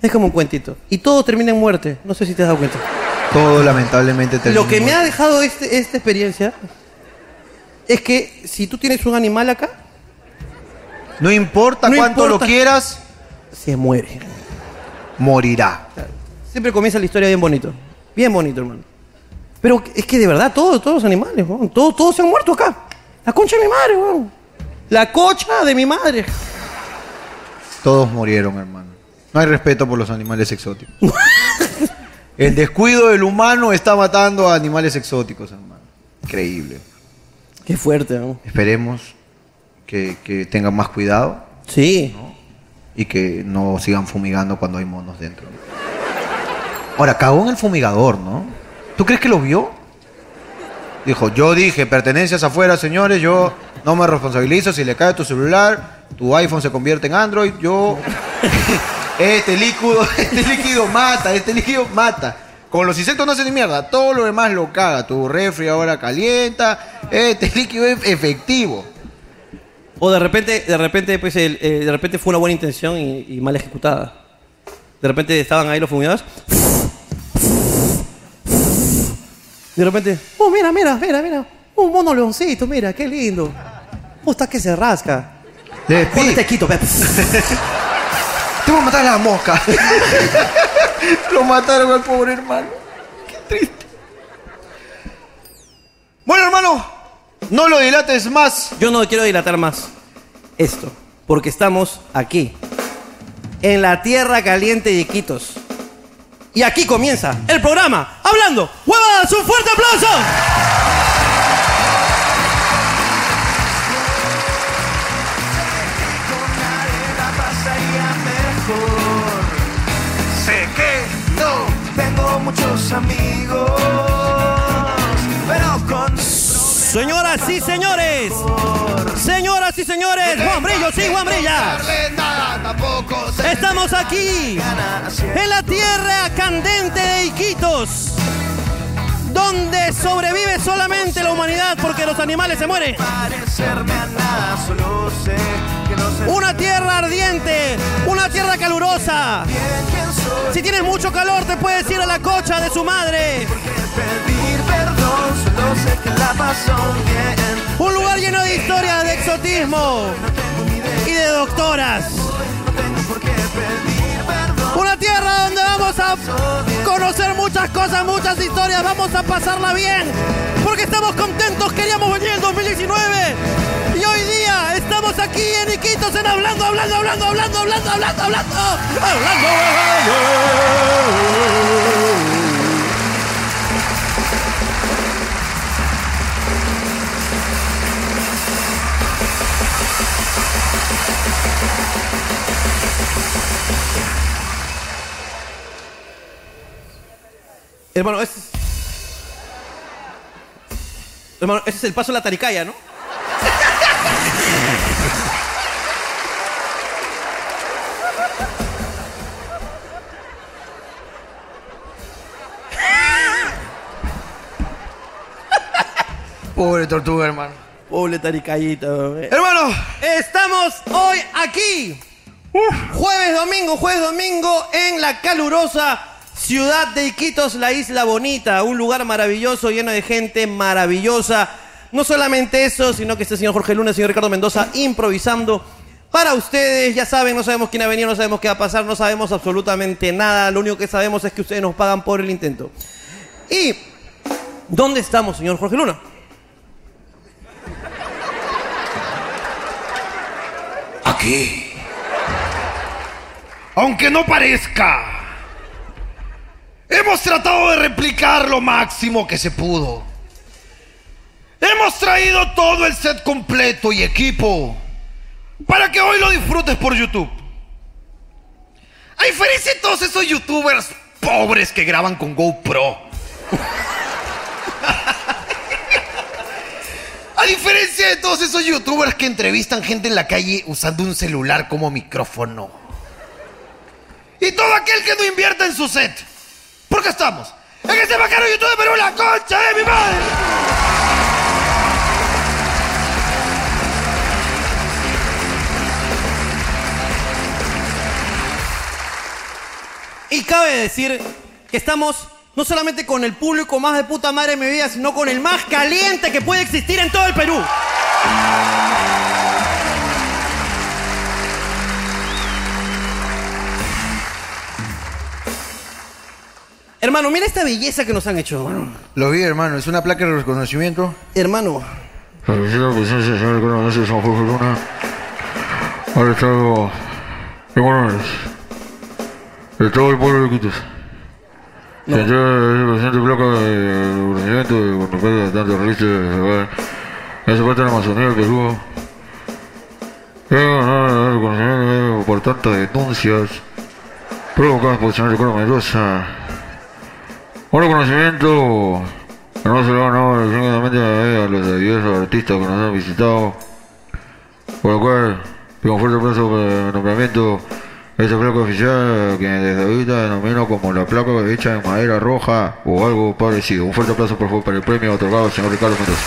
Speaker 2: Es como un cuentito. Y todo termina en muerte. No sé si te has dado cuenta.
Speaker 1: Todo lamentablemente terminó
Speaker 2: Lo que me
Speaker 1: mal.
Speaker 2: ha dejado este- esta experiencia es que si tú tienes un animal acá,
Speaker 1: No importa
Speaker 2: No
Speaker 1: cuánto
Speaker 2: importa.
Speaker 1: lo quieras,
Speaker 2: se muere.
Speaker 1: morirá.
Speaker 2: Siempre comienza la historia bien bonito. Bien bonito, hermano. Pero es que de verdad, todos, todos los animales, weón, todos, todos se han muerto acá. La concha de mi madre, weón. La cocha de mi madre.
Speaker 1: Todos murieron, hermano. No hay respeto por los animales
Speaker 2: [LAUGHS]
Speaker 1: exóticos. El descuido del humano está matando a animales exóticos, hermano. Increíble.
Speaker 2: Qué fuerte, weón.
Speaker 1: Esperemos que, que tengan más cuidado
Speaker 2: Sí.
Speaker 1: y que no sigan fumigando cuando hay monos dentro. Ahora, cagó en el fumigador, ¿no? ¿Tú crees que lo vio? Dijo, yo dije, pertenencias afuera, señores, yo no me responsabilizo si le cae tu celular, tu iPhone se convierte en Android, yo... [LAUGHS] este líquido, [LAUGHS] este líquido mata, este líquido mata. Con los insectos no hace ni mierda, todo lo demás lo caga, tu refri ahora calienta, este líquido es efectivo.
Speaker 2: O de repente, de repente, pues, el- eh, de repente fue una buena intención y, y mal ejecutada. De repente estaban ahí los fumigadores. De repente, oh, mira, mira, mira, mira. Un mono leoncito, mira, qué lindo. Puta que se rasca.
Speaker 1: Le
Speaker 2: Ponte
Speaker 1: pica.
Speaker 2: este quito, pe.
Speaker 1: Te voy a matar a la mosca. [LAUGHS] Lo mataron al pobre hermano. Qué triste. Bueno, hermano, no lo dilates más.
Speaker 2: [LAUGHS] Yo no quiero dilatar más esto, porque estamos aquí, en la tierra caliente de Iquitos. Y aquí comienza el programa Hablando Huevas. ¡Un fuerte aplauso!
Speaker 8: Sé que no tengo muchos amigos, pero con
Speaker 2: Señoras y señores, señoras y señores, Juan Brillo, sí, Juan Brilla.
Speaker 8: nada tampoco se
Speaker 2: Estamos aquí, en la tierra candente de Iquitos, donde sobrevive solamente la humanidad porque los animales se mueren.
Speaker 8: parecerme a nada, solo sé que no sé
Speaker 2: Una tierra ardiente, una tierra calurosa.
Speaker 8: bien quién soy.
Speaker 2: Si tienes mucho calor, te puedes ir a la cocha de su madre.
Speaker 8: Pedir perdón, solo sé que la pasó bien.
Speaker 2: Un lugar lleno de historias de exotismo y de doctoras. Una tierra donde vamos a conocer muchas cosas, muchas historias, vamos a pasarla bien. Porque estamos contentos, queríamos venir en 2019. Y hoy día estamos aquí en Iquitos en Hablando, Hablando, Hablando, Hablando, Hablando, Hablando, Hablando, Hablando. Hermano, ese es... Hermano, ese es el paso a la taricaya, ¿no?
Speaker 1: Pobre tortuga, hermano.
Speaker 2: Pobre taricayita, bebé.
Speaker 1: Hermano,
Speaker 2: Estamos hoy aquí. Jueves, domingo, jueves, domingo en la calurosa ciudad de Iquitos, la isla bonita, un lugar maravilloso, lleno de gente maravillosa. No solamente eso, sino que este señor Jorge Luna, señor Ricardo Mendoza, improvisando para ustedes. Ya saben, no sabemos quién ha venido, no sabemos qué va a pasar, no sabemos absolutamente nada. Lo único que sabemos es que ustedes nos pagan por el intento. ¿Y dónde estamos, señor Jorge Luna?
Speaker 8: Aquí. Aunque no parezca, hemos tratado de replicar lo máximo que se pudo. Hemos traído todo el set completo y equipo para que hoy lo disfrutes por YouTube. A diferencia de todos esos youtubers pobres que graban con GoPro. A diferencia de todos esos youtubers que entrevistan gente en la calle usando un celular como micrófono. Y todo aquel que no invierta en su set. ¿Por qué estamos? En este bacano YouTube de Perú, la concha de mi madre.
Speaker 2: Y cabe decir que estamos no solamente con el público más de puta madre de mi vida, sino con el más caliente que puede existir en todo el Perú. Hermano, mira esta belleza que nos han hecho. hermano.
Speaker 1: Lo vi, hermano. Es una placa de reconocimiento.
Speaker 2: Hermano,
Speaker 9: Agradecido la presencia del señor Cura Messi de San Jorge Luna. Ahora traigo informes de todo el pueblo de Quitos. Se entrega el presidente placa de reconocimiento de cuando pega tanto realistas de Zabal. Hace falta la Amazonía del Perú. Quiero ganar el reconocimiento por tantas denuncias provocadas por el señor Cura Mendoza. Un reconocimiento que no se lo ganó solamente a los diversos artistas que nos han visitado, por lo cual pido un fuerte aplauso por el nombramiento de esta placa oficial que desde ahorita denomino como la placa hecha en madera roja o algo parecido. Un fuerte aplauso por favor para el premio otorgado al señor Ricardo Mendoza.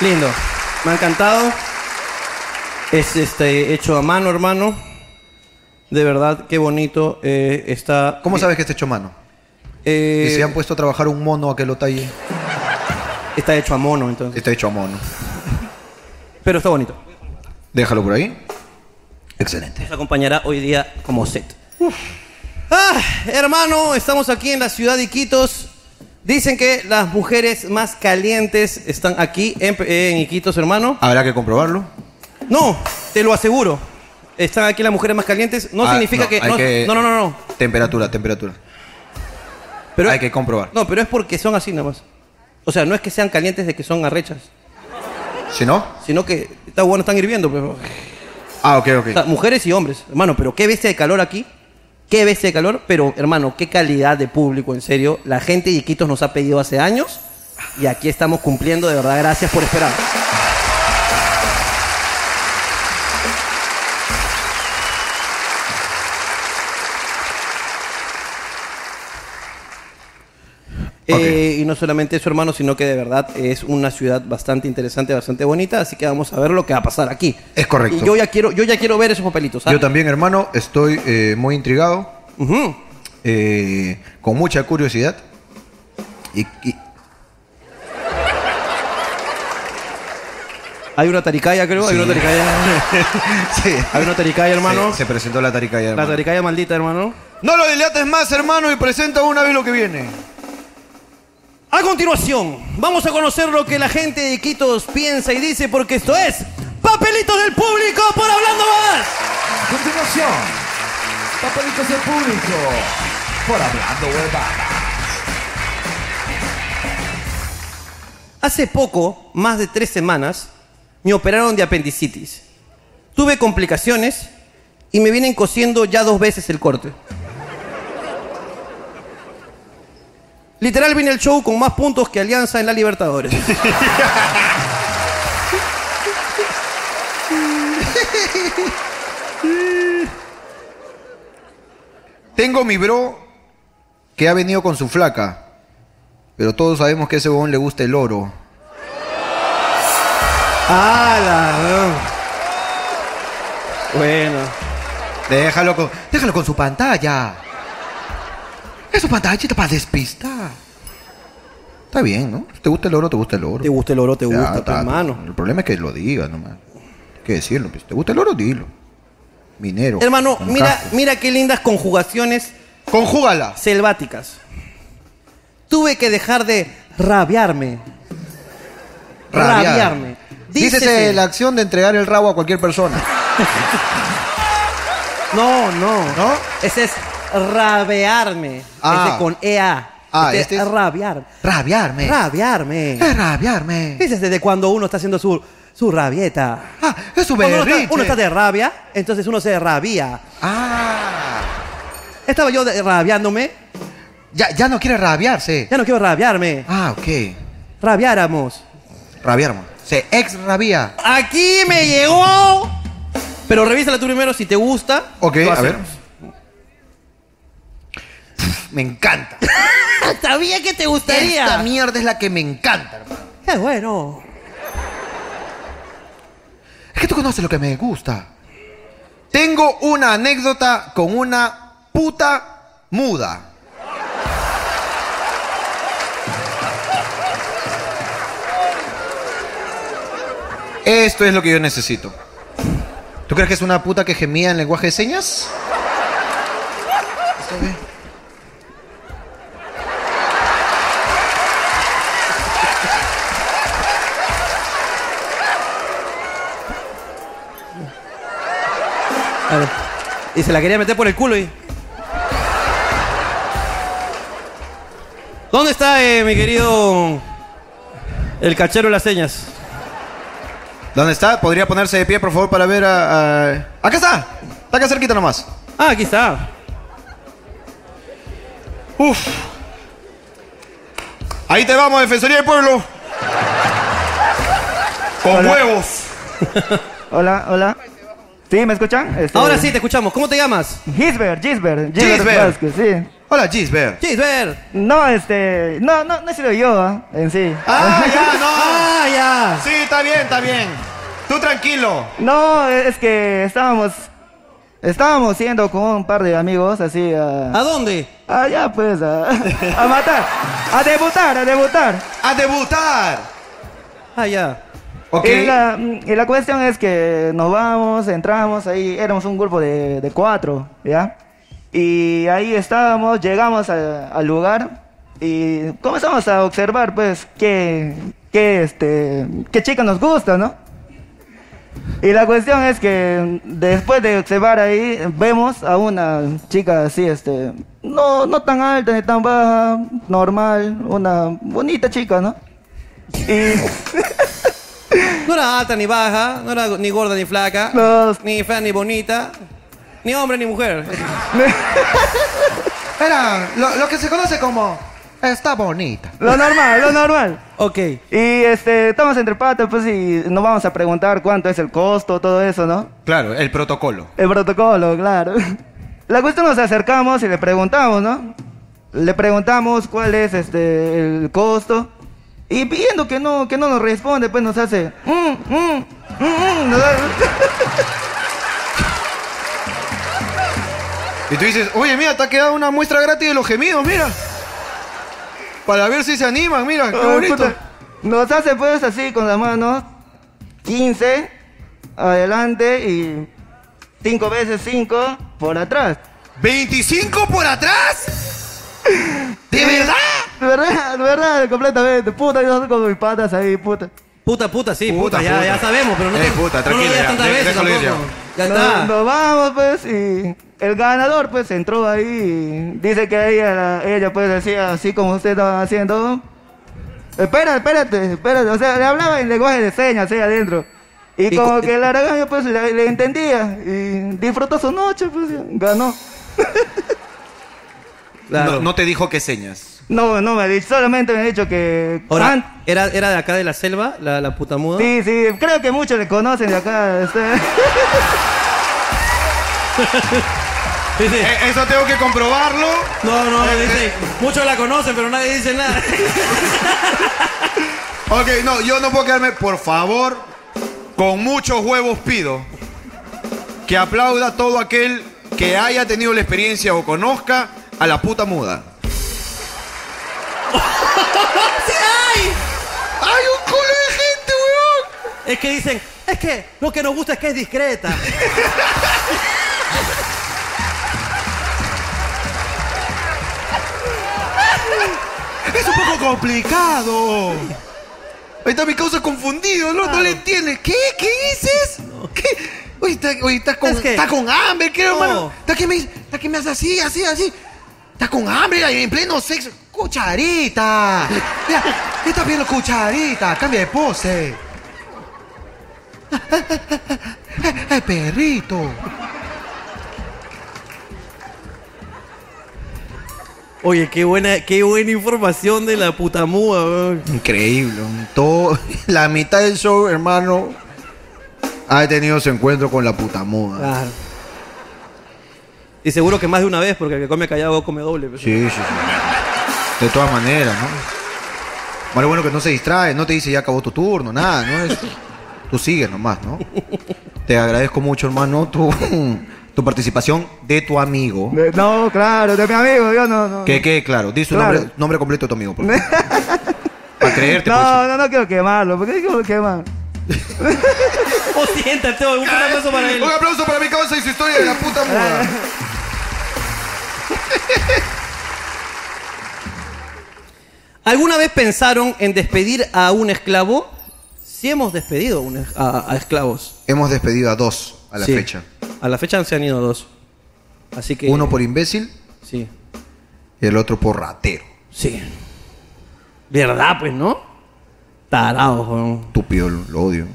Speaker 2: Lindo, me ha encantado. Es este hecho a mano, hermano. De verdad, qué bonito eh, está.
Speaker 1: ¿Cómo sabes que está hecho a mano?
Speaker 2: Eh,
Speaker 1: Y se han puesto a trabajar un mono a que lo talle.
Speaker 2: Está hecho a mono, entonces.
Speaker 1: Está hecho a mono.
Speaker 2: Pero está bonito.
Speaker 1: Déjalo por ahí. Excelente.
Speaker 2: Nos acompañará hoy día como set. Ah, hermano, estamos aquí en la ciudad de Iquitos. Dicen que las mujeres más calientes están aquí en, en Iquitos, hermano.
Speaker 1: Habrá que comprobarlo.
Speaker 2: No, te lo aseguro. Están aquí las mujeres más calientes. No
Speaker 1: Ah,
Speaker 2: significa que,
Speaker 1: hay
Speaker 2: no, No, no, no, no.
Speaker 1: Temperatura, temperatura.
Speaker 2: Pero
Speaker 1: Hay que comprobar.
Speaker 2: No, pero es porque son así nomás. O sea, no es que sean calientes de que son arrechas,
Speaker 1: Si no.
Speaker 2: sino que está bueno, están hirviendo. pues. Pero...
Speaker 1: Ah, ok,
Speaker 2: O sea,
Speaker 1: ok.
Speaker 2: mujeres y hombres, hermano, pero qué bestia de calor aquí. Qué bestia de calor, pero hermano, qué calidad de público, en serio. La gente de Iquitos nos ha pedido hace años y aquí estamos cumpliendo, de verdad, gracias por esperar. Eh, y no solamente eso, hermano, sino que de verdad es una ciudad bastante interesante, bastante bonita, así que vamos a ver lo que va a pasar aquí.
Speaker 1: Es correcto.
Speaker 2: Y yo ya quiero, yo ya quiero ver esos papelitos. ¿ah?
Speaker 1: Yo también, hermano, estoy eh, muy intrigado,
Speaker 2: Ujú.
Speaker 1: eh, con mucha curiosidad. Y, y- [LAUGHS]
Speaker 2: Hay una taricaya, creo. Hay
Speaker 1: Sí.
Speaker 2: una taricaya.
Speaker 1: [LAUGHS] sí.
Speaker 2: Hay una taricaya, hermano.
Speaker 1: Se, se presentó la taricaya,
Speaker 2: La
Speaker 1: hermano.
Speaker 2: taricaya maldita, hermano.
Speaker 1: No lo dilates más, hermano, y presenta una vez lo que viene.
Speaker 2: A continuación, vamos a conocer lo que la gente de Iquitos piensa y dice, porque esto es Papelitos del Público por Hablando Más.
Speaker 10: Continuación, papelitos del público, por hablando huevada.
Speaker 2: Hace poco, más de tres semanas, me operaron de apendicitis. Tuve complicaciones y me vienen cosiendo ya dos veces el corte. Literal viene el show con más puntos que Alianza en la Libertadores.
Speaker 1: Tengo mi bro que ha venido con su flaca. Pero todos sabemos que a ese huevón le gusta el oro.
Speaker 2: ¡Hala! Bueno.
Speaker 1: Déjalo con, déjalo con su pantalla. Es su pantallita para despistar. Está bien, ¿no? ¿Te gusta el oro? ¿Te gusta el oro?
Speaker 2: Te gusta el oro, te
Speaker 1: Ya,
Speaker 2: gusta, tu
Speaker 1: está.
Speaker 2: hermano.
Speaker 1: El problema es que lo digas nomás. Hay que decirlo. pues. ¿Te gusta el oro? Dilo. Minero.
Speaker 2: Hermano,
Speaker 1: con
Speaker 2: mira,
Speaker 1: casco.
Speaker 2: mira qué lindas conjugaciones
Speaker 1: Conjúgala.
Speaker 2: selváticas. Tuve que dejar de rabiarme.
Speaker 1: Rabiar.
Speaker 2: Rabiarme.
Speaker 1: Dícese,
Speaker 2: Dícese.
Speaker 1: la acción de entregar el rabo a cualquier persona.
Speaker 2: No, no.
Speaker 1: ¿No?
Speaker 2: Ese es rabearme.
Speaker 1: Ah.
Speaker 2: Ese con EA.
Speaker 1: Ah,
Speaker 2: este,
Speaker 1: este
Speaker 2: es
Speaker 1: es- Eh.
Speaker 2: rabiar.
Speaker 1: Rabiarme.
Speaker 2: Rabiarme.
Speaker 1: Es rabiarme.
Speaker 2: Ese es desde cuando uno está haciendo su, su rabieta.
Speaker 1: Ah, es su
Speaker 2: Cuando uno, está,
Speaker 1: berrinche.
Speaker 2: uno está de rabia, entonces uno se rabia.
Speaker 1: Ah.
Speaker 2: Estaba yo de- rabiándome.
Speaker 1: Ya, ya no quiere rabiarse.
Speaker 2: Ya no quiero rabiarme.
Speaker 1: Ah, ok.
Speaker 2: Rabiáramos.
Speaker 1: Rabiarme. Se exrabía.
Speaker 2: Aquí me llegó. Pero revísala tú primero si te gusta.
Speaker 1: Ok,
Speaker 2: Lo
Speaker 1: a
Speaker 2: hacemos.
Speaker 1: ver. Me encanta.
Speaker 2: Ah, Sabía que te
Speaker 1: Esta
Speaker 2: gustaría.
Speaker 1: mierda es la que me encanta, hermano.
Speaker 2: Qué bueno.
Speaker 1: Es que tú conoces lo que me gusta. Tengo una anécdota con una puta muda. Esto es lo que yo necesito. ¿Tú crees que es una puta que gemía en lenguaje de señas? Está bien.
Speaker 2: A ver. Y se la quería meter por el culo ¿eh? y. ¿Dónde está eh, mi querido el cachero de las señas?
Speaker 1: ¿Dónde está? ¿Podría ponerse de pie, por favor, para ver a... a- ¡Acá está! Está acá cerquita nomás.
Speaker 2: Ah, aquí está.
Speaker 1: Uf. Ahí te vamos, Defensoría del Pueblo. Con huevos.
Speaker 11: Hola, hola. ¿Sí, me escuchan? Este,
Speaker 2: Ahora sí, te escuchamos. ¿Cómo te llamas?
Speaker 11: Gisbert, Gisbert,
Speaker 1: Gisbert.
Speaker 11: Gisbert Vázquez, sí.
Speaker 1: Hola, Gisbert.
Speaker 2: Gisbert.
Speaker 11: No, este. No, no, no he sido yo, ah, en sí.
Speaker 1: Ah, ya, no.
Speaker 2: Ah, ya.
Speaker 1: Sí, está bien, está bien. Tú tranquilo.
Speaker 11: No, es que estábamos. Estábamos yendo con un par de amigos así a.
Speaker 2: ¿A dónde?
Speaker 11: Ah, ya pues, a, a matar, a debutar, a debutar.
Speaker 1: ¡A debutar!
Speaker 2: Ah, ya.
Speaker 1: Ok.
Speaker 11: Y, la, y la cuestión es que nos vamos, entramos, ahí éramos un grupo de, de cuatro, ¿ya? Y ahí estábamos, llegamos a- al lugar y comenzamos a observar, pues, qué, qué, este, qué chica nos gusta, ¿no? Y la cuestión es que después de observar ahí, vemos a una chica así, este, no, no tan alta ni tan baja, normal, una bonita chica, ¿no? Y
Speaker 2: No era alta ni baja, no era ni gorda ni flaca,
Speaker 11: No.
Speaker 2: ni fea ni bonita, ni hombre ni mujer.
Speaker 1: Era lo, lo que se conoce como... Está bonita.
Speaker 11: Lo normal, lo normal.
Speaker 2: Ok.
Speaker 11: Y este, estamos entre patas, pues, y nos vamos a preguntar cuánto es el costo, todo eso, ¿no?
Speaker 1: Claro, el protocolo.
Speaker 11: El protocolo, claro. [LAUGHS] La cuestión nos acercamos y le preguntamos, ¿no? Le preguntamos cuál es este el costo. Y viendo que no, que no nos responde, pues nos hace. "Mm, mm, mm, mm", nos da-
Speaker 1: Y tú dices, oye, mira, te ha quedado una muestra gratis de los gemidos, mira. Para ver si se animan, mira, [LAUGHS] qué
Speaker 11: Oh,
Speaker 1: bonito.
Speaker 11: puta. Nos hace pues así con las manos. 15, adelante y 5 veces 5 por atrás.
Speaker 1: ¿25 por atrás? ¿De verdad?
Speaker 11: De verdad, de verdad, completamente. Puta, yo estoy con mis patas ahí, puta.
Speaker 2: Puta, puta, sí, puta,
Speaker 1: Puta,
Speaker 2: ya,
Speaker 1: puta.
Speaker 2: ya sabemos, pero no,
Speaker 1: Eh,
Speaker 2: te-
Speaker 1: puta,
Speaker 2: no lo
Speaker 1: tranquilo,
Speaker 2: digas
Speaker 1: ya,
Speaker 2: tantas
Speaker 1: de-
Speaker 2: veces
Speaker 1: déjalo ir
Speaker 2: tampoco. Ya
Speaker 11: No-
Speaker 2: está.
Speaker 11: Nos, vamos, pues, y el ganador, pues, entró ahí. y dice que ella, ella, pues, decía así como usted estaba haciendo. Espérate, espérate, espérate. O sea, le hablaba en lenguaje de señas, ahí adentro. Y,
Speaker 2: Y
Speaker 11: como
Speaker 2: cu-
Speaker 11: que el aragán, pues, le, le entendía. Y disfrutó su noche, pues, ganó.
Speaker 2: Claro.
Speaker 1: te dijo qué señas.
Speaker 11: No, no me ha dicho, solamente me ha dicho que. an-
Speaker 2: Ahora, era, era de acá de la selva, la, la puta muda.
Speaker 11: Sí, sí, creo que muchos le conocen de acá. este.
Speaker 2: Dice,
Speaker 1: Eh, eso tengo que comprobarlo. Eh,
Speaker 2: no, no, dice, muchos la conocen, pero nadie dice nada.
Speaker 1: Ok, no, yo no puedo quedarme. Por favor, con muchos huevos pido que aplauda todo aquel que haya tenido la experiencia o conozca a la puta muda.
Speaker 2: [LAUGHS] ¡Sí hay!
Speaker 1: ¡Hay un culo de gente, huevón!
Speaker 2: Es que dicen, es que lo que nos gusta es que es discreta.
Speaker 1: Es un poco complicado. Ahí está mi causa confundido, ¿no? No le entiendes. ¿Qué? ¿Qué dices? ¿Qué? Oye, está- oye, estás con,
Speaker 2: Es que-
Speaker 1: estás con hambre, ¿qué, hermano?
Speaker 2: No.
Speaker 1: ¿Estás que, me, está que me haces así, así, así? Estás con hambre ahí en pleno sexo. ¡Cucharita! Mira, estás viendo cucharita. Cambia de pose. ¡Eh, perrito!
Speaker 2: Oye, qué buena, qué buena información de la puta muda, weón.
Speaker 1: Increíble. un Todo, [LAUGHS] la mitad del show, hermano, ha tenido su encuentro con la puta
Speaker 6: Ah.
Speaker 1: moda.
Speaker 2: Claro. Ah. Y seguro que más de una vez, porque el que come callado come doble. pues.
Speaker 1: Sí, sí, sí. De todas maneras, ¿no? Vale, bueno que no se distrae, no te dice ya acabó tu turno, nada, ¿no? Es- tú sigues nomás, ¿no? Te agradezco mucho, hermano, tu, [LAUGHS] tu participación de tu amigo.
Speaker 6: De- No, claro, de mi amigo, yo no, no.
Speaker 1: Que quede claro, di su
Speaker 6: Claro.
Speaker 1: nombre, nombre completo de tu amigo,
Speaker 6: [LAUGHS]
Speaker 1: por favor. Para creerte,
Speaker 6: No, no, no quiero quemarlo, ¿por qué quiero quemarlo?
Speaker 2: Oh, siéntate, un aplauso para él.
Speaker 8: Un aplauso para mi causa y su historia de la puta muda.
Speaker 6: Ah.
Speaker 2: ¿Alguna vez pensaron en despedir a un esclavo? Sí hemos despedido a, un es- a- a esclavos.
Speaker 1: pues. Hemos despedido a dos a la
Speaker 2: Sí.
Speaker 1: fecha.
Speaker 2: A la fecha se han ido dos. Así que...
Speaker 1: Uno por imbécil
Speaker 2: Sí.
Speaker 1: y el otro por ratero.
Speaker 2: Sí. ¿Verdad, pues, no? Tarados, weón.
Speaker 1: Estúpido, lo, lo odio.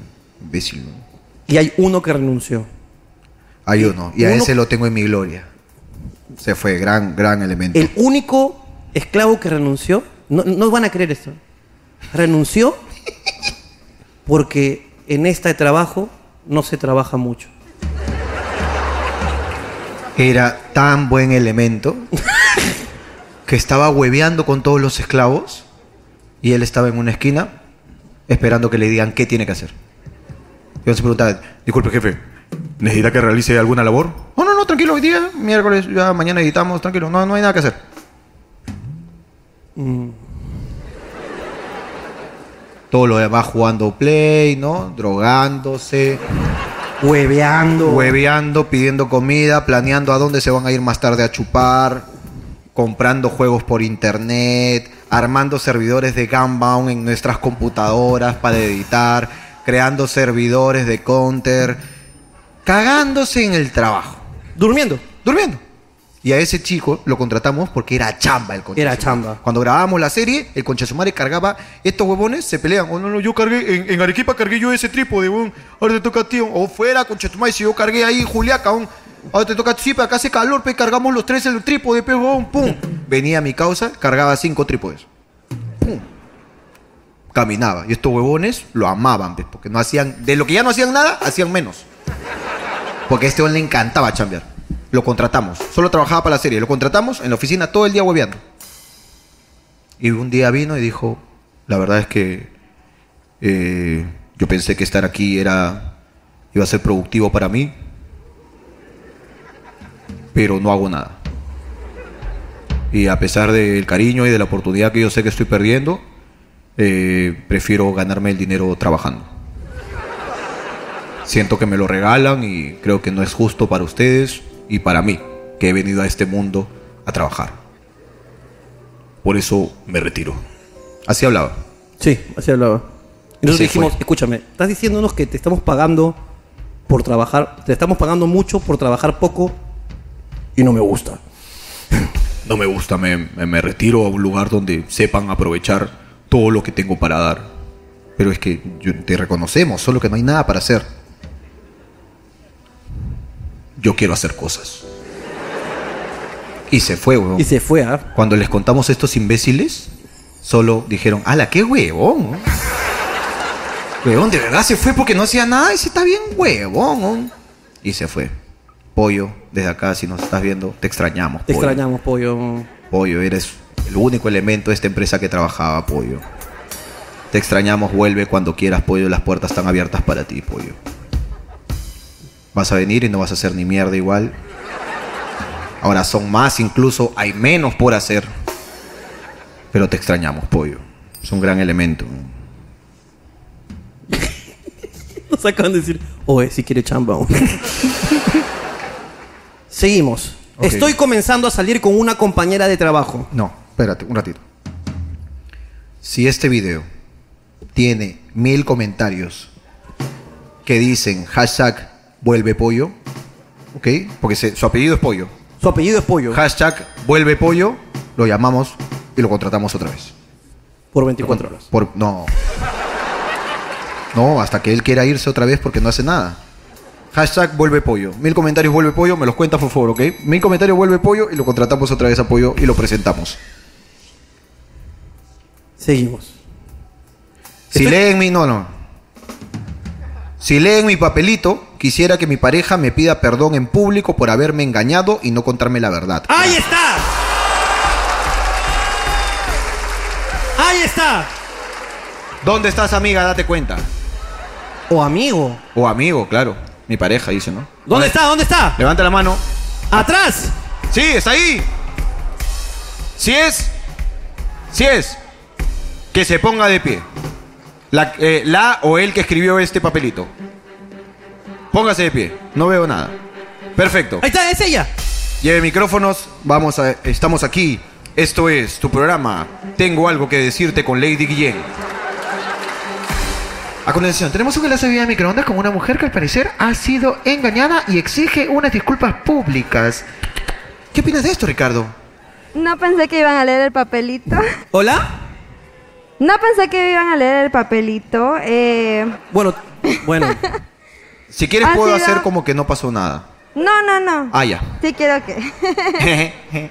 Speaker 1: Imbécil. ¿no?
Speaker 2: Y hay uno que renunció.
Speaker 1: Hay uno. Y a
Speaker 2: Uno-
Speaker 1: ese lo tengo en mi gloria. Se fue, gran, gran elemento.
Speaker 2: El único esclavo que renunció, no, no van a creer esto, renunció porque en este trabajo no se trabaja mucho.
Speaker 1: Era tan
Speaker 2: [LAUGHS]
Speaker 1: buen elemento que estaba hueveando con todos los esclavos y él estaba en una esquina esperando que le digan qué tiene que hacer. Yo se preguntaba, disculpe jefe, ¿necesita que realice alguna labor? No, no, no, tranquilo, hoy día, miércoles, ya mañana editamos, tranquilo, no, no hay nada que hacer. Mm. Todo lo demás jugando play, ¿no? Drogándose
Speaker 2: Hueveando.
Speaker 1: hueveando, pidiendo comida, planeando a dónde se van a ir más tarde a chupar, comprando juegos por internet, armando servidores de Gunbound en nuestras computadoras para editar, creando servidores de Counter, cagándose en el trabajo,
Speaker 2: Durmiendo.
Speaker 1: durmiendo. Y a ese chico lo contratamos porque era chamba el concha
Speaker 2: Era
Speaker 1: su madre.
Speaker 2: chamba.
Speaker 1: Cuando grabábamos la serie, el concha su madre cargaba, estos huevones se pelean. Oh, no, no, yo cargué, en, en Arequipa cargué yo ese trípode, huevón. Ahora te toca a ti, o fuera, concha tu madre, si yo cargué ahí, Juliaca, huevón. Ahora te toca a ti, sí, pero acá hace calor, pe, cargamos los tres el trípode, pe, huevón, pum. Venía mi causa, cargaba cinco trípodes. Pum. Caminaba. Y estos huevones lo amaban, pe, porque no hacían, de lo que ya no hacían nada, hacían menos. Porque a este hombre le encantaba chambear. Lo contratamos. Solo trabajaba para la serie. Lo contratamos en la oficina todo el día hueveando. Y un día vino y dijo, la verdad es que eh, yo pensé que estar aquí era iba a ser productivo para mí, pero no hago nada. Y a pesar del cariño y de la oportunidad que yo sé que estoy perdiendo, eh, prefiero ganarme el dinero trabajando. Siento que me lo regalan y creo que no es justo para ustedes y para mí, que he venido a este mundo a trabajar. Por eso me retiro. Así hablaba.
Speaker 2: Sí, así hablaba. Y nosotros
Speaker 1: Se
Speaker 2: dijimos,
Speaker 1: fue.
Speaker 2: escúchame, estás diciéndonos que te estamos pagando por trabajar, te estamos pagando mucho por trabajar poco y no me gusta.
Speaker 1: No me gusta, me, me- me retiro a un lugar donde sepan aprovechar todo lo que tengo para dar. Pero es que yo- te reconocemos, solo que no hay nada para hacer. Yo quiero hacer cosas. Y se fue, weón.
Speaker 2: Y se fue, ¿ah?
Speaker 1: Cuando les contamos a estos imbéciles, solo dijeron, ala, qué huevón. ¿no? Huevón, de verdad se fue porque no hacía nada y se está bien huevón. ¿no?". Y se fue. Pollo, desde acá, si nos estás viendo, te extrañamos.
Speaker 2: Te
Speaker 1: pollo.
Speaker 2: extrañamos, pollo. [LAUGHS]
Speaker 1: Pollo, eres el único elemento de esta empresa que trabajaba, Pollo. Te extrañamos, vuelve cuando quieras, Pollo. Las puertas están abiertas para ti, Pollo. Vas a venir y no vas a hacer ni mierda igual. Ahora son más, incluso hay menos por hacer. Pero te extrañamos, Pollo. Es un gran elemento.
Speaker 2: Nos acaban de decir, oye, si quiere chamba. [LAUGHS] hombre". Seguimos.
Speaker 1: Ok.
Speaker 2: Estoy comenzando a salir con una compañera de trabajo.
Speaker 1: No, espérate, un ratito. Si este video tiene mil comentarios que dicen hashtag vuelve pollo, ¿ok? Porque se- su apellido es pollo.
Speaker 2: Su apellido es Pollo.
Speaker 1: Hashtag vuelve pollo, lo llamamos y lo contratamos otra vez.
Speaker 2: Por 24 horas.
Speaker 1: Por, no. No, hasta que él quiera irse otra vez porque no hace nada. Hashtag vuelve pollo. Mil comentarios vuelve pollo, me los cuentas por favor, ¿ok? Mil comentarios vuelve pollo y lo contratamos otra vez a pollo y lo presentamos.
Speaker 2: Seguimos.
Speaker 1: Si
Speaker 2: Estoy-
Speaker 1: leen mi. No, no. Si leen mi papelito, quisiera que mi pareja me pida perdón en público por haberme engañado y no contarme la verdad.
Speaker 2: ¡Ahí está! ¡Ahí está!
Speaker 1: ¿Dónde estás, amiga? Date cuenta.
Speaker 2: O amigo.
Speaker 1: O amigo, claro.
Speaker 12: Mi pareja dice, ¿no?
Speaker 13: ¿Dónde está? ¿Dónde está?
Speaker 12: Levanta la mano.
Speaker 13: ¡Atrás!
Speaker 1: Sí, está ahí. Si es, si es, que se ponga de pie. La, eh, la o el que escribió este papelito. Póngase de pie. No veo nada. Perfecto.
Speaker 13: Ahí está, es ella.
Speaker 1: Lleve micrófonos. Vamos a, estamos aquí. Esto es tu programa. Tengo algo que decirte con Lady Guillén.
Speaker 12: A continuación, tenemos un enlace vía microondas con una mujer que al parecer ha sido engañada y exige unas disculpas públicas. ¿Qué opinas de esto, Ricardo?
Speaker 14: No pensé que iban a leer el papelito. [LAUGHS]
Speaker 13: ¿Hola?
Speaker 14: No pensé que iban a leer el papelito. Eh,
Speaker 13: Bueno, bueno.
Speaker 1: Si quieres
Speaker 14: Ha
Speaker 1: puedo
Speaker 14: sido-
Speaker 1: hacer como que no pasó nada.
Speaker 14: no, no, no. [LAUGHS]
Speaker 1: Ah, ya. [LAUGHS]
Speaker 14: Sí quiero que. Eh,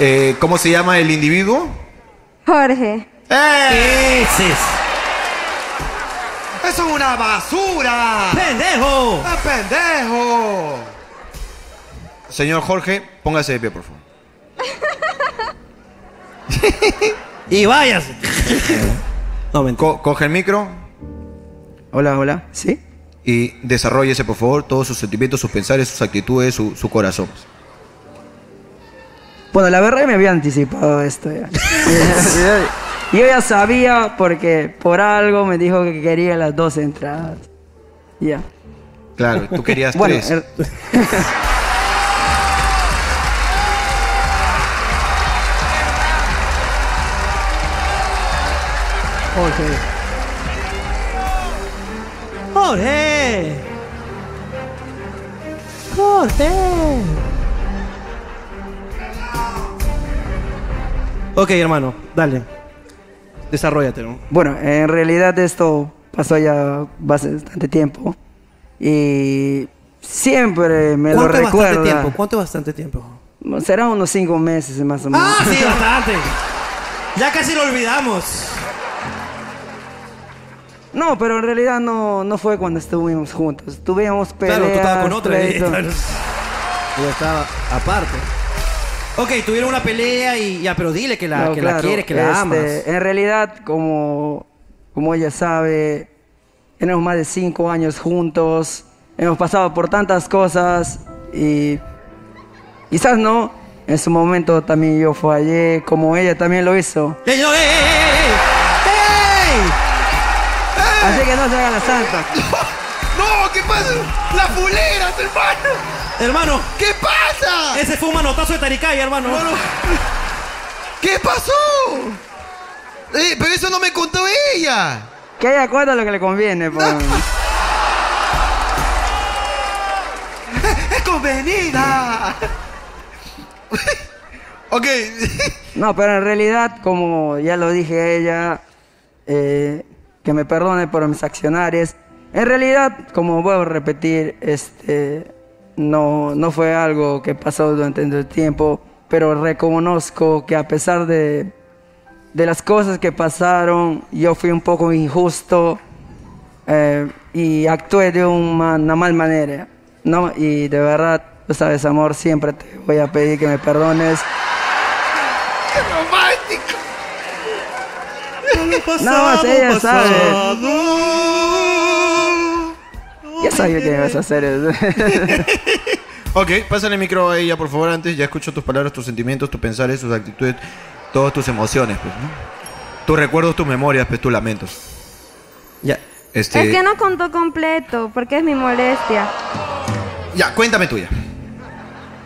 Speaker 1: Eh, ¿Cómo se llama el individuo?
Speaker 14: Jorge. Eh.
Speaker 13: ¡Ese es!
Speaker 1: ¡Eso es una basura!
Speaker 13: ¡Pendejo!
Speaker 1: ¡Ah, pendejo! Señor Jorge, póngase de pie, por favor.
Speaker 13: Y váyase. No, mentira.
Speaker 1: Co- coge el micro
Speaker 15: Hola, hola. ¿Sí?
Speaker 1: y desarrollese, por favor, todos sus sentimientos, sus pensares, sus actitudes, su, su corazón.
Speaker 16: Bueno, la verdad que me había anticipado esto
Speaker 13: [LAUGHS]
Speaker 16: ya. Yo ya sabía porque por algo me dijo que quería las dos entradas. Ya.
Speaker 1: Claro, tú querías
Speaker 16: [LAUGHS] Bueno,
Speaker 1: tres.
Speaker 16: el- Ok.
Speaker 13: ¡Jorge! ¡Jorge! Ok, hermano, dale. Desarrollate, ¿no?
Speaker 16: Bueno, en realidad esto pasó ya bastante tiempo. Y siempre me lo
Speaker 13: ¿Cuánto es bastante
Speaker 16: recuerda.
Speaker 13: tiempo? ¿Cuánto es bastante tiempo?
Speaker 16: Será unos cinco meses más o menos.
Speaker 13: ¡Ah, sí, bastante! Ya casi lo olvidamos.
Speaker 16: No, pero en realidad no, no fue cuando estuvimos juntos. Tuvimos peleas.
Speaker 13: Claro, tú estabas con otra. eh, y- [LAUGHS]
Speaker 16: pleitos.
Speaker 13: Yo estaba aparte. Ok, tuvieron una pelea y ya, pero dile que la,
Speaker 16: No,
Speaker 13: que la
Speaker 16: claro,
Speaker 13: quieres, que la
Speaker 16: este,
Speaker 13: amas.
Speaker 6: eh.
Speaker 16: En realidad, como, como ella sabe, tenemos más de cinco años juntos. Hemos pasado por tantas cosas y quizás no. En su momento también yo fallé, como ella también lo hizo.
Speaker 13: ¡Ey, no, ey, ey, ey, ey! ¡Ey!
Speaker 16: Así que no se haga la santa.
Speaker 1: ¡No! ¿Qué pasa? ¡Las fuleras, hermano!
Speaker 13: Hermano,
Speaker 1: ¿Qué pasa?
Speaker 13: ese fue un manotazo de Taricaya, hermano.
Speaker 1: ¿Qué pasó? Eh, pero eso no me contó ella.
Speaker 16: Que ella cuenta lo que le conviene. pues.
Speaker 1: ¡Es convenida! [LAUGHS] ok.
Speaker 16: No, pero en realidad, como ya lo dije a ella, eh, que me perdone por mis accionarios. En realidad, como vuelvo a repetir, este, no, no fue algo que pasó durante el tiempo, pero reconozco que a pesar de, de las cosas que pasaron, yo fui un poco injusto eh, y actué de una, una mal manera, ¿no? Y de verdad, tú sabes, amor, siempre te voy a pedir que me perdones. Nada más ella sabe. Ya sabía que ibas a hacer eso.
Speaker 1: Ok, pásale el micro a ella, por favor, antes. Ya escucho tus palabras, tus sentimientos, tus pensares, tus actitudes, todas tus emociones, pues, ¿no? Tus recuerdos, tus memorias, pues, tus lamentos.
Speaker 13: Ya.
Speaker 1: Este,
Speaker 14: Es que no contó completo, porque es mi molestia.
Speaker 1: Ya, cuéntame tuya.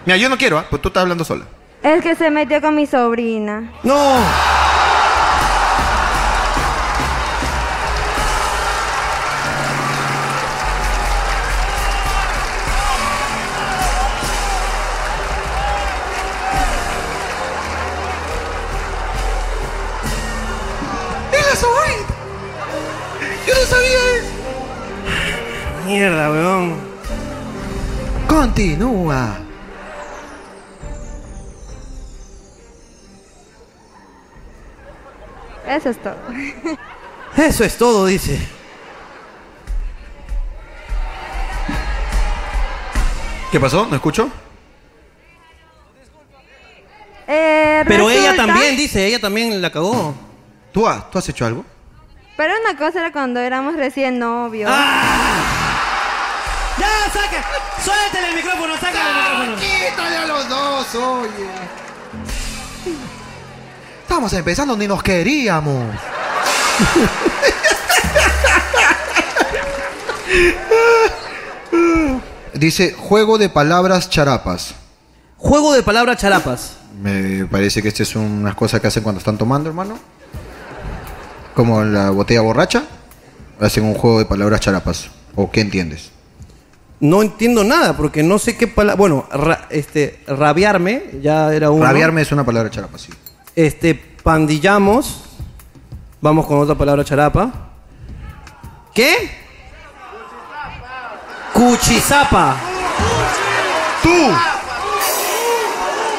Speaker 1: Mira, yo no quiero, ¿ah? Pues tú estás hablando sola.
Speaker 14: Es que se metió con mi sobrina.
Speaker 13: ¡No!
Speaker 1: ¡Es la sobrina! ¡Yo no sabía ¿eh? eso!
Speaker 13: Mierda, weón.
Speaker 12: Continúa.
Speaker 14: Eso es todo.
Speaker 13: Eso es todo, dice.
Speaker 1: ¿Qué pasó? ¿No escucho?
Speaker 14: Eh,
Speaker 13: Pero ella
Speaker 14: resulta- Eh,
Speaker 13: también, dice, ella también la cagó.
Speaker 1: ¿Tú, has- ¿Tú has hecho algo?
Speaker 14: Pero una cosa era cuando éramos recién novios.
Speaker 2: Ah, ¡Ya, saca! ¡Suéltale el micrófono! ¡Sácale el micrófono!
Speaker 8: ¡Quítale a los dos, oye! Estamos empezando, ni nos queríamos. Dice, juego de palabras charapas.
Speaker 2: Juego de palabras charapas.
Speaker 8: Me parece que estas son unas cosas que hacen cuando están tomando, hermano. Como la botella borracha. Hacen un juego de palabras charapas. ¿O qué entiendes?
Speaker 2: No entiendo nada porque no sé qué palabra. Bueno, ra- este, rabiarme ya era uno.
Speaker 8: Rabiarme es una palabra charapa, [LAUGHS] sí.
Speaker 2: Este, pandillamos. Vamos con otra palabra charapa. ¿Qué? Cuchizapa.
Speaker 1: Tú.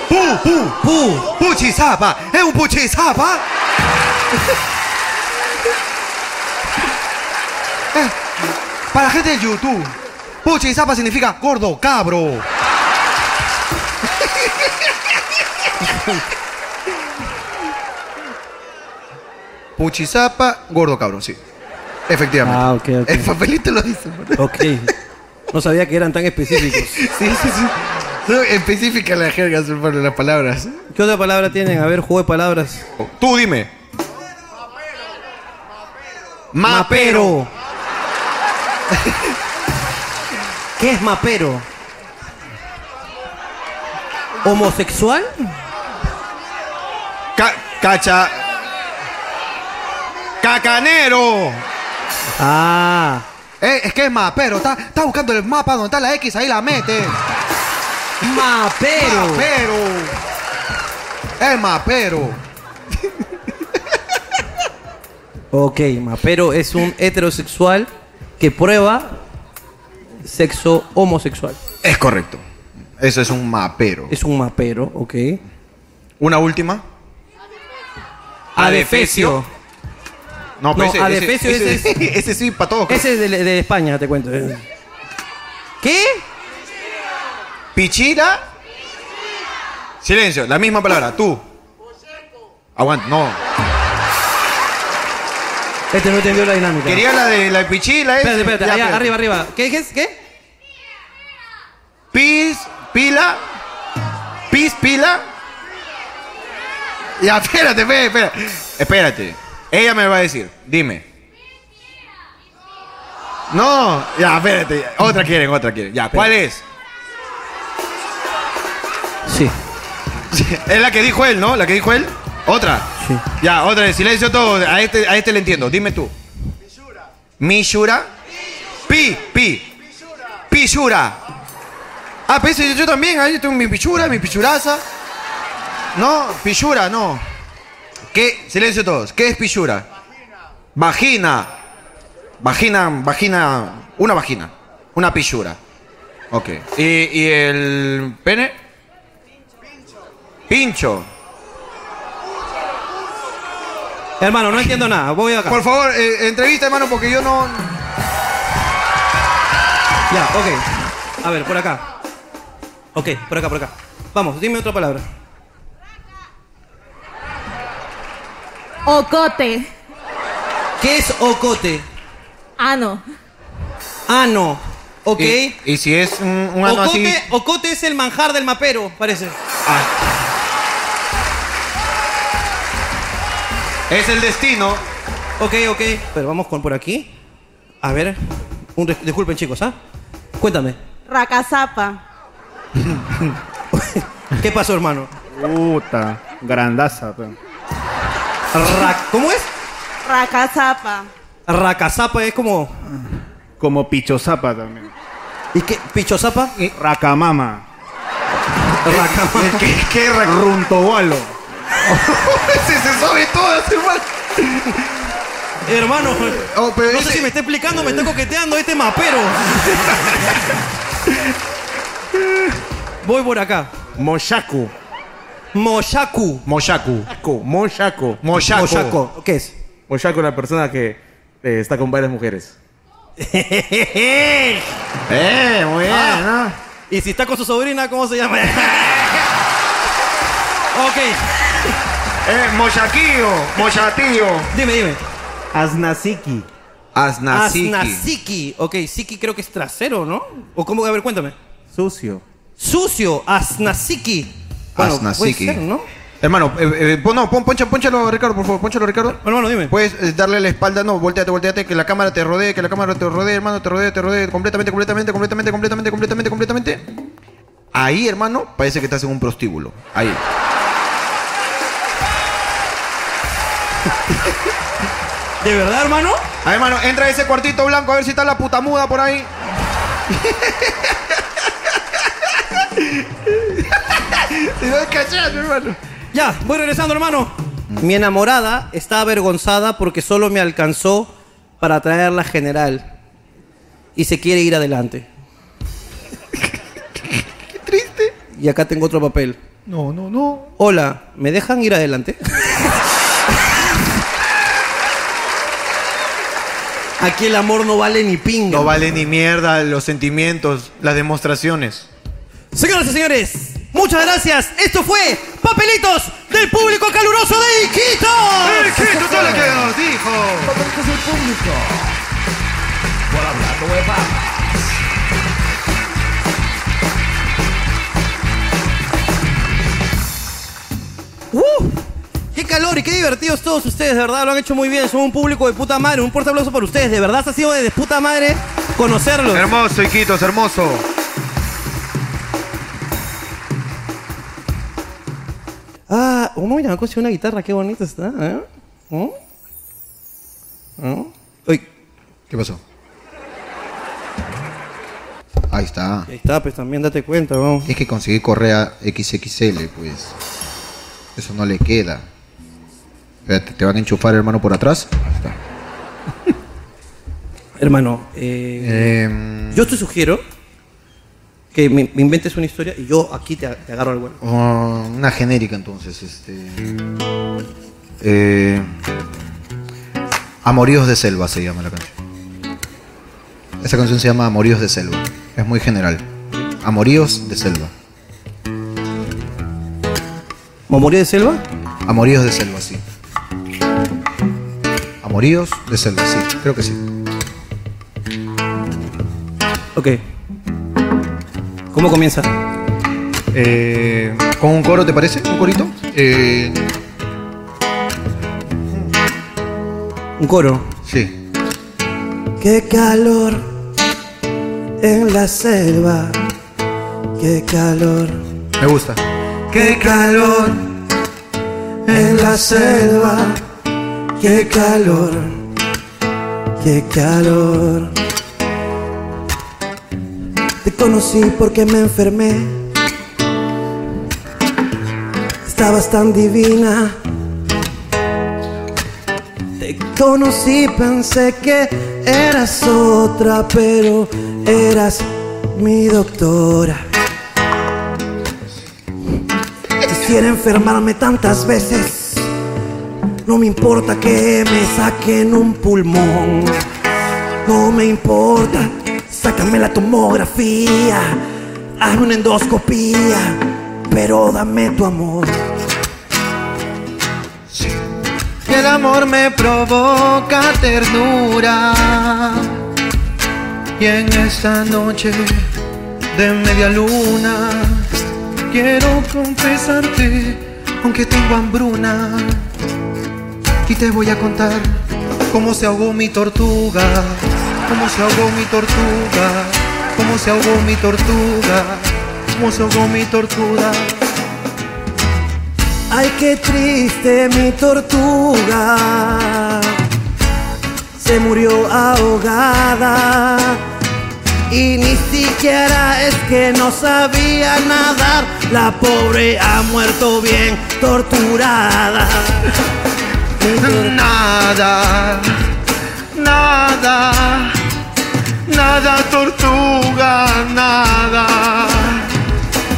Speaker 1: Pu, pu, pu. Puchizapa. Es un puchizapa. Eh, para la gente de YouTube, puchizapa significa gordo, cabro.
Speaker 8: Puchizapa, gordo cabrón, sí. Efectivamente.
Speaker 2: Ah, ok, ok.
Speaker 8: El papelito lo dice.
Speaker 2: Ok. No sabía que eran tan [LAUGHS] específicos.
Speaker 8: Sí, sí, sí. No, específica la jerga, hermano, las palabras.
Speaker 2: ¿Qué otra palabra tienen? A ver, juego de palabras.
Speaker 8: Oh, Tú dime.
Speaker 2: Mapero. ¿Qué es mapero? ¿Homosexual?
Speaker 1: Ca- cacha. Cacanero.
Speaker 2: Ah.
Speaker 8: Eh, es que es mapero. Está, está buscando el mapa donde está la X, ahí la mete. [LAUGHS]
Speaker 2: Mapero.
Speaker 8: Mapero. Es mapero.
Speaker 2: Ok, mapero es un heterosexual que prueba sexo homosexual.
Speaker 8: Es correcto. Eso es un mapero.
Speaker 2: Es un mapero, ok.
Speaker 8: Una última.
Speaker 2: Adefesio.
Speaker 8: No, pero
Speaker 2: No,
Speaker 8: ese,
Speaker 2: adefesio,
Speaker 8: ese,
Speaker 2: ese
Speaker 8: ese, ese sí para todos. creo.
Speaker 2: Ese es de, de España, te cuento. ¿Qué?
Speaker 8: Pichira. Silencio, la misma palabra. Tú. Aguanta, no.
Speaker 2: Este no entendió la dinámica.
Speaker 1: Quería la de la pichila. ese.
Speaker 2: Espérate, espérate,
Speaker 1: Ya,
Speaker 2: allá,
Speaker 1: espérate.
Speaker 2: arriba, arriba. ¿Qué, qué, es- qué?
Speaker 1: Pis, pila. Pis, pila. Ya, [LAUGHS] espérate, espérate, espérate.
Speaker 8: Espérate. Ella me va a decir. Dime.
Speaker 1: No, ya, espérate. Otra quieren, otra quieren. Ya, ¿cuál es?
Speaker 2: Sí.
Speaker 1: Es la que dijo él, ¿no? La que dijo él. Otra.
Speaker 2: Sí.
Speaker 1: Ya, otra. de Silencio todo. A este, a este le entiendo. Dime tú. Mishura. Pi, pi. Pichura. Ah, pues yo, yo también. Ahí tengo mi pichura, mi pichuraza. No, pichura, no. ¿Qué? Silencio todos. ¿Qué es pichura? Vagina. Vagina, vagina. Una vagina. Una pichura. Ok. ¿Y, y el pene? Pincho.
Speaker 2: Hermano, no entiendo nada. Voy acá.
Speaker 1: Por favor, eh, entrevista, hermano, porque yo no.
Speaker 2: Ya, ok. A ver, por acá. Ok, por acá, por acá. Vamos, dime otra palabra.
Speaker 5: Ocote.
Speaker 2: ¿Qué es ocote?
Speaker 5: Ano.
Speaker 2: Ano. Ok.
Speaker 1: ¿Y, y si es un, Eh, un ano así?
Speaker 2: Ocote, ocote es el manjar del mapero, parece.
Speaker 1: Es el destino. [LAUGHS]
Speaker 2: Ok, ok. Pero vamos con por aquí. A ver. Un dis- disculpen, chicos, ¿ah? Cuéntame.
Speaker 5: Racazapa.
Speaker 2: ¿Qué pasó, hermano?
Speaker 13: Puta, grandaza, pe.
Speaker 2: Ra- ¿Cómo es?
Speaker 5: Racazapa.
Speaker 2: Racazapa es como.
Speaker 13: Como pichozapa también.
Speaker 2: ¿Y qué? ¿Pichozapa?
Speaker 1: Eh,
Speaker 13: Racamama.
Speaker 2: Racamama.
Speaker 1: ¿Qué, qué
Speaker 13: Runtobalo.
Speaker 1: [LAUGHS] Si se sabe todo, hermano.
Speaker 2: Hermano,
Speaker 1: Oh, pero
Speaker 2: no
Speaker 1: ese-
Speaker 2: sé si me está explicando, me está coqueteando este
Speaker 1: [LAUGHS]
Speaker 2: mapero. Voy por acá.
Speaker 13: Mochaco.
Speaker 2: Moyaku.
Speaker 1: Moshaku.
Speaker 13: Mochaco.
Speaker 1: Moshaku.
Speaker 2: Moyaco. ¿Qué
Speaker 1: [LAUGHS]
Speaker 2: es?
Speaker 13: Mochaco es la persona que eh, está con varias mujeres.
Speaker 1: Eh, muy bien,
Speaker 2: Ah. Y si está con su sobrina, ¿cómo se llama? [LAUGHS] ok,
Speaker 1: ¿no? Eh, mochaquillo, mochatillo.
Speaker 2: dime, dime. Asnasiki.
Speaker 1: Asnasiki.
Speaker 2: Asnasiki. Ok, Siki creo que es trasero, ¿no? ¿O cómo? A ver, cuéntame.
Speaker 17: Sucio.
Speaker 2: Sucio. Asnasiki. Bueno, puede
Speaker 1: Asnasiki.
Speaker 2: ser, ¿no?
Speaker 1: Hermano, eh, eh, pon- no, pon, poncha, ponchalo, Ricardo, por favor, ponchalo, Ricardo.
Speaker 2: Hermano, dime.
Speaker 1: Puedes eh, darle la espalda, no, volteate, volteate, que la cámara te rodee, que la cámara te rodee, hermano, te rodee, te rodee, completamente, completamente, completamente, completamente, completamente, completamente. Ahí, hermano, parece que estás en un prostíbulo. Ahí.
Speaker 2: ¿De verdad, hermano?
Speaker 1: Ahí, hermano, entra a ese cuartito blanco a ver si está la puta muda por ahí.
Speaker 2: [LAUGHS] Te voy a cachar, hermano. Ya, voy regresando, hermano. Mi enamorada está avergonzada porque solo me alcanzó para traer la general. Y se quiere ir adelante. Qué triste. Y acá tengo otro papel.
Speaker 1: No, no, no.
Speaker 2: Hola, ¿me dejan ir adelante? Aquí el amor no vale ni pinga.
Speaker 1: No vale ni mierda los sentimientos, las demostraciones.
Speaker 2: Señoras y señores, muchas gracias. Esto fue Papelitos del Público Caluroso de Iquitos. ¡Eh,
Speaker 8: Iquitos, todo lo que nos
Speaker 1: dijo.
Speaker 8: Papelitos del público. Por hablando huevadas.
Speaker 2: ¡Uh! ¡Qué calor y qué divertidos todos ustedes! De verdad, lo han hecho muy bien. Son un público de puta madre. Un fuerte aplauso para ustedes. De verdad, ha sido de puta madre conocerlos.
Speaker 1: Hermoso, Iquitos, hermoso.
Speaker 2: Ah, oh, mira, me conseguido una guitarra. Qué bonita está, ¿eh? ¿Mm? ¿Mm? Uy,
Speaker 1: ¿Qué pasó? Ahí está.
Speaker 2: ahí está, pues también date cuenta, vamos.
Speaker 1: Es que conseguí correa XXL, pues. Eso no le queda. Espérate, te van a enchufar, hermano, por atrás. Ahí está.
Speaker 2: Hermano, eh,
Speaker 1: Em.
Speaker 2: yo te sugiero que me, me inventes una historia y yo aquí te, te agarro al bueno.
Speaker 1: Oh, una genérica, entonces. Este. Eh, Amoríos de Selva se llama la canción. Esa canción se llama Amoríos de Selva. Es muy general. Amoríos de Selva.
Speaker 2: ¿Memoria de selva?
Speaker 1: Amoríos de Selva, sí. Amoríos de Selva, sí. Creo que sí.
Speaker 2: Ok. ¿Cómo comienza?
Speaker 1: Eh, ¿Con un coro te parece? ¿Un corito? Eh,
Speaker 2: Un coro.
Speaker 1: sí.
Speaker 2: Qué calor en la selva. Qué calor.
Speaker 1: Me gusta.
Speaker 2: Qué calor en la selva. Qué calor. Qué calor. Te conocí porque me enfermé. Estabas tan divina. Te conocí, pensé que eras otra, pero eras mi doctora. Quisiera enfermarme tantas veces. No me importa que me saquen un pulmón. No me importa. Sácame la tomografía. Hazme una endoscopía. Pero dame tu amor.
Speaker 13: Que el amor me provoca ternura. Y en esta noche de media luna quiero confesarte, aunque tengo hambruna. Y te voy a contar cómo se ahogó mi tortuga, cómo se ahogó mi tortuga, cómo se ahogó mi tortuga, cómo se ahogó mi tortuga.
Speaker 2: Ay, qué triste mi tortuga. Se murió ahogada. Y ni siquiera es que no sabía nadar. La pobre ha muerto bien torturada.
Speaker 13: Nada, nada, nada tortuga, nada,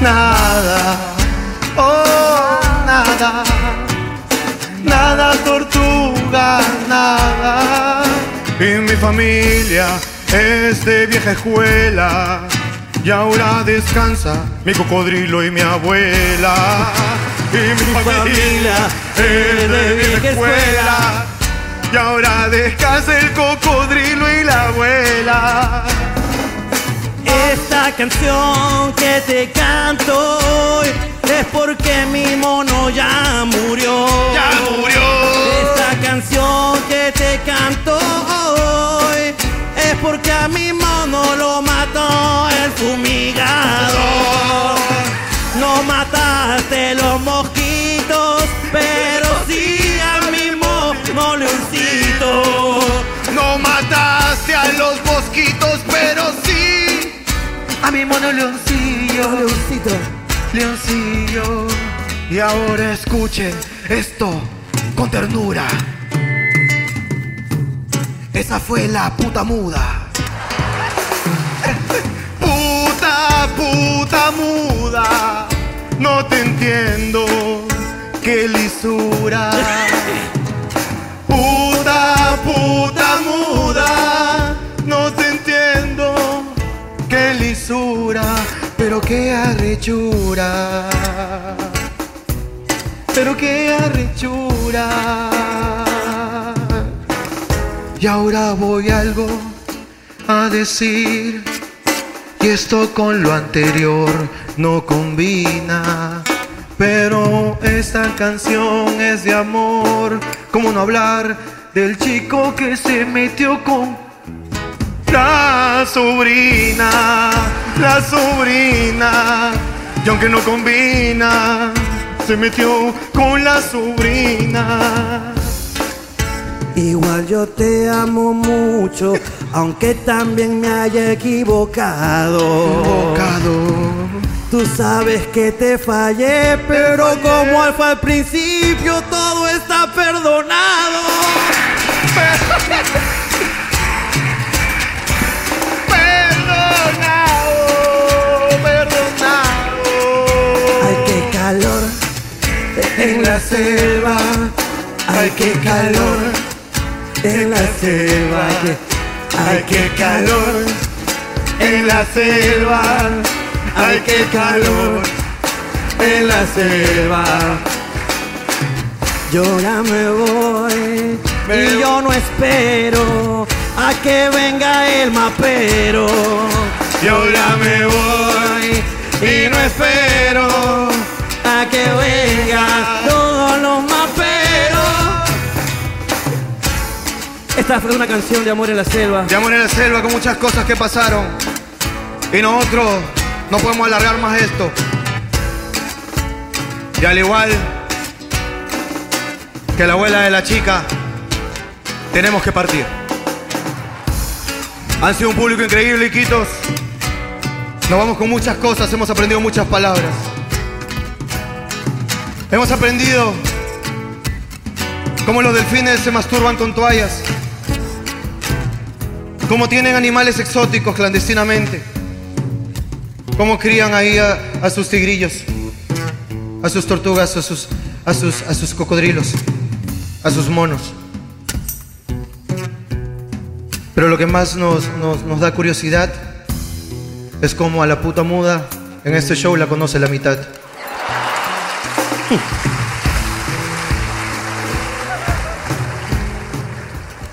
Speaker 13: nada, oh, nada, nada tortuga, nada. Y mi familia es de vieja escuela y ahora descansa mi cocodrilo y mi abuela. Y mi familia es de vieja escuela.
Speaker 2: Y ahora descansa el cocodrilo y la abuela.
Speaker 13: Esta canción que te canto hoy es porque mi mono ya murió. Ya murió. Esta canción que te canto hoy es porque a mi mono lo mató el fumigador. No mataste los mosquitos, pero sí a mi mono leoncito.
Speaker 2: No mataste a los mosquitos, pero sí a mi mono leoncillo. Leoncito, leoncillo. Y ahora escuchen esto con ternura. Esa fue la puta muda.
Speaker 8: Puta, puta muda, no te entiendo, qué lisura. Puta, puta muda, no te entiendo, qué lisura, pero qué arrechura. Pero qué arrechura.
Speaker 2: Y ahora voy algo a decir.
Speaker 8: Y esto con lo anterior no combina. Pero esta canción es de amor. ¿Cómo no hablar del chico que se metió con la sobrina? La sobrina. Y aunque no combina, se metió con la sobrina.
Speaker 13: Igual yo te amo mucho, aunque también me haya equivocado. Tú sabes que te fallé, pero como alfa al principio todo está perdonado.
Speaker 2: Perdonado, perdonado.
Speaker 13: Ay, qué calor en la selva. Ay, qué calor en la selva. Ay, qué calor en la selva. Ay, qué calor en la selva. Yo ya me voy y yo no espero a que venga el mapero. Yo ya me voy y no espero a que venga todos los maperos.
Speaker 18: Esta fue una canción de amor en la selva.
Speaker 1: De amor en la selva con muchas cosas que pasaron. Y nosotros no podemos alargar más esto. Y al igual que la abuela de la chica, tenemos que partir. Han sido un público increíble, Iquitos. Nos vamos con muchas cosas, hemos aprendido muchas palabras. Hemos aprendido cómo los delfines se masturban con toallas, cómo tienen animales exóticos clandestinamente, cómo crían ahí a, a sus tigrillos, a sus tortugas, a sus, a, sus, a sus cocodrilos, a sus monos. Pero lo que más nos, nos- nos da curiosidad es cómo a la puta muda en este show la conoce la mitad.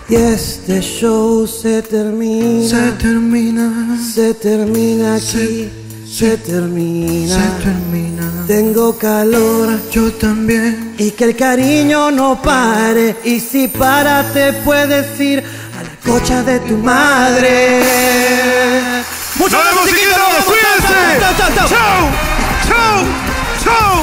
Speaker 13: Y este show se termina. Se termina. Se termina aquí. Se, termina. Se termina. Tengo calor. Yo también. Y que el cariño no pare. Y si para te puedes ir a la cocha de tu madre. ¡Muchas
Speaker 2: ¡Nos vemos, chiquitos! ¡Cuídense! ¡Chau! ¡Chau! ¡Chau!